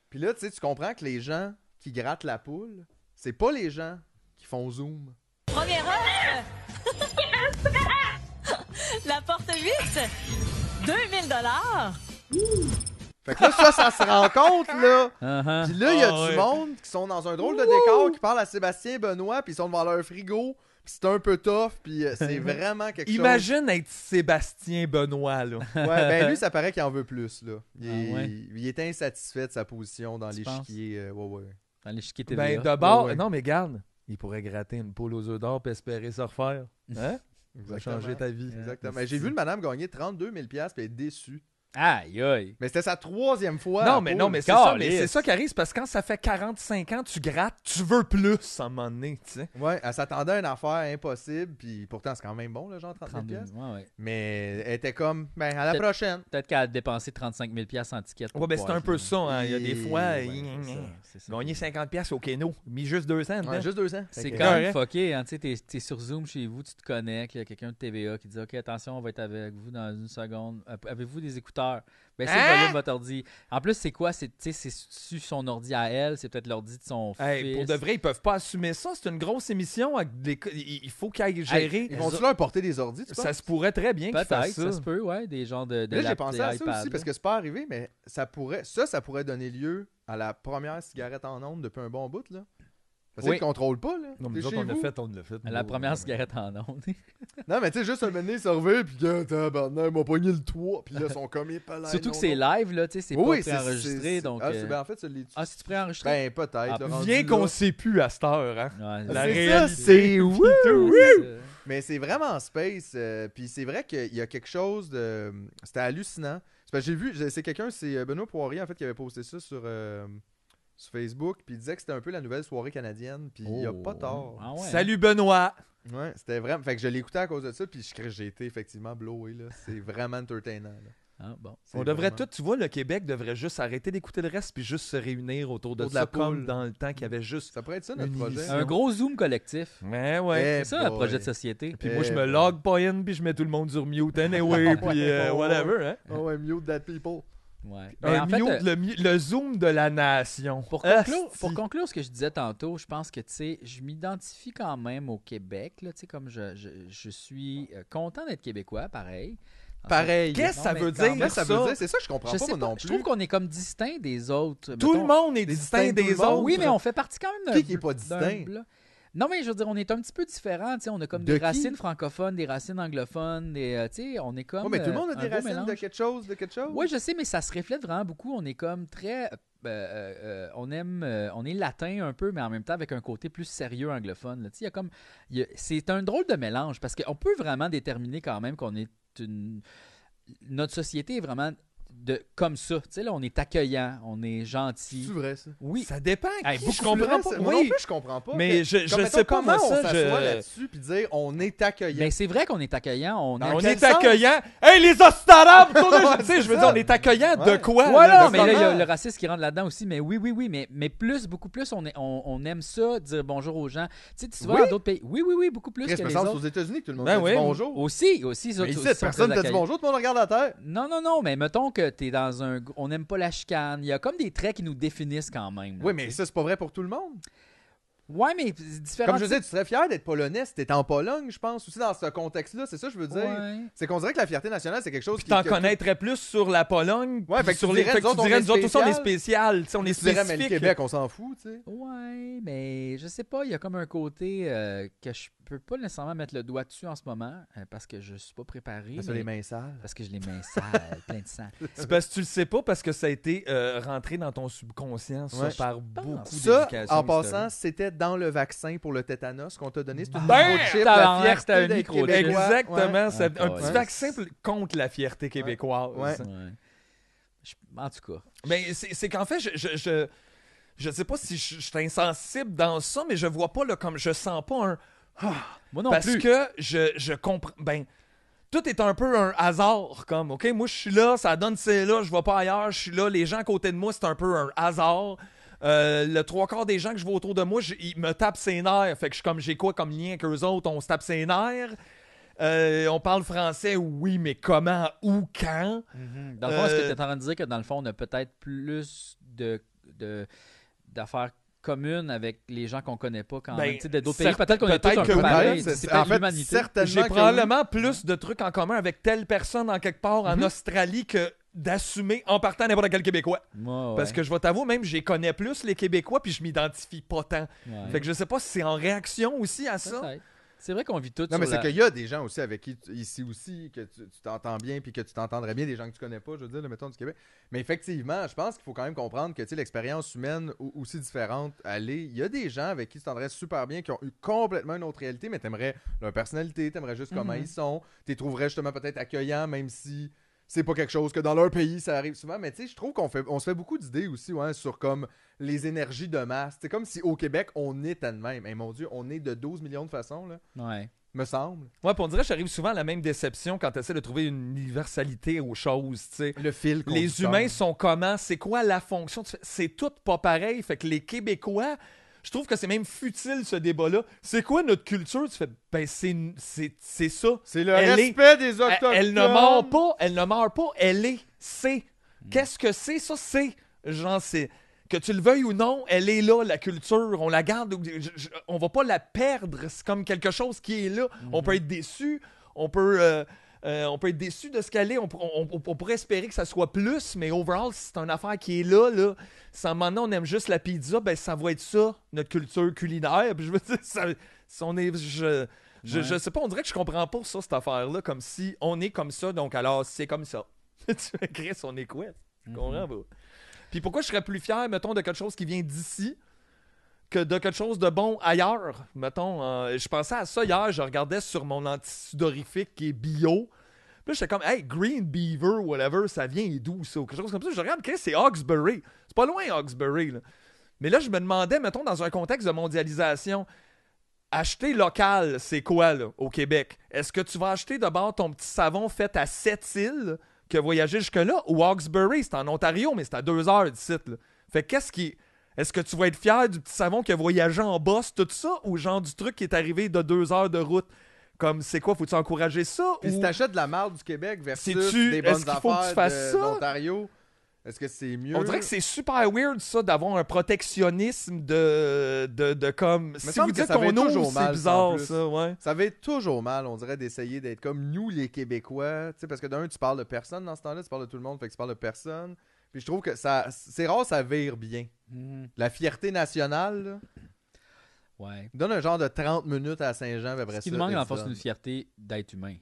S3: Puis là, tu sais, tu comprends que les gens qui grattent la poule, c'est pas les gens qui font Zoom.
S9: Première offre. La porte 8, 2000 dollars.
S3: Fait que là, ça, ça se rencontre, là.
S2: Uh-huh.
S3: Puis là, il y
S1: [laughs]
S3: a
S1: Ah, ouais.
S3: du monde qui sont dans un drôle de décor, qui parle à Sébastien et Benoît, puis ils sont devant leur frigo. Puis c'est un peu tough, puis euh,
S1: [laughs]
S3: c'est vraiment quelque chose.
S1: Imagine être Sébastien Benoît,
S3: [laughs]
S1: là.
S3: Ouais, ben
S1: [laughs]
S3: lui, ça paraît qu'il en veut plus, là. Il, est-
S2: Ah ouais.
S3: il est insatisfait de sa position dans
S2: Tu
S3: l'échiquier. euh, ouais, ouais.
S2: Dans l'échiquier TVA.
S1: ben, d'abord,
S3: Ouais, ouais.
S1: non, mais garde, il pourrait gratter une poule aux œufs d'or puis espérer se refaire. Hein? Ça va changer ta vie. hein,
S3: Exactement. Mais J'ai vu une madame gagner 32 000 pièces puis être déçue.
S2: Aïe, aïe.
S3: Mais c'était sa troisième fois. à
S1: non, mais
S3: Pau.
S1: non, mais c'est ça, mais
S2: Caliste.
S1: c'est ça qui arrive, c'est parce que quand ça fait 45 ans, tu grattes, tu veux plus à un moment donné, tu sais.
S3: Ouais, elle s'attendait à une affaire impossible, puis pourtant, c'est quand même bon, le genre 30 000
S2: 32
S3: pièces.
S2: ouais, ouais.
S3: Mais elle était comme, ben, à la
S2: Peut-être-
S3: prochaine.
S2: Peut-être qu'elle a dépensé 35 000 piastres en tickets. pour
S1: Ouais, ben c'est
S2: pouvoir
S1: un peu
S2: jouer.
S1: ça, hein, il y a des
S3: Et-
S1: fois,
S3: ouais,
S1: il-
S3: c'est ça,
S2: C'est ça.
S1: gagner 50$ piastres au Keno, mis juste 200$. dedans.
S3: Ouais, juste deux ans.
S2: C'est
S3: Fait que-
S2: quand
S1: Ouais.
S2: même fucké. Hein, tu sais, t'es, t'es sur Zoom chez vous, tu te connectes, il y a quelqu'un de TVA qui dit Ok, attention, on va être avec vous dans une seconde. Euh, Avez-vous des écouteurs Baissez le volume de votre ordi. En plus, c'est quoi C'est, tu sais, c'est sur son ordi à elle, c'est peut-être l'ordi de son
S1: Hey,
S2: fils.
S1: pour de vrai, ils peuvent pas assumer ça. C'est une grosse émission. avec des co- Il il faut qu'ils aillent gérer.
S3: Ils vont-tu leur porter des ordis, tu
S1: ça se pourrait très bien qu'ils
S2: Peut-être,
S1: fassent ça.
S2: ça se peut, ouais, des genres de. de
S3: Là, j'ai
S2: lap-
S3: pensé
S2: des
S3: à ça
S2: iPads,
S3: aussi, parce
S2: là.
S3: que c'est pas arrivé, mais ça pourrait, ça, ça pourrait donner lieu à la première cigarette en onde depuis un bon bout, là. Parce qu'ils
S1: Oui.
S3: ne contrôlent pas, là.
S1: Non, mais
S3: T'es
S1: nous autres,
S3: chez
S1: on l'a
S3: vous.
S1: fait, on l'a fait.
S2: La
S1: nous,
S2: première
S1: Oh, ouais.
S2: cigarette en ondes.
S3: Non, mais tu sais, juste un mené servé, puis que tabarnak, ils m'ont pogné le toit, puis là, ils sont comme
S2: [laughs]
S3: épalés.
S2: [laughs] Surtout que c'est live, là, tu sais, c'est pas préenregistré. Donc,
S3: Ah,
S2: euh,
S3: c'est- ben, en fait, ça l'est
S2: ah, si tu préenregistré.
S3: Ben, peut-être.
S2: Ah,
S3: là, rendu
S1: Viens
S3: là.
S1: qu'on sait plus à cette heure, hein.
S2: Ouais,
S1: La
S2: c'est-
S3: C'est ça,
S1: réalité.
S3: c'est oui.
S2: c'est ça.
S3: Mais c'est vraiment space. euh, Puis c'est vrai qu'il y a quelque chose de. hum, C'était hallucinant. C'est parce que j'ai vu, j'ai- c'est quelqu'un, c'est euh, Benoît Poirier, en fait, qui avait posté ça sur, euh, sur Facebook. Puis il disait que c'était un peu la nouvelle soirée canadienne. Puis il y a
S2: Oh.
S3: pas tort.
S2: Ah ouais,
S1: Salut Benoît.
S3: Ouais, c'était vraiment. Fait que je l'ai écouté à cause de ça. Puis je crée- j'ai été effectivement blowé. là. C'est vraiment entertainant. là.
S2: hein? Ah, bon.
S3: C'est
S1: On devrait
S3: vraiment-
S1: tout, tu vois, le Québec devrait juste arrêter d'écouter le reste puis juste se réunir autour de
S3: Autour de
S1: ça
S3: la
S1: comme
S3: poule.
S1: dans le temps qu'il y avait juste.
S3: Ça pourrait être ça notre
S1: Une
S3: projet.
S1: émission.
S2: Un gros zoom collectif.
S1: Ouais, ouais.
S3: Eh
S2: C'est ça, un
S3: boy.
S2: projet de société.
S1: Puis moi,
S3: Eh
S1: je me
S3: boy.
S1: log pas in puis je mets tout le monde sur mute
S3: [laughs]
S1: anyway puis euh, whatever, hein.
S3: Oh, ouais, mute that people.
S2: Ouais. Ben,
S1: Un
S2: en fait,
S1: mute,
S2: euh,
S1: le, mi- le zoom de la nation.
S2: pour, conclure,
S1: Asti.
S2: pour conclure ce que je disais tantôt, je pense que, tu sais, je m'identifie quand même au Québec. Là, tu sais, comme je, je, je suis euh, content d'être québécois, pareil.
S3: Pareil.
S1: Qu'est-ce que
S2: Non,
S1: ça
S2: mais
S1: veut
S2: quand
S1: dire,
S2: même,
S3: Là, ça veut dire, c'est ça, que je comprends
S2: Je,
S3: pas,
S2: sais
S3: moi
S2: pas,
S3: non
S2: je
S3: plus.
S2: trouve qu'on est comme distinct des autres.
S1: Tout
S2: mettons.
S1: le monde est distinct
S3: distincts, tout
S1: des
S3: le monde.
S1: autres.
S2: Oui, mais on fait partie quand même d'un.
S3: Qui qui est pas
S2: d'un
S3: distinct?
S2: bloc. Non, mais je veux dire, on est un petit peu différents. tu sais, On a comme
S3: De
S2: des
S3: qui?
S2: racines francophones, des racines anglophones. Des, euh, tu sais, on est comme.
S3: Ouais, mais tout le monde a
S2: euh, un
S3: des
S2: beau
S3: racines
S2: mélange.
S3: de quelque chose, de quelque chose.
S2: Oui, je sais, mais ça se reflète vraiment beaucoup. On est comme très. euh, euh, euh, on aime. euh, on est latin un peu, mais en même temps avec un côté plus sérieux anglophone. là. Tu sais, il y a comme. il y a- C'est un drôle de mélange parce qu'on peut vraiment déterminer quand même qu'on est une. Notre société est vraiment de comme ça. Tu sais, là, on est accueillant, on est gentil.
S3: C'est vrai, ça?
S2: Oui.
S1: Ça dépend.
S2: Hey,
S1: qui
S2: vous
S1: je
S2: comprends
S1: voudrais,
S2: pas?
S1: ça.
S3: Moi
S1: Oui.
S3: non plus, je comprends pas.
S1: Mais je- je
S3: comme, mettons,
S1: sais pas,
S3: comment
S1: moi,
S3: on
S1: ça,
S3: s'assoit
S1: je-
S3: là-dessus puis dire on est accueillant.
S2: Mais c'est vrai qu'on est accueillant. On
S3: Dans
S1: Ben, On
S3: quel
S1: est
S3: sens?
S1: accueillant. Hey, les [laughs] hostarabes!
S3: Ouais,
S1: tu sais, je veux
S3: c'est
S1: dire,
S3: ça.
S1: on est accueillant de
S3: Ouais.
S1: quoi?
S2: Ouais,
S1: là,
S2: non,
S1: de
S2: mais là, il y a
S1: comment?
S2: le racisme qui rentre là-dedans aussi. Mais oui, oui, oui, mais, mais plus, beaucoup plus, on, est, on, on aime ça, dire bonjour aux gens. Tu sais, tu vois
S3: Oui?
S2: dans d'autres pays. Oui, oui, oui, beaucoup plus
S3: Chris,
S2: que
S3: me
S2: les
S3: semble,
S2: autres.
S3: c'est aux États-Unis que tout le monde
S1: Ben
S3: dit
S1: oui.
S3: bonjour.
S2: Aussi, aussi. ça-
S3: Oh. Mais
S2: ça-
S3: ici,
S2: ça- sont
S3: personne
S2: très
S3: t'a dit
S2: accueillants.
S3: bonjour, tout le monde regarde à terre.
S2: Non, non, non, mais mettons que t'es dans un... gr- On n'aime pas la chicane. Il y a comme des traits qui nous définissent quand même. là,
S3: Oui,
S2: tu
S3: mais
S2: sais.
S3: ça, c'est pas vrai pour tout le monde.
S2: Ouais, mais c'est différent.
S3: Comme je disais, tu serais fier d'être polonais si t'étais en Pologne, je pense, aussi dans ce contexte-là. C'est ça que je veux dire.
S2: Ouais.
S3: C'est qu'on dirait que la fierté nationale, c'est quelque chose
S1: Puis
S3: qui.
S1: t'en
S3: que-
S1: connaîtrais plus sur la Pologne.
S3: Ouais,
S1: puis
S3: fait que
S1: sur
S3: tu
S1: les...
S3: dirais,
S1: fait que
S3: nous
S1: tu
S3: autres,
S1: dirais,
S3: on est
S1: nous autres, tous, on est
S3: spécial.
S1: spécial. Tu sais, on est
S3: Tu dirais, mais
S1: spécifique.
S3: le Québec, on s'en fout, tu sais.
S2: Ouais, mais je sais pas, il y a comme un côté euh, que je peux pas nécessairement mettre le doigt dessus en ce moment euh, parce que je suis pas préparé.
S3: Parce que
S2: mais-
S3: les mains sales.
S2: Parce que j'ai les mains sales, plein de
S3: [laughs]
S2: sang.
S1: C'est parce que tu le sais pas parce que ça a été euh, rentré dans ton subconscient ça,
S3: Ouais.
S1: par beaucoup
S3: Ça,
S1: d'éducation.
S3: en
S1: historique.
S3: passant, c'était dans le vaccin pour le tétanos qu'on t'a donné. C'est une
S1: Ben,
S3: microchip, la
S2: tabarnak,
S3: fierté
S2: c'était un
S3: d'être
S2: microchip.
S3: Québécois. Ouais. Ah,
S1: Exactement. c'est
S2: Ouais,
S1: un
S2: ouais.
S1: petit vaccin pour- contre la fierté québécoise.
S3: Ouais.
S2: Ouais. Je- En tout cas.
S1: Mais c'est c'est qu'en fait, je, je, je, je sais pas si je, je suis insensible dans ça, mais je vois pas là, comme je sens pas un. Ah,
S2: Moi non
S1: parce
S2: plus.
S1: que je, je comprends. Ben, tout est un peu un hasard, comme, OK, moi je suis là, ça donne c'est là, je vais pas ailleurs, je suis là, les gens à côté de moi, c'est un peu un hasard. Euh, le trois quarts des gens que je vois autour de moi, je- ils me tapent ses nerfs. Fait que je suis comme, j'ai quoi comme lien avec eux autres? On se tape ses nerfs. Euh, on parle français, oui, mais comment, où, quand?
S2: Dans le fond, est-ce que
S1: Euh,
S2: tu es en train de dire que dans le fond, on a peut-être plus de de- d'affaires communes avec les gens qu'on connaît pas quand
S1: Ben,
S2: même, tu sais, de d'autres pays.
S1: certes-
S2: Peut-être qu'on est tous
S1: peut-être
S2: un
S1: que
S2: peu
S1: oui.
S2: pareil.
S3: C'est-
S2: C'est
S3: en
S2: peut-être
S3: fait,
S2: l'humanité.
S3: certainement
S1: J'ai
S3: que oui.
S1: probablement plus de trucs en commun avec telle personne en quelque part en Australie que d'assumer en partant n'importe quel Québécois.
S2: Moi, ouais.
S1: Parce que je vais t'avouer, même, j'y connais plus les Québécois puis je m'identifie pas tant.
S2: Ouais.
S1: Fait que je sais pas si c'est en réaction aussi à ça.
S2: Peut-être. C'est vrai qu'on vit tous.
S3: Non, mais
S2: sur
S3: c'est
S2: la-
S3: qu'il y a des gens aussi avec qui, tu- ici aussi, que tu tu t'entends bien puis que tu t'entendrais bien, des gens que tu connais pas, je veux dire, le mettons du Québec. Mais effectivement, je pense qu'il faut quand même comprendre que tu sais, l'expérience humaine, ou- aussi différente, elle est. Il y a des gens avec qui tu t'entendrais super bien, qui ont eu complètement une autre réalité, mais t'aimerais leur personnalité, t'aimerais juste comment
S2: Mhm.
S3: ils sont, t'es trouverais justement peut-être accueillant, même si c'est pas quelque chose que dans leur pays ça arrive souvent. Mais tu sais, je trouve qu'on fait, on se fait beaucoup d'idées aussi ouais, sur comme les énergies de masse. C'est comme si au Québec, on est à de même. Eh, mon Dieu, on est de 12 millions de façons, là,
S2: Ouais.
S3: me semble.
S1: Moi, on dirait que j'arrive souvent à la même déception quand t'essaies de trouver une universalité aux choses, tu sais.
S3: Le fil.
S1: Les
S3: conducteur.
S1: humains sont comment? C'est quoi la fonction? Tu fais- C'est tout pas pareil. Fait que les Québécois, je trouve que c'est même futile ce débat-là. C'est quoi notre culture? Tu fais, ben c'est- c'est c'est ça.
S3: C'est le
S1: Elle est-
S3: respect des
S1: Elle,
S3: autochtones.
S1: elle ne meurt pas, elle ne meurt pas, elle est, c'est. Qu'est-ce que c'est, ça, c'est? J'en sais. Que tu le veuilles ou non, elle est là, la culture, on la garde, ou- je- je- on va pas la perdre, c'est comme quelque chose qui est là. On peut être déçu, on peut, euh, euh, on peut être déçu de ce qu'elle est, on, pour- on- on- on pourrait espérer que ça soit plus, mais overall, c'est une affaire qui est là, là. Si à un moment donné, on aime juste la pizza, ben ça va être ça, notre culture culinaire, puis je veux dire, ça- si on est... je- je,
S2: Ouais.
S1: je sais pas, on dirait que je comprends pas ça, cette affaire-là, comme si on est comme ça, donc alors c'est comme ça. [laughs] tu fais, Chris, on est quoi? Tu comprends pas? Puis pourquoi je serais plus fier, mettons, de quelque chose qui vient d'ici que de quelque chose de bon ailleurs? Mettons, euh, je pensais à ça hier, je regardais sur mon antisudorifique qui est bio. Puis là, j'étais comme, hey, Green Beaver, whatever, ça vient d'où ça? Ou quelque chose comme ça. Je regarde, Chris, c'est Hawkesbury. C'est pas loin, Hawkesbury. là. Mais là, je me demandais, mettons, dans un contexte de mondialisation, acheter local, c'est quoi, là, au Québec? Est-ce que tu vas acheter de bord ton petit savon fait à Sept-Îles que voyager jusque-là? Ou Hawkesbury, c'est en Ontario, mais c'est à deux heures d'ici, là. Fait que qu'est-ce qui. Est-ce que tu vas être fier du petit savon qui a voyagé en bosse, tout ça, ou genre du truc qui est arrivé de deux heures de route? Comme, c'est quoi, faut-tu encourager ça?
S3: Puis si
S1: ou-
S3: t'achètes de la marde du Québec versus
S1: Sais-tu,
S3: des
S1: est-ce
S3: bonnes
S1: qu'il
S3: affaires
S1: faut que tu fasses
S3: de-
S1: ça?
S3: d'Ontario, est-ce que c'est mieux?
S1: On dirait que c'est super weird, ça, d'avoir un protectionnisme de, de, de comme. si
S3: semble
S1: vous
S3: que
S1: dites
S3: ça va
S1: qu'on
S3: être toujours
S1: ouvre,
S3: mal, ça,
S1: c'est
S3: en
S1: bizarre,
S3: plus.
S1: ça, ouais.
S3: Ça va être toujours mal, on dirait, d'essayer d'être comme nous, les Québécois. Tu sais, parce que d'un, tu parles de personne dans ce temps-là, tu parles de tout le monde, fait que tu parles de personne. Puis je trouve que ça, c'est rare, ça vire bien.
S2: Mhm.
S3: La fierté nationale, là,
S2: Ouais.
S3: donne un genre de 30 minutes à Saint-Jean, puis après
S2: Ce qui
S3: ça,
S2: nous manque,
S3: t'es
S2: dans le fond, c'est
S3: done.
S2: une fierté d'être humain.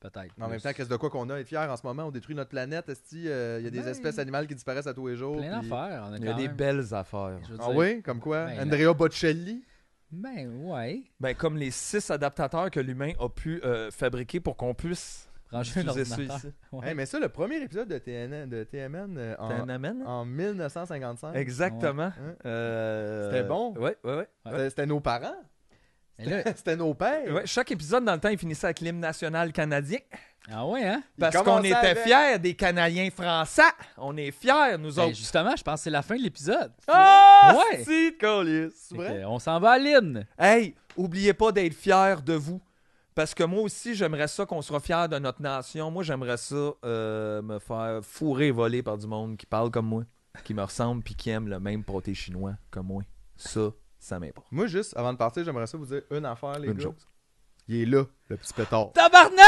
S2: Peut-être.
S3: En même temps, qu'est-ce de quoi qu'on a à être fier en ce moment? On détruit notre planète, est-ce qu'il euh, y a des
S1: Ben,
S3: espèces animales qui disparaissent à tous les jours?
S2: Plein
S3: puis-
S2: d'affaires. on
S1: Il y a
S2: quand
S1: des
S2: même.
S1: belles affaires.
S2: Je veux
S3: Ah
S2: dire,
S3: oui? Comme quoi?
S2: Ben,
S3: Andrea Bocelli?
S2: Ben, ouais.
S1: Ben, comme les six adaptateurs que l'humain a pu euh, fabriquer pour qu'on puisse
S3: Ah,
S2: brancher un
S1: J'utilisais ça
S2: ordinateur.
S1: ici.
S2: Ouais.
S3: Hey, mais ça, le premier épisode de, TNN, de TMN euh,
S1: T'as un
S3: en,
S1: amen?
S3: en 1955.
S1: Ah. Exactement.
S3: Hein?
S1: Euh,
S3: C'était bon.
S1: Ouais, ouais, ouais.
S3: C'était- C'était nos parents. [laughs]
S2: Mais là-
S3: C'était nos pères.
S1: Ouais, chaque épisode dans le temps, il finissait avec l'hymne national canadien.
S2: Ah ouais, hein?
S3: Il
S1: Parce qu'on
S3: commençait
S1: était
S3: avec-
S1: fiers des Canadiens français. On est fiers, nous
S2: Ben,
S1: autres.
S2: justement, je pense que c'est la fin de l'épisode.
S1: Ah!
S2: Ouais.
S1: si, câlisse.
S3: C'est
S2: Fait
S3: vrai?
S2: que On s'en va à Lynn.
S1: Hey, oubliez pas d'être fiers de vous. Parce que moi aussi, j'aimerais ça qu'on soit fiers de notre nation. Moi, j'aimerais ça euh, me faire fourrer et voler par du monde qui parle comme moi, qui me ressemble puis qui aime le même proté chinois comme moi. Ça, ça m'importe.
S3: Moi, juste, avant de partir, j'aimerais ça vous dire une affaire, les
S1: Une
S3: gars.
S1: chose.
S3: Il est là, le petit pétard.
S2: Tabarnak!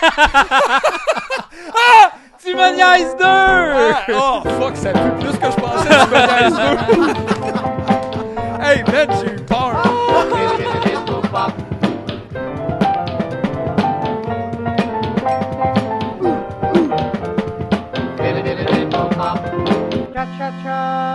S2: Ah, [laughs] Ah, Tu me niaises deux!
S1: oh, fuck, ça pue plus que je pensais. que je me niaise. [laughs] hey, man, j'ai eu peur.
S5: Cha-cha-cha